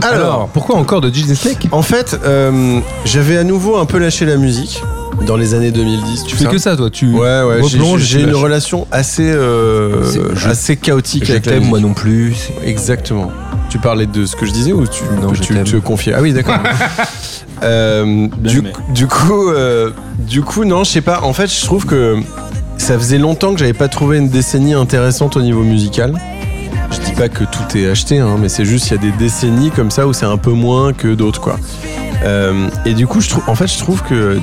Speaker 4: Alors,
Speaker 2: Alors, pourquoi encore de DJ Snake
Speaker 4: en fait, euh, j'avais à nouveau un peu lâché la musique dans les années 2010.
Speaker 2: Tu fais que ça, toi. Tu
Speaker 4: Ouais, ouais, j'ai-
Speaker 2: replonges,
Speaker 4: j'ai
Speaker 2: tu
Speaker 4: une
Speaker 2: lâches.
Speaker 4: relation assez, euh,
Speaker 1: C'est- je-
Speaker 4: assez chaotique
Speaker 1: Je
Speaker 4: avec la
Speaker 1: t'aime,
Speaker 4: musique.
Speaker 1: moi non plus. c'est-
Speaker 4: Exactement. Tu parlais de ce que je disais ou tu,
Speaker 1: Non, je
Speaker 4: tu,
Speaker 1: t'aime.
Speaker 4: tu veux confier Ah
Speaker 1: *laughs*
Speaker 4: oui, d'accord. Euh, du,
Speaker 3: aimé.
Speaker 4: du coup, euh, du coup, non, je sais pas. En fait, je trouve que ça faisait longtemps que j'avais pas trouvé une décennie intéressante au niveau musical. Je dis pas que tout est acheté, hein, mais c'est juste il y a des décennies comme ça où c'est un peu moins que d'autres, quoi. Euh, et du coup, je trouve, en fait, je trouve que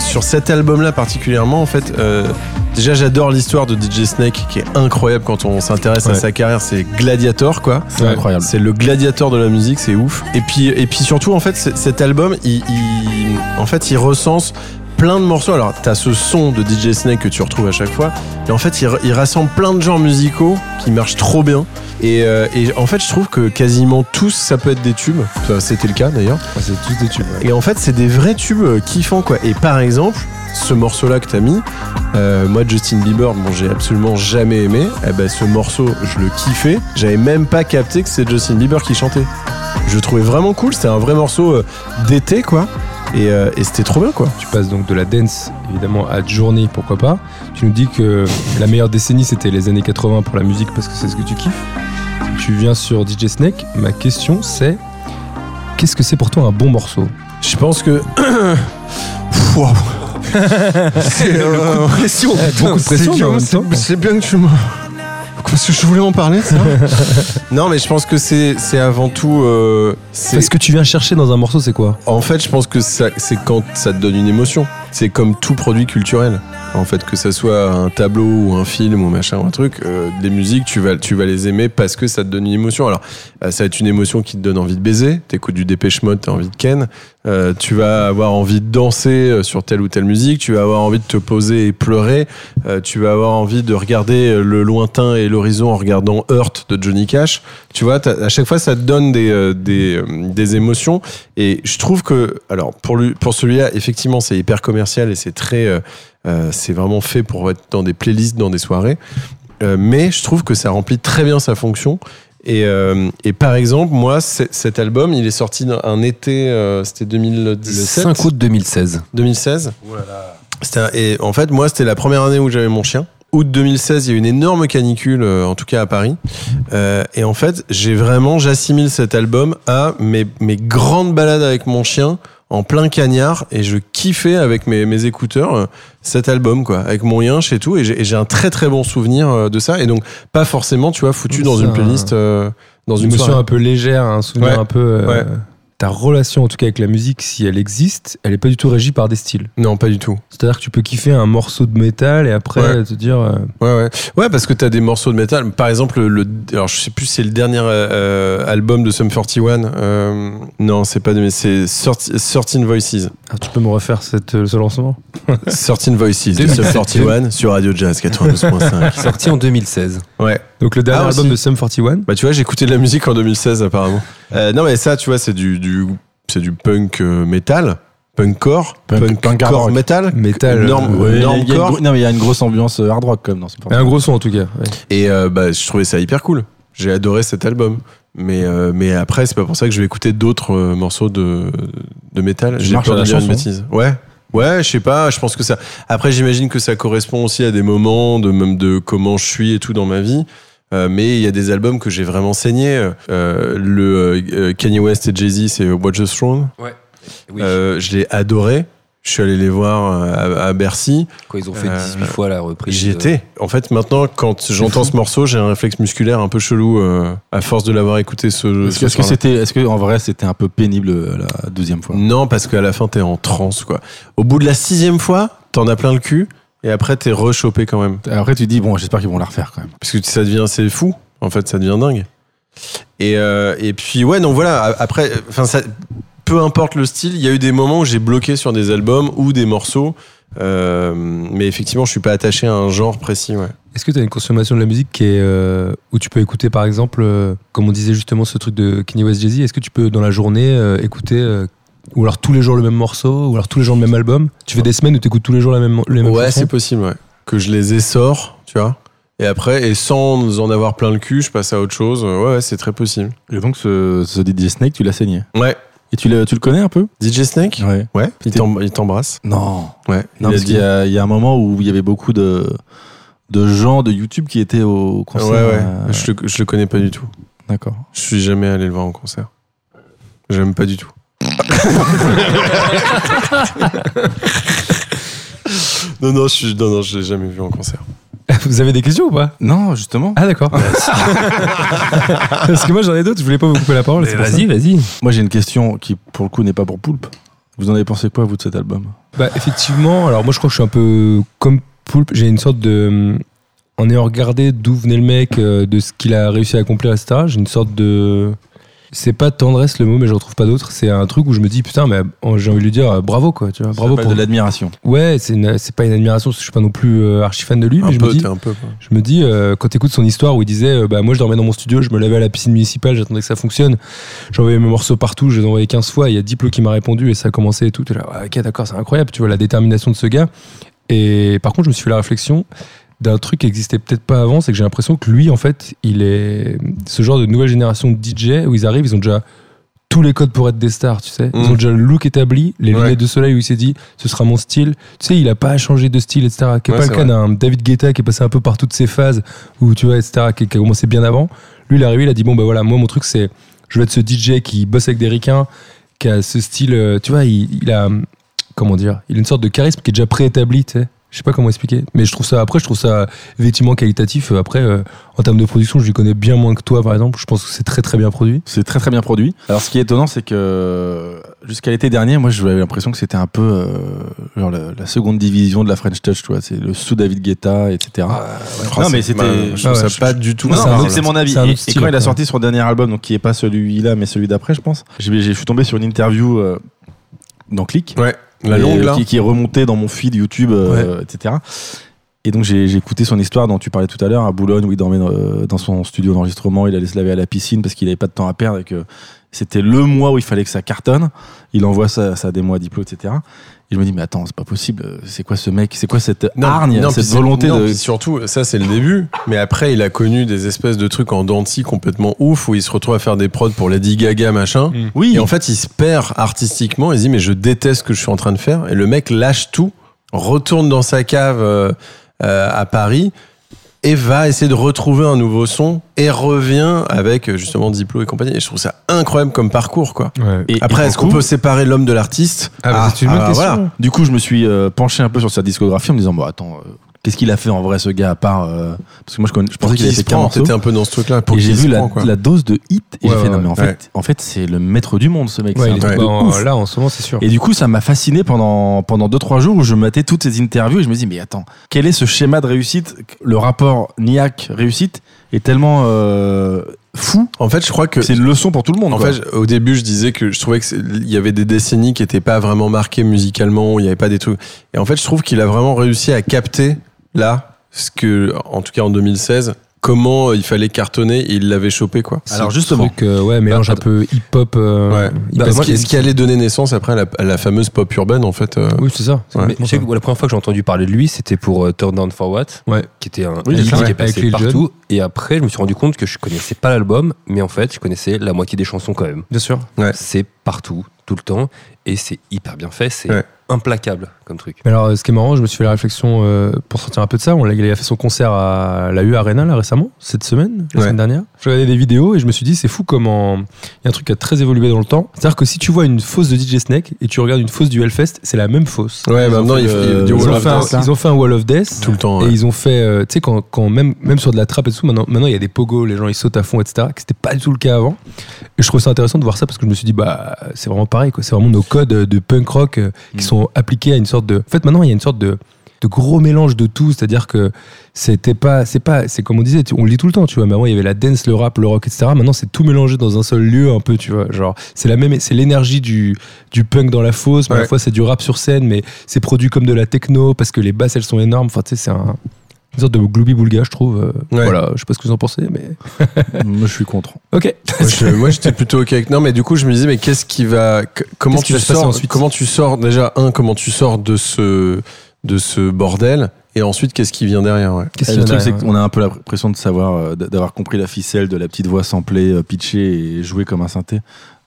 Speaker 4: sur cet album-là particulièrement, en fait, euh, déjà j'adore l'histoire de DJ Snake qui est incroyable quand on s'intéresse à
Speaker 3: Ouais.
Speaker 4: sa carrière. C'est Gladiator, quoi.
Speaker 3: C'est incroyable.
Speaker 4: C'est le gladiateur de la musique, c'est ouf. Et puis, et puis surtout, en fait, c- cet album, il, il- en fait, il recense plein de morceaux. Alors, t'as ce son de DJ Snake que tu retrouves à chaque fois, mais en fait, il, re- il rassemble plein de genres musicaux qui marchent trop bien. Et, euh, et en fait, je trouve que quasiment tous, ça peut être des tubes. Ça, C'était le cas d'ailleurs.
Speaker 2: Ouais, c'est tous des tubes.
Speaker 4: Et en fait, c'est des vrais tubes euh, kiffants, quoi. Et par exemple, ce morceau-là que t'as mis, euh, moi, Justin Bieber, bon, j'ai absolument jamais aimé. Eh ben, ce morceau, je le kiffais. J'avais même pas capté que c'est Justin Bieber qui chantait. Je le trouvais vraiment cool. C'était un vrai morceau euh, d'été, quoi. Et, euh, et c'était trop bien, quoi.
Speaker 2: Tu passes donc de la dance, évidemment, à journée, pourquoi pas. Tu nous dis que la meilleure décennie, c'était les années 80 pour la musique parce que c'est ce que tu kiffes. Tu viens sur DJ Snake. Ma question, c'est qu'est-ce que c'est pour toi un bon morceau
Speaker 4: Je pense que. *coughs* Waouh! C'est euh, pression!
Speaker 2: Eh, beaucoup de pression, mais
Speaker 4: C'est
Speaker 2: en
Speaker 4: bien-
Speaker 2: même hein. temps.
Speaker 4: c'est- C'est bien que tu me. Parce que je voulais en parler, ça! non, mais je pense que c'est c'est avant tout. euh, c'est-
Speaker 2: Parce que tu viens chercher dans un morceau, c'est quoi
Speaker 4: En fait, je pense que ça- c'est quand ça te donne une émotion. C'est comme tout produit culturel. En fait, que ça soit un tableau ou un film ou machin ou un truc, euh, des musiques, tu vas, tu vas les aimer parce que ça te donne une émotion. Alors, euh, ça va être une émotion qui te donne envie de baiser. T'écoutes du Dépêche Mode, t'as envie de Ken. Euh, tu vas avoir envie de danser euh, sur telle ou telle musique. Tu vas avoir envie de te poser et pleurer. Euh, tu vas avoir envie de regarder euh, le lointain et l'horizon en regardant Hurt de Johnny Cash. Tu vois, t'as- à chaque fois, ça te donne des, euh, des, euh, des émotions. Et je trouve que, alors pour, lui- pour celui-là, effectivement, c'est hyper commercial et c'est très, euh, euh, c'est vraiment fait pour être dans des playlists, dans des soirées. Euh, mais je trouve que ça remplit très bien sa fonction. Et, euh, et par exemple, moi, c'est- cet album, il est sorti dans un été, euh, c'était 2017,
Speaker 1: 5 août 2016.
Speaker 4: 2016. C'était un- et en fait, moi, c'était la première année où j'avais mon chien. Août 2016, il y a eu une énorme canicule, euh, en tout cas à Paris. Euh, et en fait, j'ai vraiment, j'assimile cet album à mes, mes grandes balades avec mon chien en plein cagnard. Et je kiffais avec mes, mes écouteurs euh, cet album, quoi, avec mon yinche et tout. Et j'ai et j'ai un très très bon souvenir euh, de ça. Et donc, pas forcément, tu vois, foutu
Speaker 2: C'est
Speaker 4: dans une
Speaker 2: un-
Speaker 4: playlist, euh, dans
Speaker 2: Une
Speaker 4: une
Speaker 2: émotion
Speaker 4: soirée.
Speaker 2: un peu légère, un souvenir
Speaker 4: Ouais.
Speaker 2: un peu. euh,
Speaker 4: Ouais.
Speaker 2: T'as ta relation en tout cas avec la musique, si elle existe, elle est pas du tout régie par des styles.
Speaker 4: Non, pas du tout.
Speaker 2: C'est-à-dire que tu peux kiffer un morceau de métal et après
Speaker 4: Ouais.
Speaker 2: te dire. euh,
Speaker 4: Ouais, ouais. ouais parce que t'as des morceaux de métal. Par exemple, le, alors, je sais plus si c'est le dernier euh, euh, album de Sum 41. Euh, non, c'est pas de. Mais c'est 13 13 Voices.
Speaker 2: ah, tu peux me refaire cette, euh, ce lancement
Speaker 4: 13 Voices de Sum
Speaker 3: *laughs*
Speaker 4: 41 sur Radio Jazz 92.5.
Speaker 1: Sorti en 2016.
Speaker 4: Ouais.
Speaker 2: Donc le dernier
Speaker 4: Ah,
Speaker 2: album
Speaker 4: aussi.
Speaker 2: de Sum 41.
Speaker 4: Bah, tu vois, j'écoutais de la musique en 2016, apparemment. Euh, non, mais ça, tu vois, c'est du, du, c'est du punk euh, métal. Punk core.
Speaker 3: Punk-
Speaker 4: Punk,
Speaker 3: punk hard
Speaker 4: core
Speaker 3: rock.
Speaker 4: metal.
Speaker 2: Métal.
Speaker 4: Énorme.
Speaker 2: euh,
Speaker 3: Ouais, il y
Speaker 4: énorme
Speaker 3: a- il y a une
Speaker 4: corps.
Speaker 3: gro- Non, mais il y a une grosse ambiance euh, hard rock comme dans ce
Speaker 2: mais Un gros son en tout cas. ouais.
Speaker 4: Et euh, bah, je trouvais ça hyper cool. J'ai adoré cet album. Mais, euh, mais après, c'est pas pour ça que je vais écouter d'autres euh, morceaux de, de métal.
Speaker 3: Tu
Speaker 4: J'ai
Speaker 3: marches
Speaker 4: peur
Speaker 3: sur
Speaker 4: de
Speaker 3: la
Speaker 4: dire une
Speaker 3: chanson.
Speaker 4: bêtise. Ouais. Ouais, je sais pas, je pense que ça. Après, j'imagine que ça correspond aussi à des moments, de même de comment je suis et tout dans ma vie. Euh, mais il y a des albums que j'ai vraiment saigné. Euh, le euh, Kanye West et Jay-Z, c'est Watch the Throne. Euh, je l'ai adoré. Je suis allé les voir euh, à, à Bercy.
Speaker 1: Quand ils ont fait
Speaker 4: euh,
Speaker 1: 18 fois la reprise.
Speaker 4: J'y étais. En fait, maintenant, quand j'entends ce morceau, j'ai un réflexe musculaire un peu chelou euh, à force de l'avoir écouté ce.
Speaker 3: Est-ce
Speaker 4: ce
Speaker 3: que, est-ce que
Speaker 4: soir-là.
Speaker 3: c'était, est-ce que en vrai c'était un peu pénible euh, la deuxième fois
Speaker 4: Non, parce qu'à la fin, t'es en transe, quoi. Au bout de la sixième fois, t'en as plein le cul, et après, t'es rechopé quand même.
Speaker 3: Après tu dis bon, j'espère qu'ils vont la refaire quand même.
Speaker 4: Parce que ça devient, c'est fou. En fait, ça devient dingue. Et, euh, et puis, ouais, donc voilà. a- Après, enfin, ça, peu importe le style, il y a eu des moments où j'ai bloqué sur des albums ou des morceaux. euh, mais effectivement, je suis pas attaché à un genre précis, ouais.
Speaker 2: Est-ce que tu as une consommation de la musique qui est, euh, où tu peux écouter par exemple, euh, comme on disait justement ce truc de Kanye West Jay-Z, est-ce que tu peux dans la journée euh, écouter euh, ou alors tous les jours le même morceau, ou alors tous les jours le même album Tu fais des semaines où tu écoutes tous les jours la même, les mêmes
Speaker 4: Ouais,
Speaker 2: chansons
Speaker 4: c'est possible, ouais. Que je les essore, tu vois. Et après, et sans en avoir plein le cul, je passe à autre chose. Ouais, ouais, c'est très possible.
Speaker 3: Et donc ce, ce DJ Snake, tu l'as saigné.
Speaker 4: Ouais.
Speaker 3: Et tu le, tu le connais un peu
Speaker 4: DJ Snake
Speaker 3: Ouais.
Speaker 4: Ouais. Il
Speaker 3: T'es-
Speaker 4: t'em- il t'embrasse
Speaker 3: Non.
Speaker 4: Ouais.
Speaker 3: Non,
Speaker 4: il a
Speaker 3: parce qu'il
Speaker 4: dit.
Speaker 3: y, a- il y a un moment où il y avait beaucoup de de gens de YouTube qui étaient au
Speaker 4: Ouais,
Speaker 3: concert.
Speaker 4: ouais.
Speaker 3: euh,
Speaker 4: Je, le, je le connais pas du tout.
Speaker 3: D'accord.
Speaker 4: Je suis jamais allé le voir en concert. J'aime pas du tout. *laughs* non, non, je suis, non, non, je l'ai jamais vu en concert.
Speaker 2: Vous avez des questions ou pas
Speaker 3: Non, justement.
Speaker 2: Ah d'accord. *laughs* Parce que moi j'en ai d'autres, je voulais pas vous couper la parole. c'est pour ça.
Speaker 1: vas-y.
Speaker 3: Moi j'ai une question qui pour le coup n'est pas pour Poulpe. Vous en avez pensé quoi vous de cet album
Speaker 2: Bah effectivement, alors moi je crois que je suis un peu comme Poulpe, j'ai une sorte de... hum, En ayant regardé d'où venait le mec, euh, de ce qu'il a réussi à accomplir, etc., j'ai une sorte de... C'est pas tendresse le mot, mais je retrouve pas d'autre. C'est un truc où je me dis, putain, mais euh, j'ai envie de lui dire euh, bravo, quoi. Tu vois, bravo
Speaker 3: Ça s'appelle
Speaker 2: pour.
Speaker 3: de l'admiration.
Speaker 2: Ouais, c'est une- c'est pas une admiration, parce que je suis pas non plus euh, archi fan de lui, mais
Speaker 4: un
Speaker 2: je
Speaker 4: peu,
Speaker 2: me dis,
Speaker 4: t'es un peu. quoi.
Speaker 2: je me dis, euh, quand t'écoutes son histoire où il disait, euh, bah moi je dormais dans mon studio, je me levais à la piscine municipale, j'attendais que ça fonctionne, j'envoyais mes morceaux partout, je les envoyais 15 fois, il y a Diplo qui m'a répondu et ça a commencé et tout. T'es là, ouais, ok d'accord, c'est incroyable, tu vois la détermination de ce gars. Et par contre, je me suis fait la réflexion d'un truc qui existait peut-être pas avant, c'est que j'ai l'impression que lui en fait, il est ce genre de nouvelle génération de DJ où ils arrivent, ils ont déjà tous les codes pour être des stars, tu sais. Ils
Speaker 4: Mm.
Speaker 2: ont déjà le look établi, les
Speaker 4: Ouais.
Speaker 2: lunettes de soleil où il s'est dit, ce sera mon style. Tu sais, il a pas changé de style, etc. Qui est
Speaker 4: Ouais,
Speaker 2: pas
Speaker 4: c'est
Speaker 2: le cas
Speaker 4: vrai.
Speaker 2: d'un David Guetta qui est passé un peu par toutes ses phases, où tu vois, etc., qui, qui a commencé bien avant. Lui, il est arrivé, il a dit, bon, bah voilà, moi, mon truc, c'est, je veux être ce DJ qui bosse avec des ricains, qui a ce style, euh, tu vois, il, il a, comment dire, il a une sorte de charisme qui est déjà préétabli, tu sais. Je sais pas comment expliquer, mais je trouve ça, après, je trouve ça effectivement qualitatif. Après, euh, en termes de production, je lui connais bien moins que toi, par exemple. Je pense que c'est très, très bien produit.
Speaker 3: C'est très très bien produit. Alors ce qui est étonnant, c'est que jusqu'à l'été dernier, moi j'avais l'impression que c'était un peu euh, genre la, la seconde division de la French Touch, tu vois. C'est le sous David Guetta, etc.
Speaker 4: Oh,
Speaker 3: mais
Speaker 4: c'est-
Speaker 3: c'était-
Speaker 4: bah, je trouve
Speaker 2: Ah ouais,
Speaker 4: ça pas du tout.
Speaker 3: Non, non,
Speaker 2: un
Speaker 3: mais
Speaker 2: autre-
Speaker 3: c'est mon avis.
Speaker 2: c'est un
Speaker 3: Et,
Speaker 2: autre
Speaker 3: et
Speaker 2: style,
Speaker 3: quand il a
Speaker 2: ouais.
Speaker 3: sorti son dernier album, donc qui est pas celui-là, mais celui d'après, je pense, j'ai- j'ai- je suis tombé sur une interview euh, dans Click,
Speaker 4: Ouais, la
Speaker 3: et,
Speaker 4: longue
Speaker 3: euh,
Speaker 4: là.
Speaker 3: qui, qui est remontée dans mon feed YouTube, euh, etc. Et donc j'ai j'ai écouté son histoire dont tu parlais tout à l'heure à Boulogne où il dormait dans, dans son studio d'enregistrement, il allait se laver à la piscine parce qu'il avait pas de temps à perdre et que c'était le mois où il fallait que ça cartonne. Il envoie ça, ça à des mois à Diplo, etc. Et je me dis mais attends c'est pas possible, c'est quoi ce mec, c'est quoi cette hargne, cette
Speaker 4: puis c'est-
Speaker 3: volonté
Speaker 4: non,
Speaker 3: de
Speaker 4: puis surtout, ça c'est le début. Mais après, il a connu des espèces de trucs en denti complètement ouf où il se retrouve à faire des prods pour Lady Gaga machin.
Speaker 2: Mm.
Speaker 3: oui
Speaker 4: Et en fait, il se perd artistiquement. Il se dit mais je déteste ce que je suis en train de faire. Et le mec lâche tout, retourne dans sa cave euh, euh, à Paris et va essayer de retrouver un nouveau son et revient avec euh, justement Diplo et compagnie. Et je trouve ça incroyable comme parcours quoi.
Speaker 3: Et- et
Speaker 4: Après,
Speaker 3: pour
Speaker 4: est-ce
Speaker 3: le
Speaker 4: qu'on
Speaker 3: coup-
Speaker 4: peut séparer l'homme de l'artiste
Speaker 2: Ah, bah, c'est une bonne question.
Speaker 4: voilà.
Speaker 3: Du coup, je me suis euh, penché un peu sur sa discographie en me disant, bon, attends, euh, Qu'est-ce qu'il a fait en vrai, ce gars, à part. euh, parce que moi, je, connais, je pensais qu'il
Speaker 4: qu'il
Speaker 3: avait
Speaker 4: se
Speaker 3: fait qu'un
Speaker 4: prend,
Speaker 3: morceau.
Speaker 4: t'étais un peu dans ce truc-là. Pour
Speaker 3: Et j'ai
Speaker 4: qu'il se
Speaker 3: vu la,
Speaker 4: prend, quoi.
Speaker 3: la dose de hit. Et
Speaker 2: Ouais,
Speaker 3: j'ai fait,
Speaker 2: ouais,
Speaker 3: non, mais en
Speaker 4: ouais.
Speaker 3: fait, en fait c'est le maître du monde, ce mec.
Speaker 1: euh,
Speaker 2: Ouais,
Speaker 3: c'est
Speaker 2: il
Speaker 3: un
Speaker 2: est
Speaker 3: truc de
Speaker 2: en-
Speaker 3: ouf.
Speaker 2: Euh, là en ce moment, c'est sûr.
Speaker 3: Et du coup, ça m'a fasciné pendant pendant deux trois jours où je matais toutes ces interviews et je me dis mais attends, quel est ce schéma de réussite Le rapport niac réussite est tellement euh, fou.
Speaker 4: En fait, je crois que.
Speaker 3: que C'est une leçon pour tout le monde.
Speaker 4: Euh, En
Speaker 3: quoi.
Speaker 4: fait, je- au début, je disais que je trouvais qu'il y avait des décennies qui n'étaient pas vraiment marquées musicalement, il n'y avait pas des trucs. Et en fait, je trouve qu'il a vraiment réussi à capter, là, ce que, en tout cas en 2016, comment euh, il fallait cartonner et il l'avait chopé, quoi.
Speaker 3: alors
Speaker 2: Ce
Speaker 3: justement,
Speaker 2: truc, euh, ouais, mélange un
Speaker 1: attends.
Speaker 2: peu hip-hop. euh,
Speaker 4: Bah, Ouais. Bah,
Speaker 2: hip-hop.
Speaker 4: ce, qui, ce qui allait donner naissance après à la, à la fameuse pop urbaine, en fait. euh,
Speaker 2: Oui, c'est ça. C'est
Speaker 4: Ouais.
Speaker 2: complètement
Speaker 1: Mais je sais
Speaker 2: ça.
Speaker 1: que, moi, la première fois que j'ai entendu parler de lui, c'était pour euh, Turn Down for What,
Speaker 2: Ouais.
Speaker 1: qui était un
Speaker 2: Oui,
Speaker 1: un
Speaker 2: c'est
Speaker 1: hit qui est
Speaker 2: ça, ouais. Avec
Speaker 1: passé
Speaker 2: Lil
Speaker 1: partout. Et après, je me suis rendu compte que je connaissais pas l'album, mais en fait, je connaissais la moitié des chansons quand même.
Speaker 2: Bien sûr.
Speaker 1: C'est partout, tout le temps, et c'est hyper bien fait. C'est
Speaker 4: Ouais.
Speaker 1: implacable comme truc.
Speaker 2: Mais alors, euh, ce qui est marrant, je me suis fait la réflexion euh, pour sortir un peu de ça. On l'a- il a fait son concert à la U Arena là, récemment, cette semaine, la
Speaker 4: Ouais.
Speaker 2: semaine dernière. Je regardais des vidéos et je me suis dit, c'est fou comment il y a un truc qui a très évolué dans le temps. C'est-à-dire que si tu vois une fosse de DJ Snake et tu regardes une fosse du Hellfest, c'est la même fosse.
Speaker 4: Ouais, bah, maintenant, il,
Speaker 3: euh,
Speaker 4: il- du
Speaker 2: Ils
Speaker 4: Wall
Speaker 2: ont,
Speaker 4: of
Speaker 2: fait un,
Speaker 4: Death,
Speaker 2: ils ont fait un Wall of Death.
Speaker 4: tout le temps.
Speaker 2: Et
Speaker 4: ouais.
Speaker 2: ils ont fait, euh, tu sais, quand, quand même, même sur de la trappe et tout, maintenant, maintenant il y a des pogos, les gens ils sautent à fond, etc. Que c'était pas du tout le cas avant. Et je trouve ça intéressant de voir ça parce que je me suis dit, bah, c'est vraiment pareil, quoi. C'est vraiment nos codes de punk rock euh, qui
Speaker 3: Mm.
Speaker 2: sont appliqués à une sorte de. En fait, maintenant, il y a une sorte de, de gros mélange de tout, c'est-à-dire que c'était pas, c'est pas, c'est comme on disait, tu- on le dit tout le temps, tu vois. Mais avant, il y avait la dance, le rap, le rock, etc. Maintenant, c'est tout mélangé dans un seul lieu, un peu, tu vois. Genre, c'est la même, c'est l'énergie du, du punk dans la fosse, mais à la
Speaker 4: Ouais.
Speaker 2: fois c'est du rap sur scène, mais c'est produit comme de la techno parce que les basses elles sont énormes. Enfin, tu sais, c'est un- une sorte de gloobie boulga, je trouve. Euh,
Speaker 4: Ouais.
Speaker 2: Voilà, je sais pas ce que vous en pensez, mais
Speaker 3: moi je
Speaker 2: *laughs*
Speaker 3: suis contre.
Speaker 2: ok.
Speaker 4: Moi, je- Moi, j'étais plutôt ok avec. Non, mais du coup, je me disais, mais qu'est-ce qui va. c- Comment
Speaker 2: Qu'est-ce qui
Speaker 4: tu
Speaker 2: va se passer
Speaker 4: sors
Speaker 2: ensuite
Speaker 4: Comment tu sors déjà un Comment tu sors de ce de ce bordel Et ensuite, qu'est-ce qui vient derrière ouais.
Speaker 2: Qu'est-ce
Speaker 3: Et
Speaker 2: qu'il y
Speaker 3: le
Speaker 2: en a,
Speaker 3: truc, c'est
Speaker 2: hein
Speaker 3: qu'on a un peu l'impression de savoir, euh, d- d'avoir compris la ficelle de la petite voix samplée, euh, pitchée et jouée comme un synthé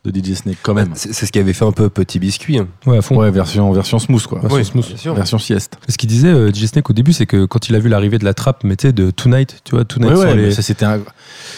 Speaker 3: de DJ Snake quand même.
Speaker 1: C'est c'est ce qui avait fait un peu Petit Biscuit. hein.
Speaker 2: Ouais, à fond.
Speaker 3: Ouais, version version smooth quoi,
Speaker 2: Ouais,
Speaker 1: Oui,
Speaker 2: smooth.
Speaker 1: bien sûr.
Speaker 3: version sieste.
Speaker 2: Ce qu'il disait euh, DJ Snake au début, c'est que quand il a vu l'arrivée de la trappe, mais tu sais, de Tonight, tu vois, Tonight
Speaker 3: Ouais,
Speaker 2: sur
Speaker 3: ouais,
Speaker 2: les-
Speaker 3: mais ça c'était un.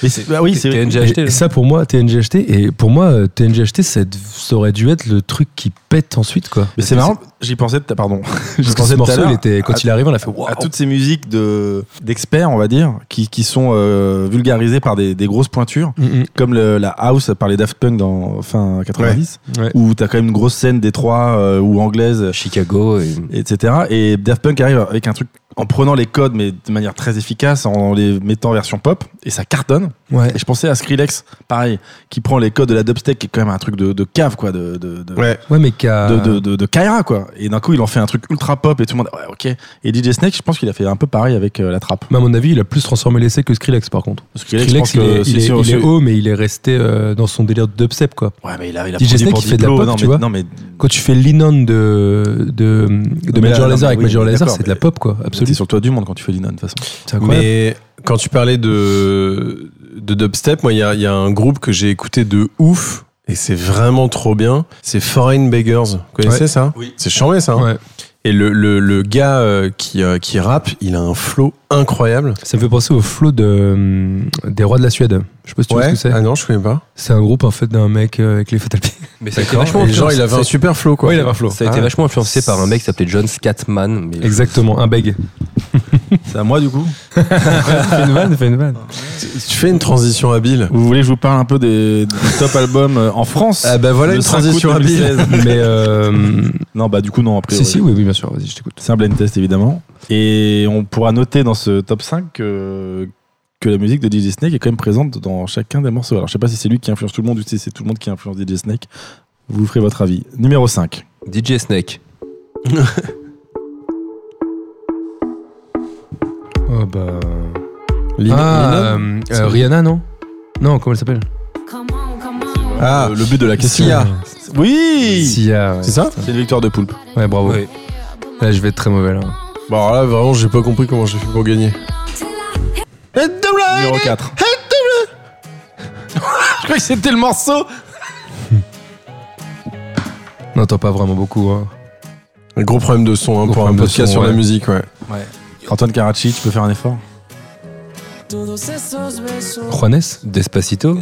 Speaker 3: Mais c'est- bah oui, c'est.
Speaker 1: TNG
Speaker 2: Et-
Speaker 1: acheté.
Speaker 2: Et,
Speaker 1: là.
Speaker 2: ça pour moi, TNGHT, et pour moi, euh, TNGHT, ça, dev- ça aurait dû être le truc qui pète ensuite,
Speaker 3: *laughs*
Speaker 2: quoi.
Speaker 3: Mais c'est marrant, j'y pensais, t- *laughs* pardon.
Speaker 2: Parce que ce
Speaker 3: tout à
Speaker 2: morceau, il
Speaker 3: l'heure
Speaker 2: était, quand
Speaker 3: à-
Speaker 2: il arrive, on a fait waouh.
Speaker 3: à toutes ces musiques de d'experts, on va dire, qui, qui sont euh, vulgarisées par des, des grosses pointures,
Speaker 2: Mm,
Speaker 3: comme le- la house par les Daft Punk dans fin 90,
Speaker 2: mm, ouais.
Speaker 3: où t'as quand même une grosse scène Détroit euh, ou anglaise,
Speaker 1: Chicago. et-
Speaker 3: etc. Et Daft Punk arrive avec un truc en prenant les codes, mais de manière très efficace, en les mettant en version pop, et ça cartonne.
Speaker 2: Ouais.
Speaker 3: Et je pensais à Skrillex, pareil, qui prend les codes de la dubstep, qui est quand même un truc de, de cave, quoi, de, de, de-
Speaker 4: Ouais.
Speaker 2: Ouais, mais qu'à.
Speaker 3: de, de, de, de Kyra, quoi. Et d'un coup, il en fait un truc ultra pop et tout le monde, ouais, ok. Et DJ Snake, je pense qu'il a fait un peu pareil avec euh, la trappe.
Speaker 2: Mais à mon avis, il a plus transformé l'essai que Skrillex, par contre.
Speaker 3: Skrillex, je pense
Speaker 2: il,
Speaker 3: que
Speaker 2: est,
Speaker 3: c'est-
Speaker 2: il est-
Speaker 3: c'est-
Speaker 2: il est
Speaker 3: c'est-
Speaker 2: haut, mais il est resté euh, dans son délire de dubstep, quoi.
Speaker 3: Ouais, mais il a, il a
Speaker 2: DJ
Speaker 3: produit
Speaker 2: Snake,
Speaker 3: pour
Speaker 2: il fait de la
Speaker 3: Diplo,
Speaker 2: pop,
Speaker 3: non,
Speaker 2: tu
Speaker 3: mais-
Speaker 2: vois.
Speaker 3: Non, mais
Speaker 2: Quand tu fais Linon de, de, de Major
Speaker 3: mais là, non, mais
Speaker 2: Laser avec
Speaker 3: oui,
Speaker 2: Major
Speaker 3: mais
Speaker 2: Laser,
Speaker 3: d'accord,
Speaker 2: c'est de la
Speaker 3: mais-
Speaker 2: pop, quoi.
Speaker 3: t'es
Speaker 2: Absolument.
Speaker 3: sur le toit du monde quand tu fais Linon, de toute façon.
Speaker 2: C'est incroyable.
Speaker 4: Mais quand tu parlais de de dubstep, moi, il y a, il y a un groupe que j'ai écouté de ouf. Et c'est vraiment trop bien. C'est Foreign Beggars. Vous connaissez
Speaker 2: Ouais.
Speaker 4: ça C'est chambé ça. hein
Speaker 2: Ouais.
Speaker 4: Et le, le, le gars euh, qui, euh, qui rappe, il a un flow incroyable.
Speaker 2: Ça me fait penser au flow de, hum, des Rois de la Suède. Je sais pas si tu vois ce que c'est.
Speaker 4: Ah non, je connais pas.
Speaker 2: C'est un groupe, en fait, d'un mec euh, avec les Fatal Pi.
Speaker 1: Mais ça a été
Speaker 2: D'accord.
Speaker 1: vachement
Speaker 4: Et genre,
Speaker 1: influencé-
Speaker 4: il avait un super flow quoi.
Speaker 2: Ouais, il avait un flow.
Speaker 1: ça a été
Speaker 4: Ah.
Speaker 1: vachement influencé par un mec qui s'appelait John Scatman. mais-
Speaker 2: *laughs* Exactement, un beg.
Speaker 3: C'est à moi, du coup.
Speaker 2: fais une vanne, fais une vanne.
Speaker 4: Tu fais une transition habile.
Speaker 3: Vous voulez que je vous parle un peu des, des *laughs* top albums euh, en France
Speaker 4: Ah bah voilà
Speaker 3: Le
Speaker 4: une
Speaker 3: 5 août
Speaker 4: transition habile.
Speaker 3: 2016. *laughs*
Speaker 2: Mais euh,
Speaker 3: Non, bah du coup, non, après.
Speaker 2: si, si, oui, oui, bien sûr, vas-y, je t'écoute.
Speaker 3: C'est un blind test, évidemment. Et on pourra noter dans ce top 5 que, que la musique de DJ Snake est quand même présente dans chacun des morceaux. Alors, je sais pas si c'est lui qui influence tout le monde ou si c'est tout le monde qui influence DJ Snake. Vous ferez votre avis. Numéro 5.
Speaker 1: DJ Snake.
Speaker 2: Oh, bah.
Speaker 4: Lino-
Speaker 2: ah,
Speaker 4: Lino-
Speaker 2: euh, euh, Rihanna, non Non, comment elle s'appelle
Speaker 4: Ah.
Speaker 3: Euh, le, le but de la question.
Speaker 4: Sia.
Speaker 3: Oui
Speaker 2: Sia, ah, ouais.
Speaker 4: C'est ça
Speaker 3: C'est une victoire de poulpe.
Speaker 2: Ouais, bravo.
Speaker 1: Ouais.
Speaker 2: Là, je vais être très mauvais, là.
Speaker 4: Bon Bah, alors là vraiment j'ai pas compris comment j'ai fait pour gagner.
Speaker 3: Numéro 4. je croyais que c'était le morceau.
Speaker 2: On n'entend pas vraiment beaucoup. hein.
Speaker 4: Un gros problème de son hein,
Speaker 2: Gros
Speaker 4: pour un
Speaker 2: problème de
Speaker 4: podcast
Speaker 2: son,
Speaker 4: sur la
Speaker 2: ouais.
Speaker 4: musique ouais.
Speaker 3: Antoine Karachi, tu peux faire un effort
Speaker 2: Juanes
Speaker 1: Despacito.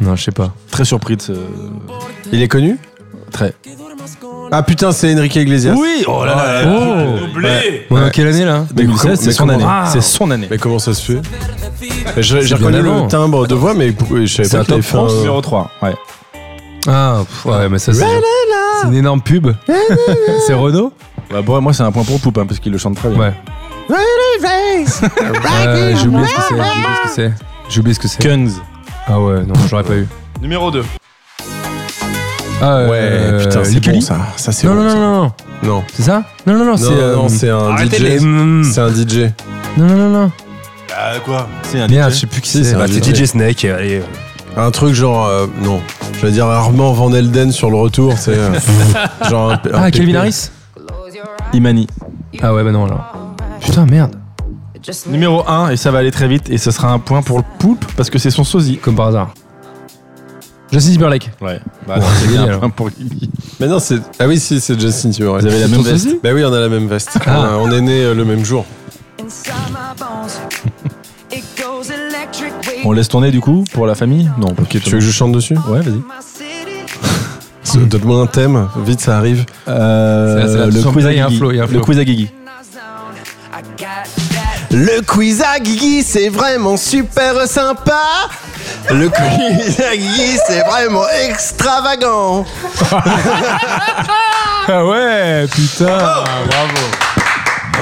Speaker 2: Non, je sais pas.
Speaker 3: Très surpris de ce.
Speaker 4: Il est connu
Speaker 3: Très.
Speaker 4: Ah putain, c'est Enrique Iglesias.
Speaker 3: Oui, oh là là.
Speaker 2: Oh
Speaker 3: Ouais.
Speaker 2: On est en quelle année là
Speaker 3: 2016, c'est
Speaker 2: Mais
Speaker 3: son
Speaker 2: comment-
Speaker 3: année.
Speaker 2: Ah.
Speaker 3: C'est son année.
Speaker 4: Mais comment ça se fait Je- J'ai
Speaker 2: C'est bien
Speaker 4: reconnu
Speaker 2: avant.
Speaker 4: le timbre de voix, mais pourquoi- je savais
Speaker 3: C'est
Speaker 4: pas
Speaker 3: un
Speaker 4: qu'il avait
Speaker 3: top
Speaker 4: fait un...
Speaker 3: France numéro 3. Euh, Ouais.
Speaker 2: Ah, pff, ouais, mais ça, c'est c'est une énorme pub. *laughs* c'est Renault
Speaker 3: Bah, bon, moi, c'est un point pour Poupe, hein, parce qu'il le chante très bien.
Speaker 2: Ouais. Euh, J'ai oublié ce que c'est. J'ai oublié ce que c'est. J'ai oublié ce que c'est.
Speaker 3: Guns.
Speaker 2: Ah ouais, non, j'aurais pas eu.
Speaker 6: Numéro 2.
Speaker 2: Ah,
Speaker 4: Ouais,
Speaker 2: euh,
Speaker 4: putain, c'est
Speaker 2: Liculi
Speaker 4: bon ça. Ça, c'est
Speaker 2: Non,
Speaker 4: bon.
Speaker 2: non,
Speaker 4: ça.
Speaker 2: non, non, non.
Speaker 4: Non.
Speaker 2: C'est ça Non, non, non, c'est.
Speaker 4: Non,
Speaker 2: euh,
Speaker 4: non, c'est un
Speaker 6: arrêtez
Speaker 4: DJ.
Speaker 2: les- Mm.
Speaker 4: C'est un DJ.
Speaker 2: Non, non, non, non.
Speaker 6: Ah, quoi
Speaker 3: C'est un
Speaker 2: Merde,
Speaker 3: DJ.
Speaker 2: je sais plus qui
Speaker 4: Si,
Speaker 2: Ah, c'est.
Speaker 4: c'est
Speaker 1: Bah,
Speaker 4: un
Speaker 1: c'est DJ Snake. allez.
Speaker 4: Un truc genre. euh, non. Je veux dire Armand Van Elden sur le retour, c'est. euh, genre un, un
Speaker 2: Ah,
Speaker 4: pépé.
Speaker 2: Calvin Harris
Speaker 3: Imani.
Speaker 2: Ah ouais, bah non, alors. Putain, merde.
Speaker 3: Numéro 1, et ça va aller très vite, et ça sera un point pour le Poupe, parce que c'est son sosie.
Speaker 2: Comme par hasard. Justin Timberlake.
Speaker 3: Ouais.
Speaker 2: Bon, c'est
Speaker 3: Il y a
Speaker 2: génial.
Speaker 3: un point pour Guigui.
Speaker 4: Mais non, c'est. Ah oui, si, c'est Justin Timberlake.
Speaker 3: Vous avez la
Speaker 2: C'est
Speaker 3: même
Speaker 2: ton
Speaker 3: veste.
Speaker 2: sosie
Speaker 4: Bah oui, on a la même veste.
Speaker 2: Ah.
Speaker 4: On a- On est né euh, le même jour.
Speaker 3: On laisse tourner du coup pour la famille Non, ok,
Speaker 4: Tu veux que je chante dessus
Speaker 3: Ouais, vas-y.
Speaker 4: C'est-
Speaker 2: Mm.
Speaker 4: Donne-moi un thème, vite ça arrive.
Speaker 2: C'est- c'est la
Speaker 3: Euh, le
Speaker 2: chanson-
Speaker 3: quiz à
Speaker 2: il y a un
Speaker 3: Guigui.
Speaker 2: flow, il y a un
Speaker 3: Le
Speaker 2: flow.
Speaker 3: quiz à Guigui.
Speaker 4: Le quiz à Guigui, c'est vraiment super sympa. Le quiz à Guigui, c'est vraiment extravagant.
Speaker 2: Ah ouais, putain.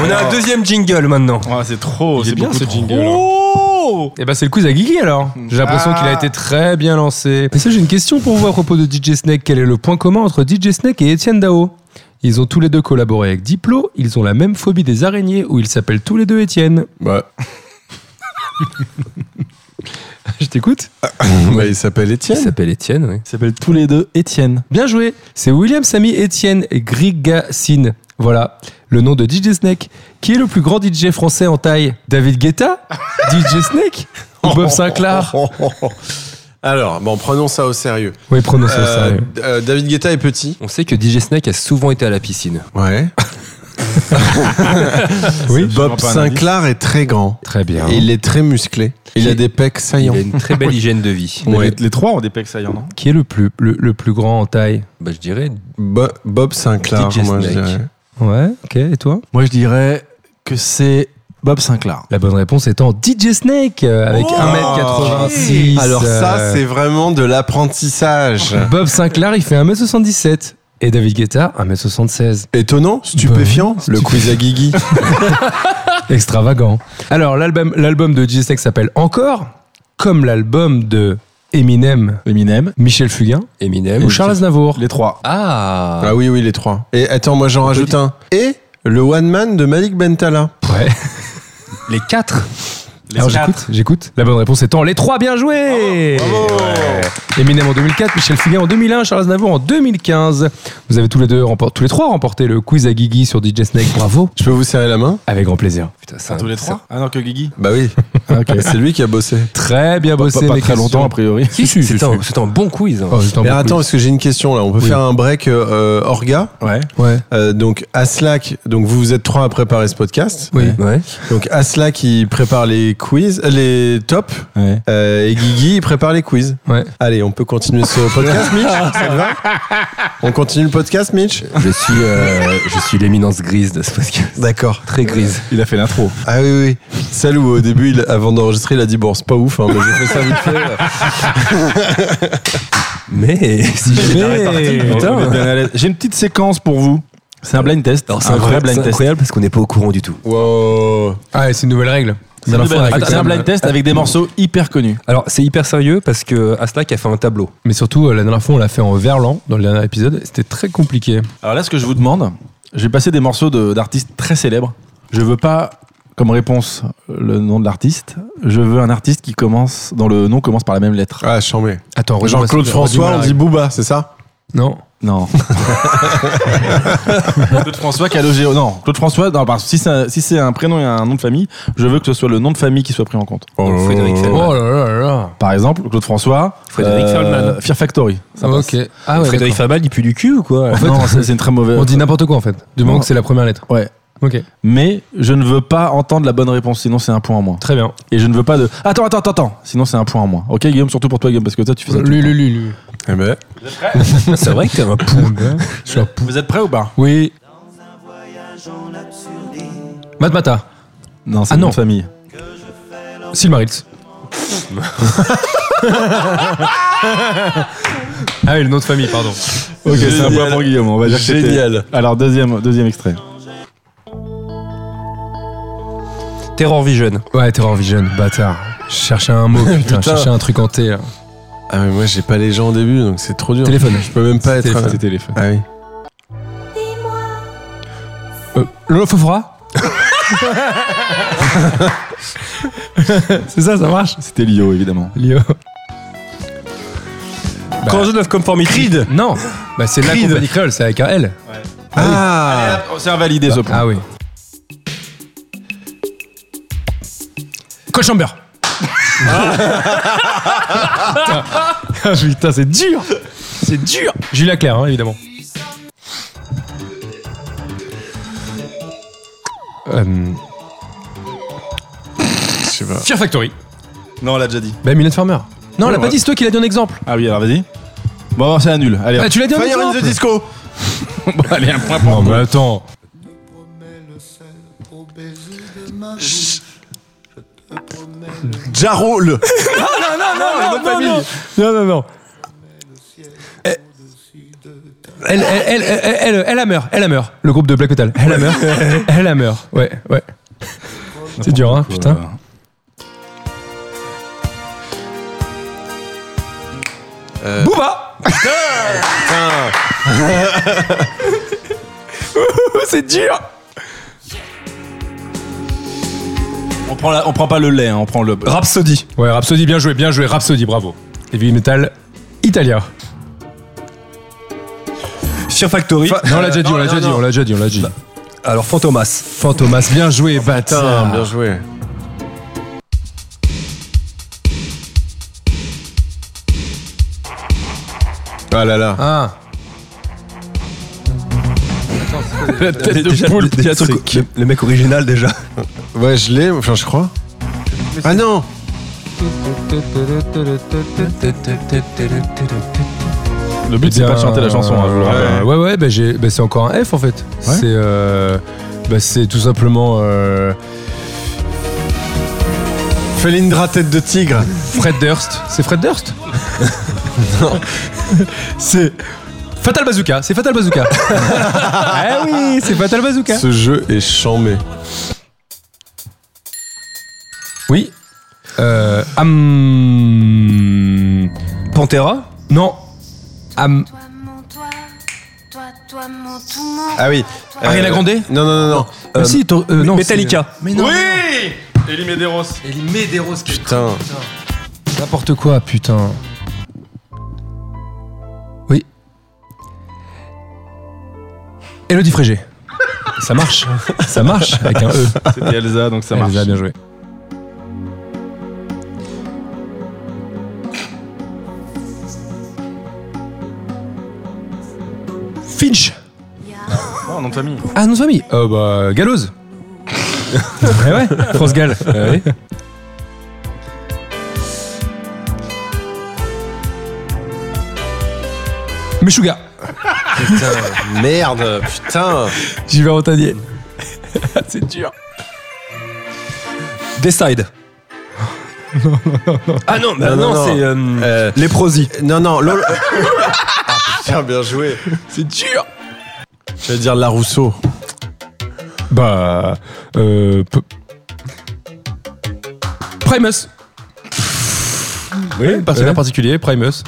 Speaker 1: On a un deuxième jingle maintenant.
Speaker 3: Ah, c'est trop,
Speaker 2: c'est beaucoup trop.
Speaker 3: Oh
Speaker 2: Et bah, c'est le quiz à Guigui alors. J'ai l'impression
Speaker 1: Ah.
Speaker 2: qu'il a été très bien lancé. Mais ça, j'ai une question pour vous à propos de DJ Snake. Quel est le point commun entre DJ Snake et Étienne Dao Ils ont tous les deux collaboré avec Diplo. Ils ont la même phobie des araignées où ils s'appellent tous les deux Étienne.
Speaker 4: Bah,
Speaker 2: *laughs* Je t'écoute.
Speaker 4: bah, il s'appelle
Speaker 1: Il
Speaker 4: Étienne.
Speaker 1: s'appelle Étienne, oui.
Speaker 3: Ils s'appellent tous les deux Étienne.
Speaker 2: Bien joué. C'est William Samy Étienne Grigassine. Voilà le nom de DJ Snake. Qui est le plus grand DJ français en taille David Guetta
Speaker 4: *laughs*
Speaker 2: DJ Snake Ou Bob Sinclair
Speaker 4: *laughs* Alors, bon, prenons ça au sérieux.
Speaker 2: Oui, prononcez
Speaker 4: Euh,
Speaker 2: ça. oui.
Speaker 4: d- euh, David Guetta est petit.
Speaker 1: On sait que DJ Snake a souvent été à la piscine.
Speaker 4: Ouais.
Speaker 2: Oui.
Speaker 4: Bob Sinclair est très grand.
Speaker 2: Très bien.
Speaker 4: Et il est très musclé. Il a des pecs
Speaker 1: Il
Speaker 4: saillants.
Speaker 1: a une très belle hygiène de vie.
Speaker 3: Mais les, les trois ont des pecs saillants, non
Speaker 2: Qui est le plus, le, le plus grand en taille
Speaker 1: Bah, je dirais.
Speaker 4: Bo- Bob Sinclair,
Speaker 1: DJ
Speaker 4: moi je
Speaker 1: Snake.
Speaker 4: dirais.
Speaker 2: Ouais, ok. Et toi
Speaker 3: Moi, je dirais que c'est Bob Sinclair.
Speaker 2: La bonne réponse étant DJ Snake euh, avec
Speaker 4: Oh,
Speaker 2: 1m86.
Speaker 4: Alors ça,
Speaker 2: euh,
Speaker 4: c'est vraiment de l'apprentissage.
Speaker 2: Bob Sinclair, il fait 1m77. Et David Guetta, 1m76.
Speaker 4: *laughs* Étonnant, stupéfiant, le
Speaker 2: stupéfiant.
Speaker 4: quiz à Guigui.
Speaker 2: Extravagant. Alors, l'album, l'album de DJ Snake s'appelle Encore, comme l'album de Eminem,
Speaker 3: Eminem.
Speaker 2: Michel Fugain
Speaker 1: Eminem.
Speaker 2: ou Charles Aznavour.
Speaker 3: Les trois.
Speaker 1: Ah,
Speaker 4: Ah oui, oui, les trois. Et attends, moi j'en rajoute un. Et le One Man de Malik Bentala.
Speaker 3: *laughs*
Speaker 2: Ouais.
Speaker 1: Les quatre
Speaker 2: Alors, j'écoute, j'écoute. La bonne réponse étant les trois, bien joués Ouais. Eminem en 2004, Michel Fugain en 2001, Charles Aznavour en 2015. Vous avez tous les deux remporté, tous les trois remporté le quiz à Guigui sur DJ Snake. Bravo.
Speaker 4: Je peux vous serrer la main
Speaker 2: Avec grand plaisir.
Speaker 1: Putain, c'est un-
Speaker 3: Ah non, que Guigui.
Speaker 4: Bah *laughs* oui. C'est lui qui a bossé.
Speaker 2: Très bien
Speaker 3: Pas,
Speaker 2: bossé,
Speaker 3: pas
Speaker 2: mes
Speaker 3: très
Speaker 2: questions.
Speaker 3: longtemps, a priori.
Speaker 1: Si, si, c'est un, c'est un bon quiz. hein.
Speaker 2: Oh, c'est un
Speaker 4: Mais
Speaker 2: bon
Speaker 4: attends, parce que j'ai une question là. On peut faire un break euh, euh, orga.
Speaker 3: Ouais.
Speaker 2: quiz. Ouais.
Speaker 4: Euh, donc Aslak, donc vous vous êtes trois à préparer ce podcast.
Speaker 2: Oui.
Speaker 1: Ouais.
Speaker 4: Donc Aslak il prépare les quiz, euh, les tops,
Speaker 3: Ouais.
Speaker 4: euh, et Guigui il prépare les quiz.
Speaker 2: Ouais.
Speaker 4: Allez, on peut continuer ce podcast, Mitch *laughs* Ça te va On continue le podcast, Mitch
Speaker 1: Je suis, euh, je suis l'éminence grise de ce podcast.
Speaker 4: D'accord.
Speaker 1: Très grise.
Speaker 3: Il a fait l'intro.
Speaker 4: Ah oui, oui. Celle où au début, il- avant d'enregistrer, il a dit Bon, c'est pas ouf, hein, mais j'ai fait ça vite fait.
Speaker 1: *laughs* Mais si j'ai bien réparti,
Speaker 3: Putain,
Speaker 1: putain.
Speaker 3: on Oh, est bien à *laughs* l'aise. J'ai une petite séquence pour vous. C'est un blind test.
Speaker 1: Alors, c'est
Speaker 3: un vrai
Speaker 1: incroyable,
Speaker 3: blind
Speaker 1: c'est
Speaker 3: test.
Speaker 1: incroyable parce qu'on n'est pas au courant du tout.
Speaker 4: Wow.
Speaker 2: Ah, et c'est une nouvelle règle.
Speaker 3: C'est
Speaker 2: La
Speaker 3: un
Speaker 2: dernière fois, on a fait
Speaker 3: blind- Attends, c'est un
Speaker 2: ça.
Speaker 3: blind test avec des morceaux hyper connus.
Speaker 1: Alors, c'est hyper sérieux parce que Aslak a fait un tableau.
Speaker 2: Mais surtout, euh, la dernière fois, on l'a fait en verlan dans le dernier épisode. C'était très compliqué.
Speaker 3: Alors là, ce que je vous demande, je vais passer des morceaux de- d'artistes très célèbres. Je veux pas, comme réponse, le nom de l'artiste. Je veux un artiste qui commence, dont le nom commence par la même lettre.
Speaker 4: *laughs* Ah, chambé.
Speaker 2: Attends, redis-moi
Speaker 4: Jean-Claude
Speaker 2: ça,
Speaker 4: François,
Speaker 2: redis-moi
Speaker 4: on
Speaker 2: la
Speaker 4: dit Booba, c'est ça
Speaker 2: règle. Non.
Speaker 1: *laughs*
Speaker 3: Non. Claude François Calogero. Non, Claude François, non, pardon, si c'est un, si c'est un prénom et un nom de famille, je veux que ce soit le nom de famille qui soit pris en compte.
Speaker 1: Donc, Frédéric Feldman.
Speaker 2: Oh là là là.
Speaker 3: Par exemple, Claude François. euh,
Speaker 1: Frédéric Feldman.
Speaker 3: Fear Factory. Ça passe.
Speaker 2: ok. Ah ouais.
Speaker 1: Frédéric
Speaker 2: d'accord.
Speaker 1: Feldman, il pue du cul ou quoi
Speaker 3: Non, c'est c'est une très mauvaise.
Speaker 2: On dit n'importe quoi en fait. Du moment
Speaker 3: Non.
Speaker 2: que c'est la première lettre.
Speaker 3: Ouais.
Speaker 2: Ok.
Speaker 3: Mais je ne veux pas entendre la bonne réponse, sinon c'est un point en moins.
Speaker 2: Très bien.
Speaker 3: Et je ne veux pas de. Attends, attends, attends, attends, sinon c'est un point en moins. Ok, Guillaume, surtout pour toi, Guillaume, parce que toi, tu fais ça. tout le
Speaker 2: Lui,
Speaker 3: temps.
Speaker 2: lui, lui, lui.
Speaker 4: Eh ben,
Speaker 1: *laughs* C'est vrai que t'es un pou.
Speaker 2: Je suis un pou-
Speaker 3: Vous êtes prêts ou pas
Speaker 2: *laughs* Oui. Matmata.
Speaker 3: Non,
Speaker 2: Ah
Speaker 3: c'est une
Speaker 2: non.
Speaker 3: autre famille.
Speaker 1: *laughs*
Speaker 2: Silmarils. ah oui, le nom de famille, pardon.
Speaker 3: Ok, c'est un point
Speaker 4: Génial.
Speaker 3: pour Guillaume, on va dire que c'était-
Speaker 4: Génial.
Speaker 3: Alors, deuxième, deuxième extrait.
Speaker 1: Terror Vision.
Speaker 2: Ouais, Terror Vision, bâtard. Je cherchais
Speaker 1: *laughs*
Speaker 2: un mot, putain,
Speaker 4: Putain.
Speaker 2: je cherchais un truc en T. là.
Speaker 4: ah, mais moi, j'ai pas les gens au début, donc c'est trop dur.
Speaker 2: Téléphone.
Speaker 4: Je peux même pas être.
Speaker 3: C'était téléphone.
Speaker 4: Ah oui.
Speaker 2: Euh, Lolo Fofora *laughs* C'est ça, ça marche
Speaker 3: C'était Lio, évidemment.
Speaker 2: Lio.
Speaker 1: Corrosion of Conformity. Creed.
Speaker 2: Non, bah, c'est la
Speaker 4: Creed.
Speaker 2: compagnie créole, c'est avec un L.
Speaker 4: Ah,
Speaker 3: Euh, C'est invalidé ce point.
Speaker 2: Ah oui. Cochamber Ah. *laughs* Putain, Putain, c'est dur C'est dur Julia Claire, hein, évidemment. Euh,
Speaker 4: Je sais pas.
Speaker 2: Fear Factory.
Speaker 3: Non, on l'a déjà dit.
Speaker 2: Bah, Mylène Farmer. Non, on l'a
Speaker 3: Ouais,
Speaker 2: pas
Speaker 3: ouais.
Speaker 2: dit, c'est toi qui l'as dit en exemple.
Speaker 3: Ah oui, alors vas-y. Bon, alors, c'est un nul. Allez,
Speaker 2: Bah, tu l'as dit en
Speaker 4: Fire in
Speaker 2: exemple.
Speaker 4: the Disco.
Speaker 3: bon, allez, un point pour
Speaker 2: Non,
Speaker 3: moi.
Speaker 2: mais attends.
Speaker 4: *laughs* Jarol.
Speaker 2: Non, non, non, non, non, non. Eh. Elle, elle, elle, elle, elle, elle, elle a meurt, elle a meurt. Le groupe de Black Metal, elle a meurt, elle a meurt. Ouais, ouais. C'est dur, hein, putain. Euh. Booba *laughs* C'est dur
Speaker 3: On prend, la- on prend pas le lait, hein, on prend le.
Speaker 2: Ah.
Speaker 1: Rhapsody.
Speaker 2: Ouais, Rhapsody, bien joué, bien joué, Rhapsody, bravo. Heavy Metal, Italia.
Speaker 1: Fear Factory.
Speaker 2: Non, on l'a déjà dit, on l'a déjà dit, on l'a déjà dit, on l'a dit.
Speaker 1: Alors Fantomas.
Speaker 2: Fantomas, bien joué,
Speaker 3: Oh,
Speaker 4: Putain, bien
Speaker 2: bâtard.
Speaker 4: joué. Ah là là.
Speaker 2: Ah.
Speaker 3: tête
Speaker 1: Déjà, déjà,
Speaker 3: truc.
Speaker 1: c'est le, le mec original déjà.
Speaker 4: Ouais, je l'ai, enfin, je crois. Ah non
Speaker 2: Eh
Speaker 3: Le but, c'est pas de chanter la chanson, hein, je vous le rappelle.
Speaker 2: Ouais, ouais, ouais, bah, j'ai- bah, c'est encore un F en fait. C'est euh, bah, c'est tout simplement euh,
Speaker 4: Felindra tête de tigre.
Speaker 2: Fred Durst. C'est Fred Durst Non. c'est Fatal Bazooka. C'est Fatal *laughs* Bazooka. ah oui, c'est Fatal Bazooka.
Speaker 4: Ce jeu est chambé.
Speaker 2: Oui. Euh, am-
Speaker 1: Pantera.
Speaker 2: Non. Am...
Speaker 7: Toi mon toi, toi toi mon tout mon.
Speaker 4: Ah oui.
Speaker 2: Ariana
Speaker 4: Euh,
Speaker 2: Grande
Speaker 4: Non, non, non, non.
Speaker 2: Ah si, t'as- euh, non,
Speaker 1: Metallica.
Speaker 2: Mais non,
Speaker 6: Oui Elie Medeiros.
Speaker 4: Putain.
Speaker 2: N'importe quoi, putain. Oui. Elodie Frégé. *laughs* Ça marche. Ça marche avec un E.
Speaker 3: C'était Elsa, donc ça marche.
Speaker 2: Elsa, bien joué. Finch.
Speaker 3: Non, nom de famille.
Speaker 2: Ah, non, famille. Euh, bah, Gallows. Eh ouais, France Gall. Euh, oui. Meshuga.
Speaker 4: Putain. Merde, putain.
Speaker 2: J'y vais en tanier. *laughs* C'est dur.
Speaker 1: Decide. Ah non, bah
Speaker 4: Non, non,
Speaker 1: non,
Speaker 4: non.
Speaker 1: c'est
Speaker 4: Euh,
Speaker 1: les Leprosy.
Speaker 4: Non, non, lol. Ah, putain, bien joué.
Speaker 2: C'est dur.
Speaker 4: Je vais dire La Rousseau.
Speaker 2: Bah. Euh, p- Primus. Oui, personnage
Speaker 1: ouais.
Speaker 2: particulier, Primus.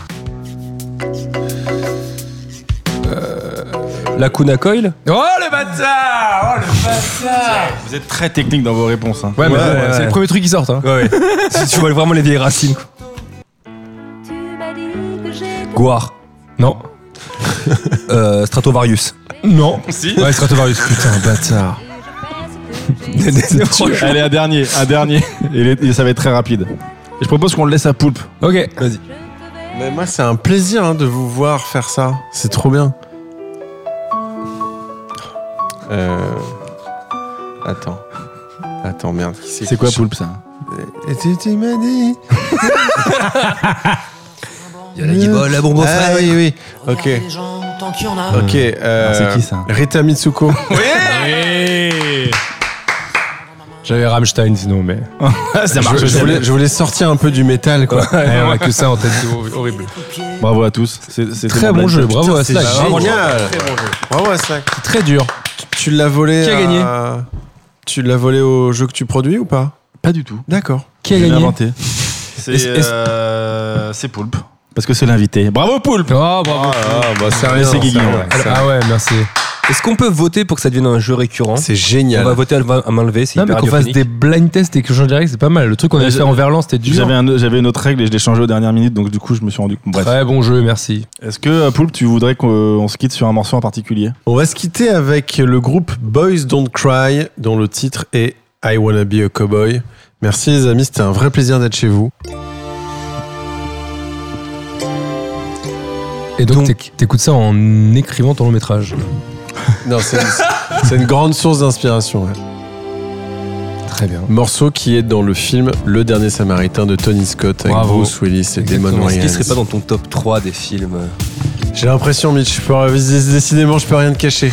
Speaker 2: Euh,
Speaker 1: La Kuna Coil.
Speaker 2: Oh le bâtard Oh le bâtard
Speaker 3: Vous êtes très technique dans vos réponses. hein.
Speaker 2: Ouais, mais
Speaker 1: Ouais,
Speaker 2: bon,
Speaker 1: ouais,
Speaker 2: c'est
Speaker 1: ouais.
Speaker 2: le premier truc qui sort. Hein. *laughs*
Speaker 1: Ouais, ouais. Si tu vois vraiment les vieilles racines. quoi.
Speaker 7: Tu m'as dit que j'étais
Speaker 1: Goar.
Speaker 2: Non.
Speaker 1: Euh, Stratovarius.
Speaker 2: Non. Ouais, Stratovarius, putain, bâtard. *laughs*
Speaker 1: Franchement.
Speaker 3: Allez, un dernier, un dernier. *laughs* Et, les- et ça va être très rapide. Et je propose qu'on le laisse à Poulpe.
Speaker 2: Ok. Vas-y.
Speaker 4: Mais moi, c'est un plaisir hein, de vous voir faire ça. C'est trop bien. Euh, Attends. Attends, merde. qui
Speaker 3: C'est quoi Poulpe ça
Speaker 4: Et tu, tu m'as dit.
Speaker 1: *laughs* Il y a la guibole, la bombe au
Speaker 4: Ah
Speaker 1: frais.
Speaker 4: oui, oui. Ok. Ok. euh,
Speaker 3: C'est qui, ça
Speaker 4: Rita Mitsuko.
Speaker 2: J'avais Rammstein sinon, *laughs* mais.
Speaker 3: Ça
Speaker 4: je, je voulais, je voulais sortir un peu du métal, quoi.
Speaker 2: Ouais, on a que ça en *laughs* tête, c'est hor- horrible.
Speaker 3: Bravo à tous. C'est- c'était
Speaker 2: Très bon
Speaker 3: mon blind
Speaker 2: jeu,
Speaker 3: test.
Speaker 2: bravo à
Speaker 4: c'est
Speaker 2: Slack.
Speaker 4: génial.
Speaker 2: Vraiment,
Speaker 4: Bravo à Slack.
Speaker 2: Très dur.
Speaker 4: Tu l'as volé.
Speaker 2: Qui a gagné
Speaker 4: à- Tu l'as volé au jeu que tu produis ou pas
Speaker 3: Pas du tout.
Speaker 4: D'accord.
Speaker 2: Qui a
Speaker 3: Je l'ai
Speaker 2: gagné
Speaker 3: inventé.
Speaker 2: Est-ce- est-ce-
Speaker 3: euh, c'est Poulpe. Parce que c'est l'invité. Bravo Poulpe
Speaker 2: Oh, bravo.
Speaker 3: C'est un essai Guigui. hein.
Speaker 4: va.
Speaker 3: ouais.
Speaker 2: Alors- ah ouais, merci.
Speaker 1: Est-ce qu'on peut voter pour que ça devienne un jeu récurrent
Speaker 4: C'est
Speaker 1: On
Speaker 4: génial.
Speaker 1: va voter à main à main levée, c'est
Speaker 2: Non, mais
Speaker 1: hyper
Speaker 2: qu'on fasse
Speaker 1: radiophonique.
Speaker 2: des blind tests et que je change direct, c'est pas mal. Le truc qu'on
Speaker 3: Mais
Speaker 2: avait fait
Speaker 3: je-
Speaker 2: en Verlan, c'était dur.
Speaker 3: J'avais un- j'avais une autre règle et je l'ai changée aux dernières minutes, donc du coup, je me suis rendu compte. Bref.
Speaker 2: Très bon jeu, merci.
Speaker 3: Est-ce que euh, Poulpe, tu voudrais qu'on on se quitte sur un morceau en particulier
Speaker 4: On va se quitter avec le groupe Boys Don't Cry, dont le titre est I Wanna Be a Cowboy. Merci les amis, c'était un vrai plaisir d'être chez vous.
Speaker 2: Et donc, t'éc- t'écoutes ça en écrivant ton long métrage.
Speaker 4: Non, c'est c'est une grande source d'inspiration. ouais.
Speaker 2: Très bien.
Speaker 4: Morceau qui est dans le film Le Dernier Samaritain de Tony Scott avec
Speaker 2: Bravo.
Speaker 4: Bruce Willis et Damon
Speaker 1: Exactement. Est-ce
Speaker 4: Wayans.
Speaker 1: qu'il serait pas dans ton top 3 des
Speaker 2: *laughs*
Speaker 1: films
Speaker 4: J'ai l'impression, Mitch, je peux- décidément, je peux rien
Speaker 1: *laughs*
Speaker 4: te cacher.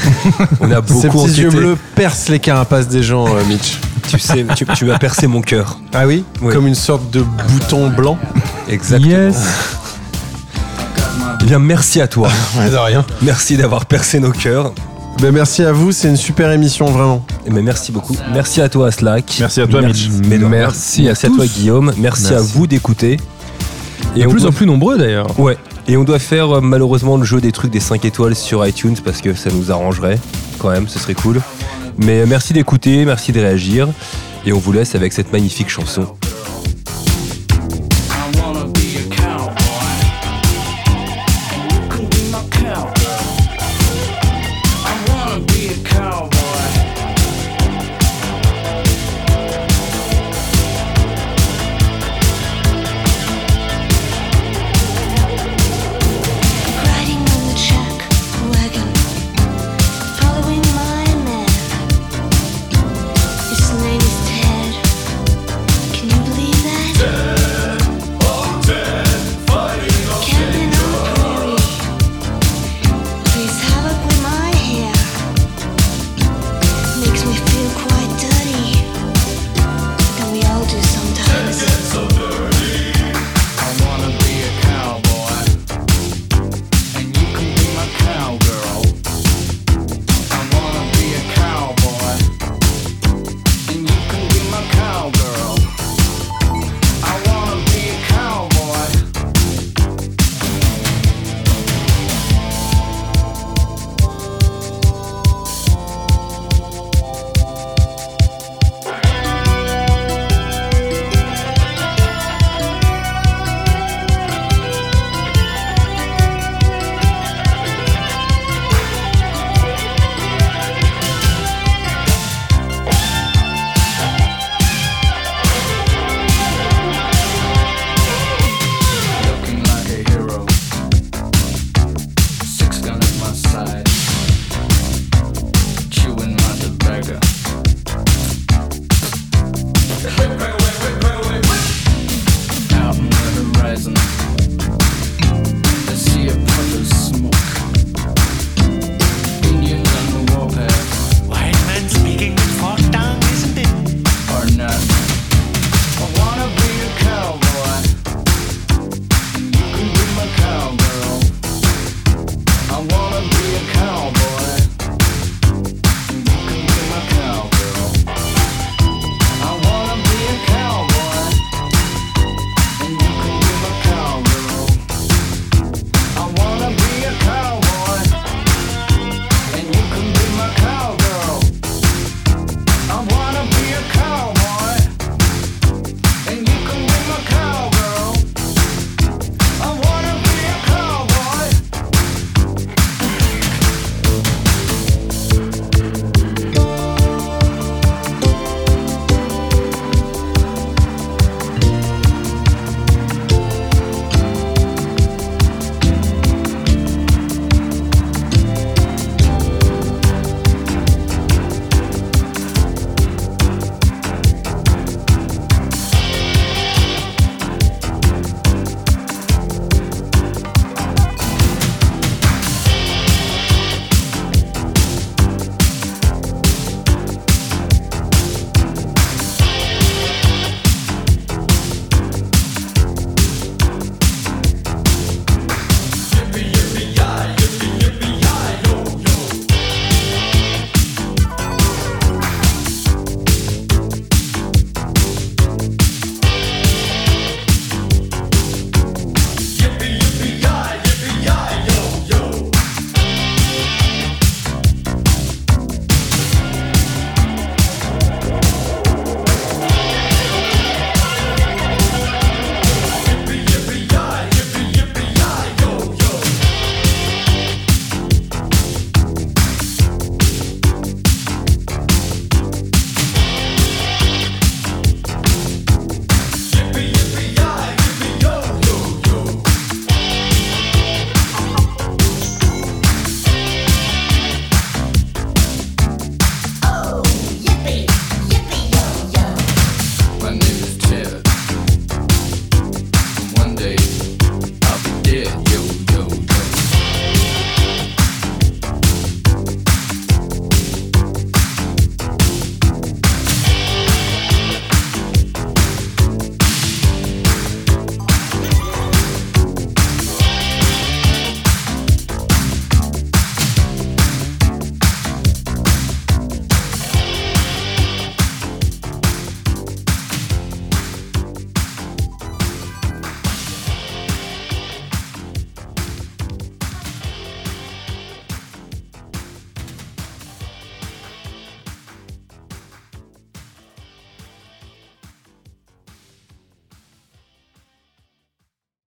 Speaker 1: On a
Speaker 4: Ces petits
Speaker 1: beaucoup
Speaker 4: yeux
Speaker 1: enquêté.
Speaker 4: bleus percent les carapaces des gens, euh, Mitch.
Speaker 1: Tu sais, tu, tu m'as percé mon cœur.
Speaker 4: Ah oui,
Speaker 1: Oui.
Speaker 4: Comme une sorte de bouton blanc.
Speaker 1: Exactement.
Speaker 2: Yes.
Speaker 1: Eh bien, merci à toi.
Speaker 4: de rien.
Speaker 1: Merci d'avoir percé nos cœurs.
Speaker 4: Ben, merci à vous, c'est une super émission, vraiment.
Speaker 1: Eh bien, merci beaucoup. Merci à toi, Slack.
Speaker 3: Merci à toi,
Speaker 1: Merci,
Speaker 3: Mitch.
Speaker 1: mais de rien.
Speaker 2: Merci à
Speaker 1: Merci à, toi,
Speaker 2: tous.
Speaker 1: Guillaume. Merci, à
Speaker 2: Merci.
Speaker 1: vous d'écouter.
Speaker 2: Et de
Speaker 1: on
Speaker 2: plus
Speaker 1: peut-
Speaker 2: en plus nombreux d'ailleurs.
Speaker 1: Ouais. Et on doit faire euh, malheureusement le jeu des trucs des 5 étoiles sur iTunes parce que ça nous arrangerait quand même, ce serait euh, cool. Mais merci d'écouter, merci de réagir. Et on vous laisse avec cette magnifique chanson.